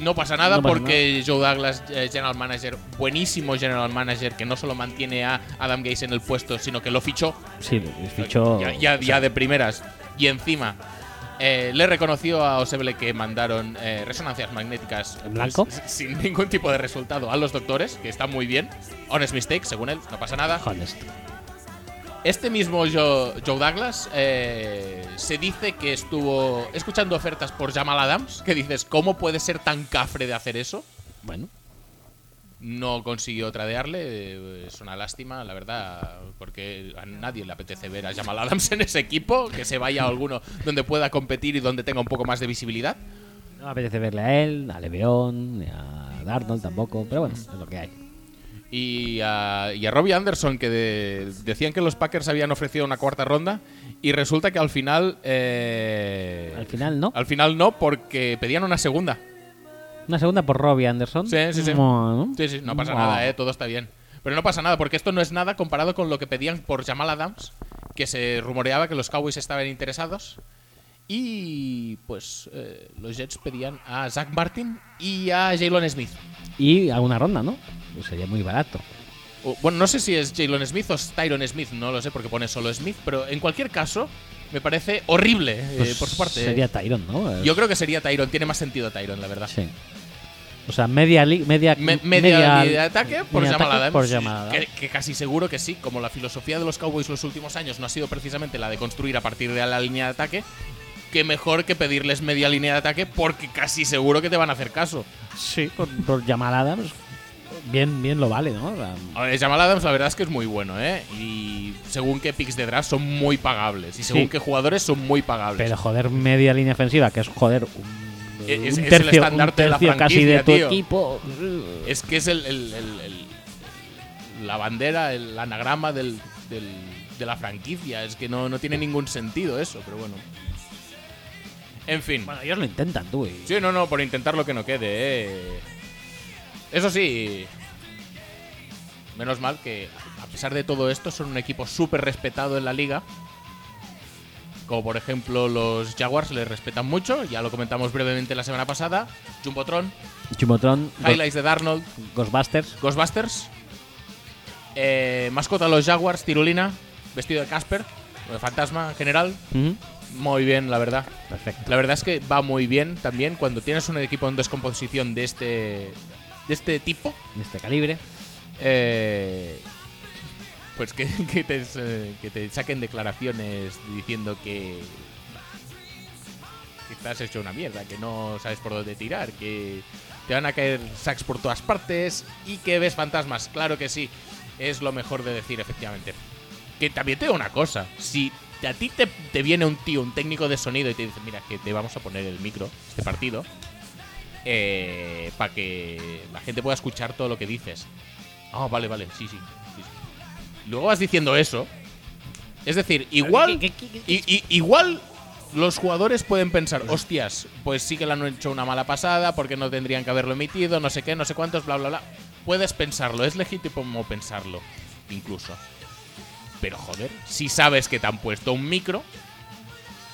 Speaker 2: No pasa nada
Speaker 1: No pasa
Speaker 2: porque Joe Douglas, eh, general manager, buenísimo general manager, que no solo mantiene a Adam Gaze en el puesto, sino que lo fichó
Speaker 1: Sí, el fichó.
Speaker 2: ya, ya- ya de primeras. Y encima, eh, le reconoció a Oseble que mandaron eh, resonancias magnéticas
Speaker 1: ¿En blanco?
Speaker 2: pues, sin ningún tipo de resultado a los doctores, que está muy bien. Honest mistake, según él, no pasa nada.
Speaker 1: Honest.
Speaker 2: Este mismo Joe, Joe Douglas eh, se dice que estuvo escuchando ofertas por Jamal Adams, que dices, ¿cómo puede ser tan cafre de hacer eso?
Speaker 1: Bueno,
Speaker 2: no consiguió tradearle. eh, Es una lástima, la verdad, porque a nadie le apetece ver a Jamal Adams en ese equipo, que se vaya a alguno donde pueda competir y donde tenga un poco más de visibilidad.
Speaker 1: No me apetece verle a él, a Leveón, ni a Darnold tampoco, pero bueno, es lo que hay.
Speaker 2: Y a, y a Robbie Anderson, que de- decían que los Packers habían ofrecido una cuarta ronda, y resulta que al final. eh,
Speaker 1: Al final, ¿no?
Speaker 2: al final no, porque pedían una segunda.
Speaker 1: Una segunda por Robbie Anderson.
Speaker 2: Sí, sí, sí.
Speaker 1: Bueno.
Speaker 2: Sí, sí, no pasa
Speaker 1: Bueno.
Speaker 2: nada, eh, todo está bien. Pero no pasa nada, porque esto no es nada comparado con lo que pedían por Jamal Adams, que se rumoreaba que los Cowboys estaban interesados. Y pues eh, los Jets pedían a Zach Martin y a Jalen Smith.
Speaker 1: Y alguna ronda, ¿no? Pues sería muy barato.
Speaker 2: O- bueno, no sé si es Jalen Smith o es Tyron Smith, no lo sé porque pone solo Smith, pero en cualquier caso me parece horrible eh,
Speaker 1: Pues
Speaker 2: por su parte.
Speaker 1: Sería Tyron, ¿no? Eh,
Speaker 2: Yo creo que sería Tyron, tiene más sentido Tyron, la verdad.
Speaker 1: Sí. O sea, media li- media,
Speaker 2: Me- media línea de ataque por
Speaker 1: media
Speaker 2: llamada
Speaker 1: ataque
Speaker 2: Adams.
Speaker 1: por llamada.
Speaker 2: Que, que casi seguro que sí. Como la filosofía de los Cowboys los últimos años no ha sido precisamente la de construir a partir de la línea de ataque, que mejor que pedirles media línea de ataque porque casi seguro que te van a hacer caso.
Speaker 1: Sí, por, por llamada Adams. Bien, bien lo vale, ¿no? O sea,
Speaker 2: A ver, Jamal Adams la verdad es que es muy bueno, ¿eh? Y según qué picks de draft son muy pagables. Y según
Speaker 1: Sí.
Speaker 2: qué jugadores son muy pagables.
Speaker 1: pero joder, media línea ofensiva, que es joder un,
Speaker 2: Es-
Speaker 1: un
Speaker 2: es el
Speaker 1: tercio, un
Speaker 2: estandarte de la
Speaker 1: tercio casi de
Speaker 2: franquicia,
Speaker 1: tu
Speaker 2: tío.
Speaker 1: equipo.
Speaker 2: Es que es el, el- el- el- la bandera, el anagrama del- del- de la franquicia. Es que no, no tiene ningún sentido eso, pero bueno. En fin.
Speaker 1: Bueno, ellos lo intentan, tú. y-
Speaker 2: Sí, no, no, por intentar lo que no quede. eh. Eso sí. Menos mal que, a pesar de todo esto, son un equipo súper respetado en la liga. Como por ejemplo los Jaguars les respetan mucho, ya lo comentamos brevemente la semana pasada. Jumbotron,
Speaker 1: Chumotron, Go-
Speaker 2: Highlights de Darnold,
Speaker 1: Ghostbusters.
Speaker 2: Ghostbusters. Eh, mascota de los Jaguars, Tirulina, vestido de Casper, o de fantasma en general.
Speaker 1: Ujú.
Speaker 2: Muy bien, la verdad.
Speaker 1: Perfecto.
Speaker 2: La verdad es que va muy bien también cuando tienes un equipo en descomposición de este, de este tipo.
Speaker 1: De este calibre.
Speaker 2: eh, pues que, que te, eh, que te saquen declaraciones diciendo que, que te has hecho una mierda, que no sabes por dónde tirar, que te van a caer sacks por todas partes y que ves fantasmas. Claro que sí, es lo mejor de decir, efectivamente. Que también te digo una cosa, si a ti te, te viene un tío, un técnico de sonido y te dice, mira, que te vamos a poner el micro, este partido, para eh, que la gente pueda escuchar todo lo que dices. Ah, vale, vale, sí, sí. sí, sí. Luego vas diciendo eso. Es decir, igual...
Speaker 1: ¿Qué- qué- qué- qué-
Speaker 2: Y, y- igual los jugadores pueden pensar, hostias, pues sí que le han hecho una mala pasada, porque no tendrían que haberlo emitido, no sé qué, no sé cuántos, bla, bla, bla. Puedes pensarlo, es legítimo pensarlo, incluso. Pero joder, si sabes que te han puesto un micro,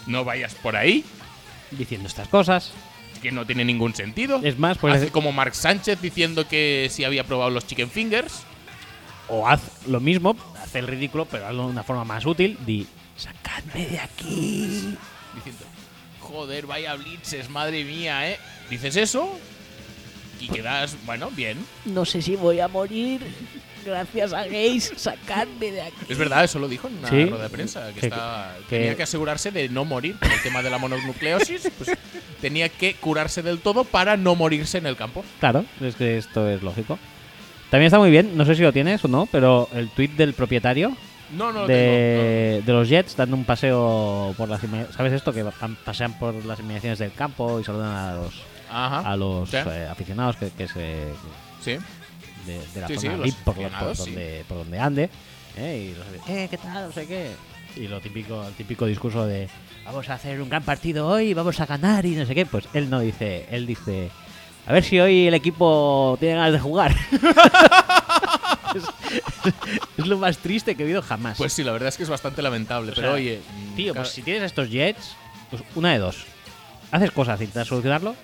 Speaker 2: no vayas por ahí,
Speaker 1: Diciendo estas cosas.
Speaker 2: que no tiene ningún sentido.
Speaker 1: Es más, pues.
Speaker 2: Hace como Mark Sánchez diciendo que si había probado los chicken fingers.
Speaker 1: o haz lo mismo, haz el ridículo, pero hazlo de una forma más útil. Di, sacadme de aquí.
Speaker 2: diciendo, joder, vaya blitzes, madre mía, ¿eh? Dices eso y quedas, bueno, bien.
Speaker 6: No sé si voy a morir. Gracias a Gays, sacadme de aquí.
Speaker 2: Es verdad, eso lo dijo en una
Speaker 1: Sí.
Speaker 2: rueda de prensa, que,
Speaker 1: Que-
Speaker 2: estaba-
Speaker 1: que-
Speaker 2: tenía que asegurarse de no morir por el tema de la mononucleosis. pues, tenía que curarse del todo para no morirse en el campo.
Speaker 1: Claro, es que esto es lógico. También está muy bien, no sé si lo tienes o no, pero el tweet del propietario
Speaker 2: No, no lo tengo.
Speaker 1: de, de los Jets dando un paseo por las inmediaciones. ¿Sabes esto? Que van- pasean por las inmediaciones del campo y saludan a los,
Speaker 2: no. Ajá.
Speaker 1: a los
Speaker 2: Ah, Sí,
Speaker 1: eh, aficionados que, que se,
Speaker 2: sí.
Speaker 1: de, de la
Speaker 2: Sí, sí,
Speaker 1: zona
Speaker 2: los
Speaker 1: VIP por, lo- por
Speaker 2: aficionados, sí.
Speaker 1: donde, por donde ande. ¿eh? Y los aficionados, "Eh, ¿qué tal? No sé qué. Y lo típico, el típico discurso de vamos a hacer un gran partido hoy, vamos a ganar y no sé qué. Pues él no dice, él dice, a ver si hoy el equipo tiene ganas de jugar. es, es lo más triste que he oído jamás.
Speaker 2: Pues sí, la verdad es que es bastante lamentable,
Speaker 1: O
Speaker 2: pero
Speaker 1: sea,
Speaker 2: oye.
Speaker 1: Tío,
Speaker 2: claro,
Speaker 1: pues si tienes estos Jets, pues una de dos. Haces cosas y intentas solucionarlo.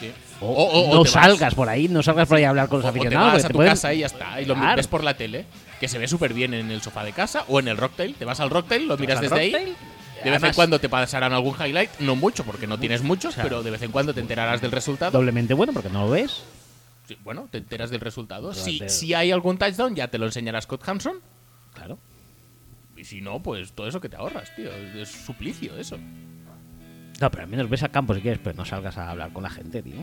Speaker 2: sí.
Speaker 1: O,
Speaker 2: O- o- o
Speaker 1: no
Speaker 2: te vas.
Speaker 1: salgas por ahí, no salgas por ahí a hablar con los
Speaker 2: O- o te
Speaker 1: aficionados.
Speaker 2: vas
Speaker 1: porque
Speaker 2: a
Speaker 1: te
Speaker 2: tu
Speaker 1: pueden-
Speaker 2: casa y ya está. Y lo
Speaker 1: Claro.
Speaker 2: ves por la tele, que se ve súper bien en el sofá de casa o en el Rocktail. Te vas al Rocktail, lo
Speaker 1: Te
Speaker 2: miras
Speaker 1: vas
Speaker 2: desde
Speaker 1: al
Speaker 2: ahí.
Speaker 1: Rocktail.
Speaker 2: De vez en
Speaker 1: Además-
Speaker 2: cuando te pasarán algún highlight, no mucho porque no tienes muchos,
Speaker 1: sea,
Speaker 2: pero de vez en cuando te enterarás del resultado.
Speaker 1: doblemente bueno porque no lo ves.
Speaker 2: Sí, Bueno, te enteras del resultado.
Speaker 1: Pero
Speaker 2: Si,
Speaker 1: te-
Speaker 2: si hay algún touchdown, ya te lo enseñará Scott Hanson.
Speaker 1: Claro.
Speaker 2: Y si no, pues todo eso que te ahorras, tío. Es suplicio eso.
Speaker 1: No, pero al menos ves al campo si quieres, pero no salgas a hablar con la gente, tío.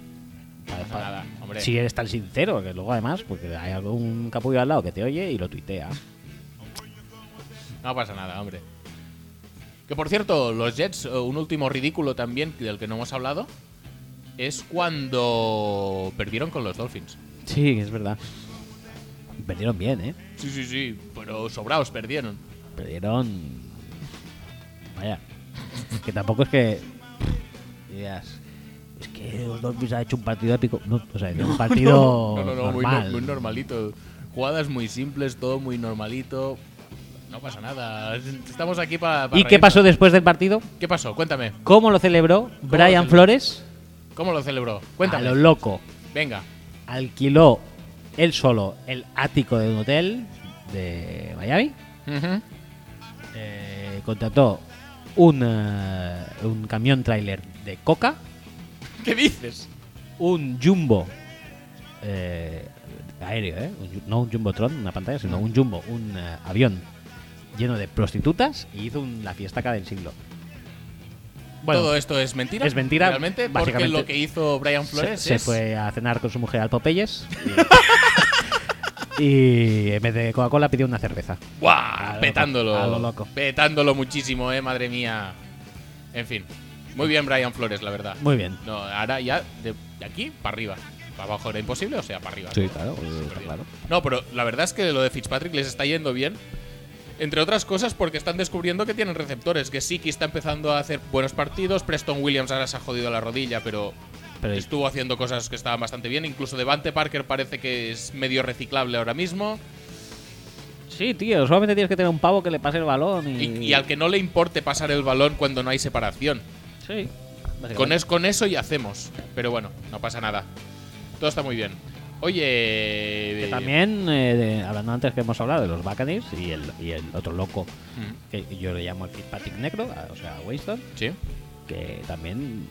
Speaker 1: Pa-
Speaker 2: pasa
Speaker 1: pa-
Speaker 2: nada, hombre.
Speaker 1: Si eres tan sincero, que luego además, porque hay algún capullo al lado que te oye y lo tuitea.
Speaker 2: No pasa nada, hombre. Que por cierto, los Jets, eh, un último ridículo también del que no hemos hablado, es cuando perdieron con los Dolphins.
Speaker 1: Sí, es verdad. Perdieron bien, ¿eh?
Speaker 2: Sí, sí, sí, pero sobraos perdieron.
Speaker 1: Perdieron. Vaya. Que tampoco es que. Digas. Es que los Dolphins ha hecho un partido épico. No, o sea, un partido.
Speaker 2: no, no, no, muy no-
Speaker 1: normal.
Speaker 2: Muy, normalito. Jugadas muy simples, todo muy normalito. No pasa nada. Estamos aquí para.
Speaker 1: ¿Y qué pasó después del partido?
Speaker 2: ¿Qué pasó? Cuéntame.
Speaker 1: ¿Cómo lo celebró Brian
Speaker 2: celebró?
Speaker 1: Flores?
Speaker 2: ¿Cómo lo celebró?
Speaker 1: A lo
Speaker 2: Cuéntame.
Speaker 1: loco.
Speaker 2: Venga.
Speaker 1: Alquiló él solo el ático de un hotel de Miami.
Speaker 2: Ujú.
Speaker 1: Eh, contrató un, eh, un camión trailer de coca,
Speaker 2: ¿Qué dices?
Speaker 1: un jumbo eh, aéreo, ¿eh? Un ju- no un jumbotron, una pantalla, sino un jumbo, un eh, avión lleno de prostitutas y hizo un- la fiesta acá del siglo.
Speaker 2: Todo esto es mentira.
Speaker 1: es mentira,
Speaker 2: Realmente, porque
Speaker 1: básicamente.
Speaker 2: lo que hizo Brian
Speaker 1: se,
Speaker 2: Flores
Speaker 1: se
Speaker 2: es.
Speaker 1: fue a cenar con su mujer al Popeyes y, y en vez de Coca-Cola pidió una cerveza.
Speaker 2: ¡Buah!
Speaker 1: A lo
Speaker 2: petándolo.
Speaker 1: loco, a lo loco.
Speaker 2: Petándolo muchísimo, eh, madre mía. En fin. Muy bien, Brian Flores, la verdad.
Speaker 1: Muy bien.
Speaker 2: No, ahora ya de de aquí para arriba. Para abajo era imposible, o sea, para arriba.
Speaker 1: Sí,
Speaker 2: ¿no?
Speaker 1: claro, pues,
Speaker 2: Súper
Speaker 1: está
Speaker 2: bien.
Speaker 1: claro.
Speaker 2: No, pero la verdad es que lo de Fitzpatrick les está yendo bien. Entre otras cosas porque están descubriendo que tienen receptores, que Siki está empezando a hacer buenos partidos, Preston Williams ahora se ha jodido la rodilla, pero,
Speaker 1: Pero-
Speaker 2: estuvo haciendo cosas que estaban bastante bien, incluso Devante Parker parece que es medio reciclable ahora mismo,
Speaker 1: Sí, tío, solamente tienes que tener un pavo que le pase el balón y,
Speaker 2: y, y al que no le importe pasar el balón cuando no hay separación.
Speaker 1: Sí.
Speaker 2: Con, es- con eso y hacemos, pero bueno, no pasa nada. Todo está muy bien. Oye...
Speaker 1: Que
Speaker 2: eh,
Speaker 1: también, eh, de- hablando antes que hemos hablado de los Buccaneers y el, y el otro loco,
Speaker 2: mm,
Speaker 1: que yo le llamo el Fitzpatrick Negro, a- o sea, a Winston,
Speaker 2: Sí.
Speaker 1: que también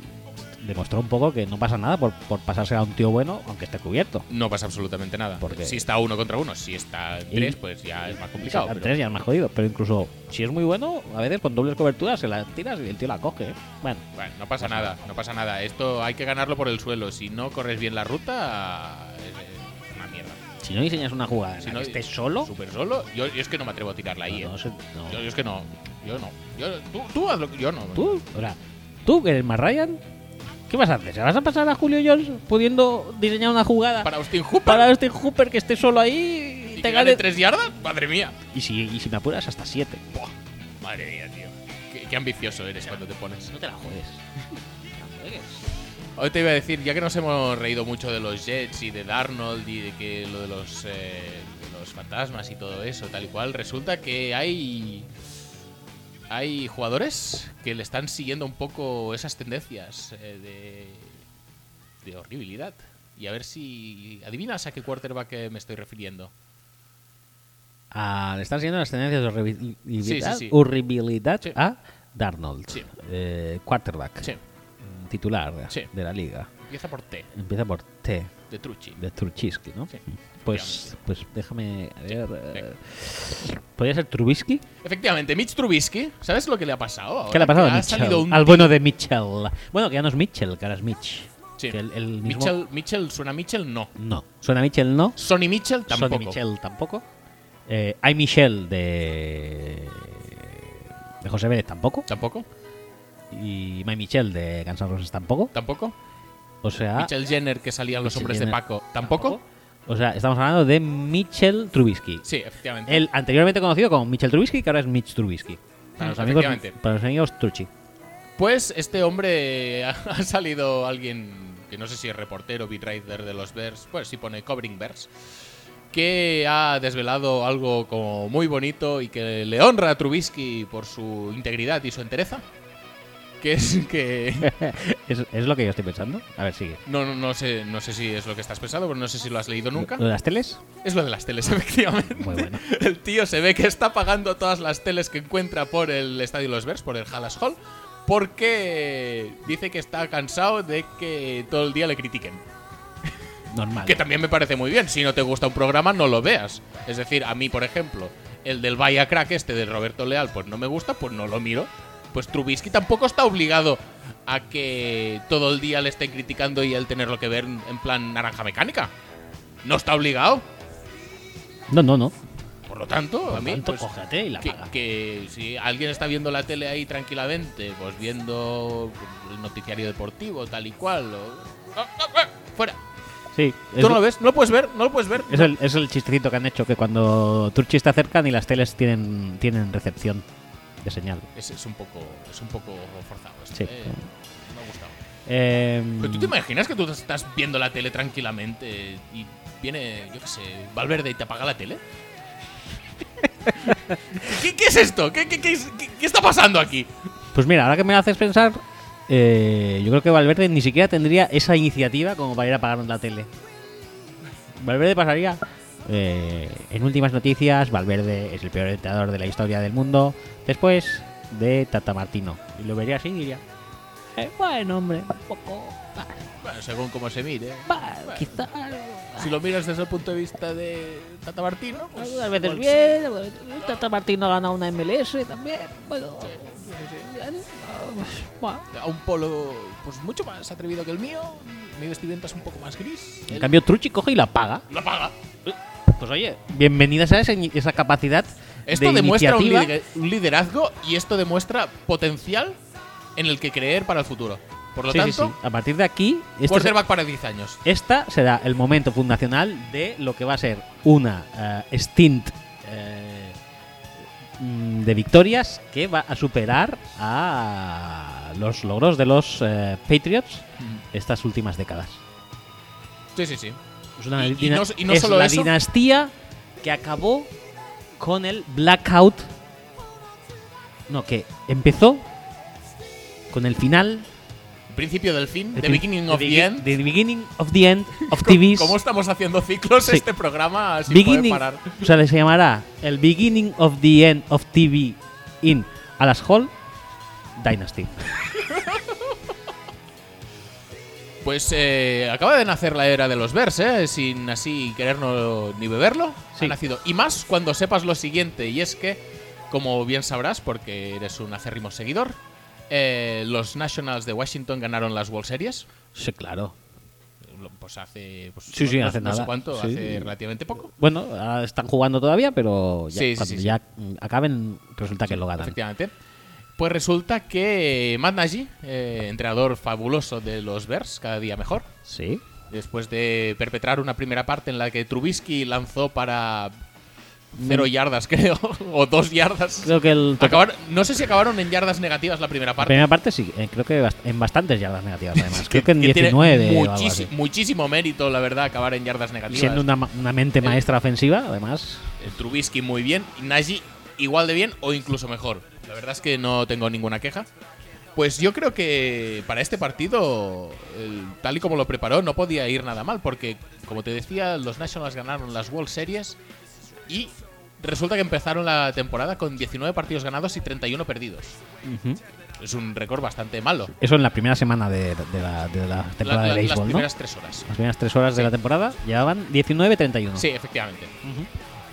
Speaker 1: demostró un poco que no pasa nada por, por pasarse a un tío bueno, aunque esté cubierto.
Speaker 2: no pasa absolutamente nada.
Speaker 1: ¿Por qué?
Speaker 2: Si está uno contra uno, si está
Speaker 1: Y-
Speaker 2: tres, pues ya es más complicado.
Speaker 1: Sí,
Speaker 2: pero-
Speaker 1: Tres ya es más jodido, pero incluso si es muy bueno, a veces con dobles coberturas se la tiras y el tío la coge. ¿eh? Bueno,
Speaker 2: Bueno, no pasa nada, no pasa nada. Esto hay que ganarlo por el suelo. Si no corres bien la ruta, es es una mierda.
Speaker 1: si no diseñas una jugada en
Speaker 2: Si
Speaker 1: la
Speaker 2: no
Speaker 1: que estés solo,
Speaker 2: Súper solo. Yo, yo es que no me atrevo a tirarla ahí.
Speaker 1: no,
Speaker 2: eh.
Speaker 1: no sé, no.
Speaker 2: Yo, yo es que no. Yo no. Yo- tú, tú haz lo que yo no.
Speaker 1: tú, o sea, tú que eres más Ryan, ¿qué vas a hacer? ¿Se la vas a pasar a Julio Jones pudiendo diseñar una jugada?
Speaker 2: Para Austin Hooper.
Speaker 1: para este Hooper que esté solo ahí
Speaker 2: y
Speaker 1: y
Speaker 2: que
Speaker 1: te
Speaker 2: gane
Speaker 1: gane.
Speaker 2: tres yardas. Madre mía.
Speaker 1: Y si, y si me apuras, hasta siete.
Speaker 2: Buah, madre mía, tío. Qué, qué ambicioso eres cuando te pones.
Speaker 1: No te la jodes.
Speaker 2: Hoy te iba a decir, ya que nos hemos reído mucho de los Jets y de Darnold y de que lo de los, eh, de los fantasmas y todo eso, tal y cual, resulta que hay. Hay jugadores que le están siguiendo un poco esas tendencias eh, de, de horribilidad. Y a ver si. ¿Adivinas a qué quarterback eh, me estoy refiriendo?
Speaker 1: Ah, le están siguiendo las tendencias de horribilidad,
Speaker 2: Sí, sí, sí.
Speaker 1: horribilidad
Speaker 2: Sí.
Speaker 1: a Darnold,
Speaker 2: Sí.
Speaker 1: eh, quarterback, mm,
Speaker 2: Sí,
Speaker 1: titular de-
Speaker 2: Sí.
Speaker 1: de la liga.
Speaker 2: empieza por T,
Speaker 1: Empieza por T,
Speaker 2: de Trucci.
Speaker 1: de Truchiski, ¿no?
Speaker 2: Sí,
Speaker 1: Pues, pues déjame a ver.
Speaker 2: venga.
Speaker 1: eh, ¿Podría ser Trubisky?
Speaker 2: Efectivamente, Mitch Trubisky, ¿sabes lo que le ha pasado?
Speaker 1: ¿Qué le ha
Speaker 2: ahora?
Speaker 1: pasado
Speaker 2: Que
Speaker 1: a Mitchell?
Speaker 2: salido un
Speaker 1: Al bueno de Mitchell. Bueno, que ya no es Mitchell, que ahora es Mitch.
Speaker 2: Sí.
Speaker 1: Que el, el mismo-
Speaker 2: Mitchell, Mitchell, ¿suena Mitchell? No.
Speaker 1: No. Suena Mitchell, no.
Speaker 2: Sonny Mitchell tampoco.
Speaker 1: Sonny Michel tampoco. Eh, I. Michel de. de José Vélez tampoco.
Speaker 2: ¿Tampoco?
Speaker 1: Y My Michel de Guns N' Roses tampoco.
Speaker 2: ¿Tampoco?
Speaker 1: O sea.
Speaker 2: Mitchell Jenner, que salían los
Speaker 1: Ah. Mitchell
Speaker 2: hombres de
Speaker 1: Jenner.
Speaker 2: Paco. ¿Tampoco?
Speaker 1: O sea, estamos hablando de Mitchell Trubisky.
Speaker 2: Sí, efectivamente.
Speaker 1: El anteriormente conocido como Mitchell Trubisky, que ahora es Mitch Trubisky. Para los amigos,
Speaker 2: Efectivamente.
Speaker 1: para los amigos Truchi.
Speaker 2: Pues este hombre ha, ha salido alguien que no sé si es reportero, beatwriter de los Bears, pues sí pone covering Bears, que ha desvelado algo como muy bonito y que le honra a Trubisky por su integridad y su entereza. Que es que
Speaker 1: ¿Es, es lo que yo estoy pensando. A ver, sigue.
Speaker 2: no, no, no sé no sé si es lo que estás pensando, pero no sé si lo has leído nunca.
Speaker 1: ¿Lo de las teles?
Speaker 2: Es lo de las teles, efectivamente.
Speaker 1: Muy eh. bueno.
Speaker 2: El tío se ve que está pagando todas las teles que encuentra por el Estadio Los Bears, por el Halas Hall, porque dice que está cansado de que todo el día le critiquen.
Speaker 1: Normal.
Speaker 2: Que también me parece muy bien. Si no te gusta un programa, no lo veas. Es decir, a mí, por ejemplo, el del Vaya Crack este de Roberto Leal, pues no me gusta, pues no lo miro. Pues Trubisky tampoco está obligado a que todo el día le estén criticando y él tenerlo que ver en plan naranja mecánica. No está obligado.
Speaker 1: No, no, no.
Speaker 2: Por lo tanto, a
Speaker 1: Por
Speaker 2: mí.
Speaker 1: tanto,
Speaker 2: pues,
Speaker 1: cógete y la
Speaker 2: que,
Speaker 1: paga.
Speaker 2: que si alguien está viendo la tele ahí tranquilamente, pues viendo el noticiario deportivo, tal y cual. o- No, no, eh, fuera.
Speaker 1: Sí. Es,
Speaker 2: Tú no lo ves, no lo puedes ver, no lo puedes ver.
Speaker 1: es el, es el chistecito que han hecho, que cuando Turchi está cerca ni las teles tienen, tienen recepción de señal.
Speaker 2: Es, es un poco, es un poco forzado. esto,
Speaker 1: Sí.
Speaker 2: eh. Me ha gustado.
Speaker 6: Mm.
Speaker 1: Em,
Speaker 2: Pero tú te imaginas que tú estás viendo la tele tranquilamente y viene, yo qué sé, Valverde y te apaga la tele. ¿Qué, qué es esto? ¿Qué, qué, qué es- qué- qué está pasando aquí?
Speaker 1: Pues mira, ahora que me haces pensar, eh, yo creo que Valverde ni siquiera tendría esa iniciativa como para ir a pagar la tele. Valverde pasaría. eh, en últimas noticias, Valverde es el peor entrenador de la historia del mundo. Después de Tata Martino. Y lo vería así y diría: "Eh, Bueno, hombre, un poco. bah,
Speaker 2: Bueno, según cómo se mire.
Speaker 6: bah, quizá
Speaker 2: Si lo miras desde el punto de vista de Tata Martino, pues,
Speaker 6: algunas veces
Speaker 2: igual
Speaker 6: bien, algunas veces- Tata Martino ha ganado una MLS también. Bueno, bien, ah, pues, bueno.
Speaker 2: sí. A un polo pues mucho más atrevido que el mío. Mi vestimenta es un poco más gris.
Speaker 1: En
Speaker 2: Él
Speaker 1: cambio, Truchi coge y la paga.
Speaker 2: lo apaga.
Speaker 1: Pues oye, bienvenidas a esa, ini- esa capacidad.
Speaker 2: Esto
Speaker 1: de
Speaker 2: demuestra un,
Speaker 1: iniciativa.
Speaker 2: lider- un liderazgo y esto demuestra potencial en el que creer para el futuro. Por lo
Speaker 1: Sí, sí,
Speaker 2: tanto,
Speaker 1: sí. A partir de aquí, este es-
Speaker 2: quarterback para 10 años.
Speaker 1: Esta será el momento fundacional de lo que va a ser una eh, stint eh, mm, de victorias que va a superar a los logros de los eh, Patriots estas últimas décadas.
Speaker 2: Sí, sí, sí.
Speaker 1: Es, una
Speaker 2: Y- y
Speaker 1: dina-
Speaker 2: no- y no
Speaker 1: es
Speaker 2: solo
Speaker 1: la
Speaker 2: eso.
Speaker 1: dinastía que acabó con el blackout. No, que empezó con el final.
Speaker 2: Principio del fin,
Speaker 1: el
Speaker 2: The
Speaker 1: prin-
Speaker 2: Beginning of
Speaker 1: the
Speaker 2: the
Speaker 1: begin-
Speaker 2: End.
Speaker 1: the beginning of the end of TVs.
Speaker 2: ¿Cómo estamos haciendo ciclos
Speaker 1: Sí.
Speaker 2: este programa sin
Speaker 1: Beginning,
Speaker 2: poder parar?
Speaker 1: o sea, le se llamará el Beginning of the End of TV in Alas Hall Dynasty.
Speaker 2: Pues eh, acaba de nacer la era de los vers, ¿eh? sin así quererlo ni beberlo.
Speaker 1: Sí.
Speaker 2: Ha nacido. Y más cuando sepas lo siguiente, y es que, como bien sabrás, porque eres un acérrimo seguidor, eh, los Nationals de Washington ganaron las World Series.
Speaker 1: Sí, claro.
Speaker 2: Lo- Pues hace. pues,
Speaker 1: Sí, sí,
Speaker 2: no-
Speaker 1: hace
Speaker 2: no sé
Speaker 1: nada.
Speaker 2: cuánto,
Speaker 1: Sí.
Speaker 2: hace relativamente poco.
Speaker 1: Bueno, ahora están jugando todavía, pero ya,
Speaker 2: Sí, sí,
Speaker 1: cuando
Speaker 2: sí, sí.
Speaker 1: ya mm, acaben, resulta que lo ganan.
Speaker 2: Efectivamente. Pues resulta que Matt Nagy, eh, entrenador fabuloso de los Bears, cada día mejor,
Speaker 1: Sí.
Speaker 2: después de perpetrar una primera parte en la que Trubisky lanzó para cero yardas, creo, o dos yardas.
Speaker 1: Creo que el.
Speaker 2: Acabaron- no sé si acabaron en yardas negativas la primera
Speaker 1: la
Speaker 2: parte.
Speaker 1: primera parte sí, eh, creo que bast- en bastantes yardas negativas además. Creo que en
Speaker 2: Que tiene
Speaker 1: 19 o algo
Speaker 2: muchísi-
Speaker 1: así.
Speaker 2: Muchísimo mérito, la verdad, acabar en yardas negativas.
Speaker 1: Siendo una, ma- una mente maestra ofensiva, además.
Speaker 2: Eh, Trubisky muy bien, y Nagy igual de bien o incluso mejor. La verdad es que no tengo ninguna queja. Pues yo creo que para este partido, el- tal y como lo preparó, no podía ir nada mal, porque como te decía, los Nationals ganaron las World Series y resulta que empezaron la temporada con 19 partidos ganados y 31 perdidos. Es un récord bastante malo.
Speaker 1: Eso en la primera semana de, de la, de la
Speaker 2: La-
Speaker 1: temporada
Speaker 2: la-
Speaker 1: de
Speaker 2: las
Speaker 1: béisbol, ¿no?
Speaker 2: primeras tres horas.
Speaker 1: Las primeras tres horas de
Speaker 2: Sí.
Speaker 1: la temporada llevaban 19-31.
Speaker 2: Sí, efectivamente.
Speaker 1: Ujú.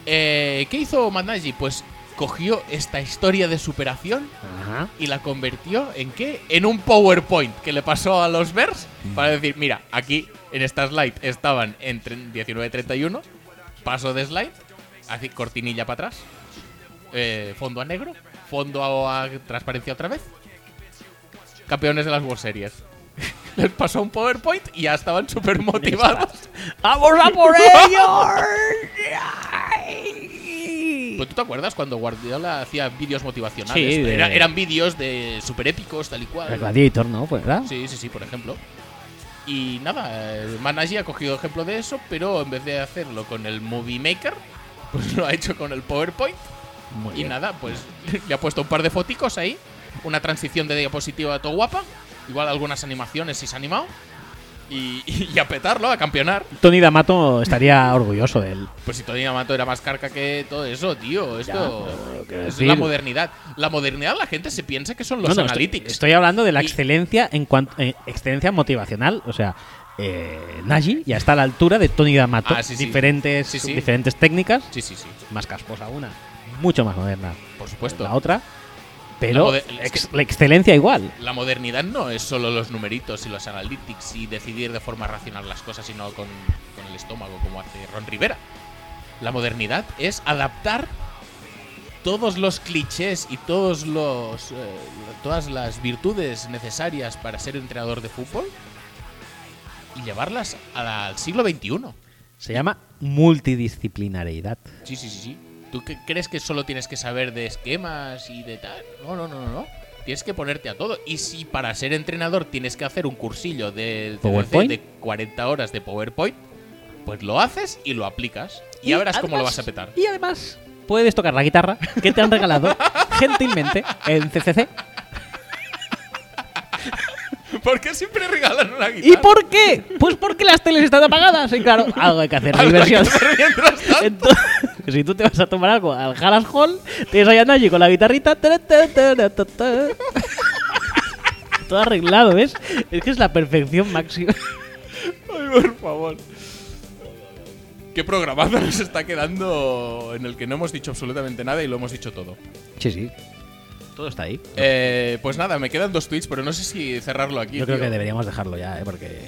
Speaker 2: Eh, ¿Qué hizo Matt Nagy? Pues cogió esta historia de superación
Speaker 1: Ajá.
Speaker 2: y la convirtió en qué? En un PowerPoint que le pasó a los Bears
Speaker 1: Mm.
Speaker 2: para decir, mira, aquí en esta slide estaban en 19-31, paso de slide, así cortinilla para atrás, eh, fondo a negro, fondo a, a transparencia otra vez, campeones de las World Series. Les pasó un PowerPoint y ya estaban súper motivados.
Speaker 6: ¡Vamos a por ellos! Ay.
Speaker 2: Pues, ¿Tú te acuerdas cuando Guardiola hacía vídeos motivacionales?
Speaker 1: Sí, de-
Speaker 2: Era- eran vídeos de super épicos, tal y cual.
Speaker 1: El Gladiator, ¿no? Pues, ¿verdad?
Speaker 2: Sí, sí, sí, por ejemplo. Y nada, eh, Managi ha cogido ejemplo de eso, pero en vez de hacerlo con el Movie Maker, pues lo ha hecho con el PowerPoint.
Speaker 1: Muy
Speaker 2: y
Speaker 1: bien.
Speaker 2: nada, pues le ha puesto un par de foticos ahí, una transición de diapositiva todo guapa, igual algunas animaciones si se ha animado. Y, y a petarlo, a campeonar.
Speaker 1: Tony D'Amato estaría orgulloso de él.
Speaker 2: Pues si Tony Amato era más carca que todo eso, tío. Esto
Speaker 1: pero, ¿qué
Speaker 2: es
Speaker 1: decir?
Speaker 2: la modernidad. La modernidad la gente se piensa que son los
Speaker 1: No, no, estoy-
Speaker 2: analytics.
Speaker 1: Estoy, hablando de la
Speaker 2: Y-
Speaker 1: excelencia en cuanto eh, excelencia motivacional, o sea, eh, Nagy ya está a la altura de Tony D'Amato.
Speaker 2: Ah, sí, sí.
Speaker 1: diferentes,
Speaker 2: Sí, sí.
Speaker 1: diferentes técnicas,
Speaker 2: Sí, sí, sí.
Speaker 1: más casposa una, mucho más moderna
Speaker 2: Por supuesto.
Speaker 1: la otra, Pero
Speaker 2: La poder-
Speaker 1: ex- la excelencia igual.
Speaker 2: La modernidad no es solo los numeritos y los analytics y decidir de forma racional las cosas, sino con, con el estómago, como hace Ron Rivera. La modernidad es adaptar todos los clichés y todos los eh, todas las virtudes necesarias para ser entrenador de fútbol y llevarlas a la- al siglo XXI.
Speaker 1: Se llama multidisciplinariedad.
Speaker 2: Sí, sí, sí, sí. ¿Tú qué- crees que solo tienes que saber de esquemas y de tal? No, no, no, no, no. Tienes que ponerte a todo. Y si para ser entrenador tienes que hacer un cursillo de,
Speaker 1: PowerPoint.
Speaker 2: de 40 horas de PowerPoint, pues lo haces y lo aplicas. Y, ya verás cómo lo vas a petar.
Speaker 1: Y además, puedes tocar la guitarra que te han regalado gentilmente en CCC.
Speaker 2: ¿Por qué siempre regalan una guitarra?
Speaker 6: ¿Y por qué? Pues porque las teles están apagadas. Y claro, algo hay que hacer de
Speaker 2: Algo hay que
Speaker 6: diversión.
Speaker 2: hacer mientras tanto.
Speaker 1: Entonces, si tú te vas a tomar algo al Halas Hall, tienes ahí a Naji con la guitarrita. ta, ta, ta, ta, ta, ta. Todo arreglado, ¿ves? Es que es la perfección máxima.
Speaker 2: Ay, por favor. Qué programado nos está quedando en el que no hemos dicho absolutamente nada y lo hemos dicho todo.
Speaker 1: Sí, sí. Todo está ahí.
Speaker 2: Eh, pues nada, me quedan dos tweets, pero no sé si cerrarlo aquí.
Speaker 1: Yo creo
Speaker 2: tío.
Speaker 1: que deberíamos dejarlo ya, ¿eh? Porque.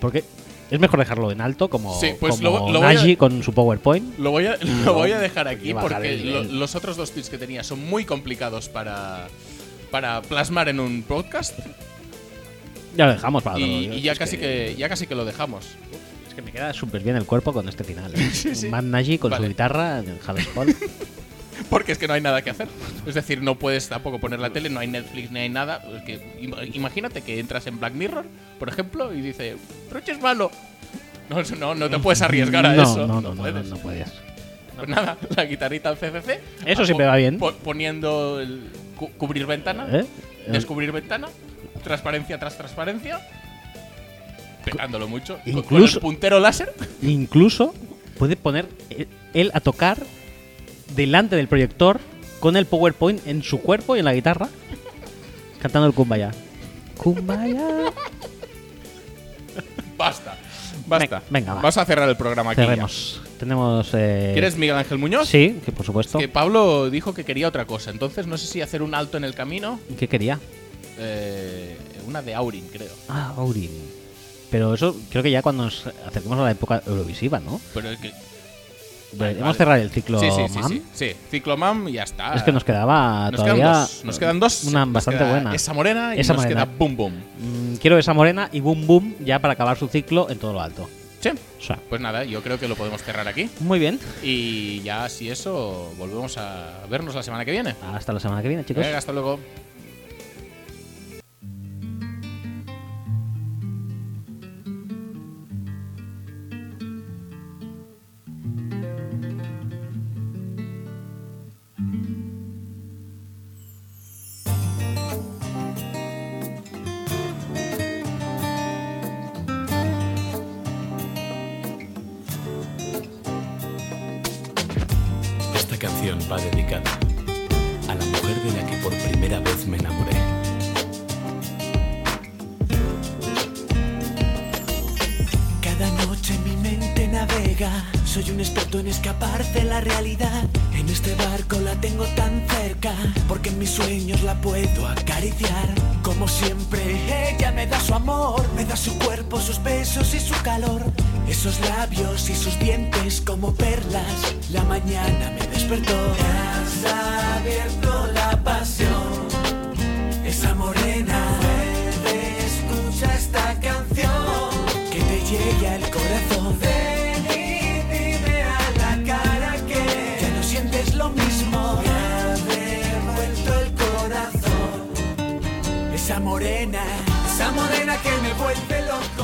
Speaker 1: Porque es mejor dejarlo en alto, como,
Speaker 2: Sí, pues
Speaker 1: como
Speaker 2: lo- lo voy a-
Speaker 1: Nagy con su PowerPoint.
Speaker 2: Lo voy a, lo voy a dejar aquí
Speaker 1: que bajar
Speaker 2: porque
Speaker 1: el
Speaker 2: lo-
Speaker 1: nivel.
Speaker 2: los otros dos tweets que tenía son muy complicados para, para plasmar en un podcast
Speaker 1: Ya lo dejamos para
Speaker 2: y,
Speaker 1: otro
Speaker 2: y
Speaker 1: día.
Speaker 2: ya,
Speaker 1: Es
Speaker 2: casi que, ya casi que lo dejamos.
Speaker 1: Es que me queda súper bien el cuerpo con este final.
Speaker 2: Sí, sí.
Speaker 1: Matt Nagy con
Speaker 2: Vale.
Speaker 1: su guitarra en el Halas Hall.
Speaker 2: Porque es que no hay nada que hacer. Es decir, no puedes tampoco poner la tele, no hay Netflix, ni hay nada. Es que ima- imagínate que entras en Black Mirror, por ejemplo, y dice, Roche es malo. No, no, no te puedes arriesgar a
Speaker 1: Mm, no,
Speaker 2: eso.
Speaker 1: No, no, no, no,
Speaker 2: puedes.
Speaker 1: no puedes.
Speaker 2: Pues nada, la guitarrita al CCC.
Speaker 1: Eso
Speaker 2: Ah,
Speaker 1: siempre
Speaker 2: po-
Speaker 1: va bien.
Speaker 2: po- poniendo el cu- cubrir ventana.
Speaker 1: ¿Eh?
Speaker 2: descubrir ventana, transparencia tras transparencia, pegándolo mucho, con-
Speaker 1: Incluso-
Speaker 2: con el puntero láser.
Speaker 1: Incluso puede poner e- él a tocar delante del proyector con el PowerPoint en su cuerpo y en la guitarra, cantando el Kumbaya. Kumbaya.
Speaker 2: Basta, basta.
Speaker 1: Ven- venga, va.
Speaker 2: Vamos a cerrar el programa aquí. ya.
Speaker 1: Cerremos. Tenemos. eh,
Speaker 2: ¿Quieres Miguel Ángel Muñoz?
Speaker 1: Sí, que por supuesto.
Speaker 2: Que Pablo dijo que quería otra cosa, entonces no sé si hacer un alto en el camino,
Speaker 1: ¿Qué quería?
Speaker 2: eh, una de Aurin, creo.
Speaker 1: Ah, Aurin. Pero eso creo que ya cuando nos acerquemos a la época eurovisiva, ¿no?
Speaker 2: Pero es que-
Speaker 1: Deberíamos
Speaker 2: vale.
Speaker 1: cerrar el ciclo
Speaker 2: sí, sí, sí,
Speaker 1: MAM.
Speaker 2: sí, sí. Ciclomam y ya está.
Speaker 1: Es que nos quedaba
Speaker 2: Nos
Speaker 1: todavía.
Speaker 2: quedan dos. Nos quedan dos.
Speaker 1: Una
Speaker 2: Nos
Speaker 1: bastante
Speaker 2: queda
Speaker 1: buena.
Speaker 2: Esa morena y
Speaker 1: Esa
Speaker 2: nos
Speaker 1: morena.
Speaker 2: queda Boom Boom.
Speaker 1: Mm, Quiero esa morena y boom boom ya para acabar su ciclo en todo lo alto.
Speaker 2: Sí.
Speaker 1: O sea,
Speaker 2: Pues nada, yo creo que lo podemos cerrar aquí.
Speaker 1: muy bien.
Speaker 2: Y ya, si eso, volvemos a vernos la semana que viene.
Speaker 1: Hasta la semana que viene, chicos.
Speaker 2: Venga, hasta luego.
Speaker 7: Esta canción va dedicada a la mujer de la que por primera vez me enamoré.
Speaker 8: Cada noche mi mente navega, soy un experto en escapar de la realidad. En este barco la tengo tan cerca, porque en mis sueños la puedo acariciar. Como siempre, ella me da su amor, me da su cuerpo, sus besos y su calor. Esos labios y sus dientes como perlas, la mañana me despertó. Me has abierto la pasión esa morena. Ven, escucha esta canción que te llega al corazón. Ven y dime a la cara que ya no sientes lo mismo. Me ha devuelto el corazón. Esa morena, esa morena que me vuelve loco.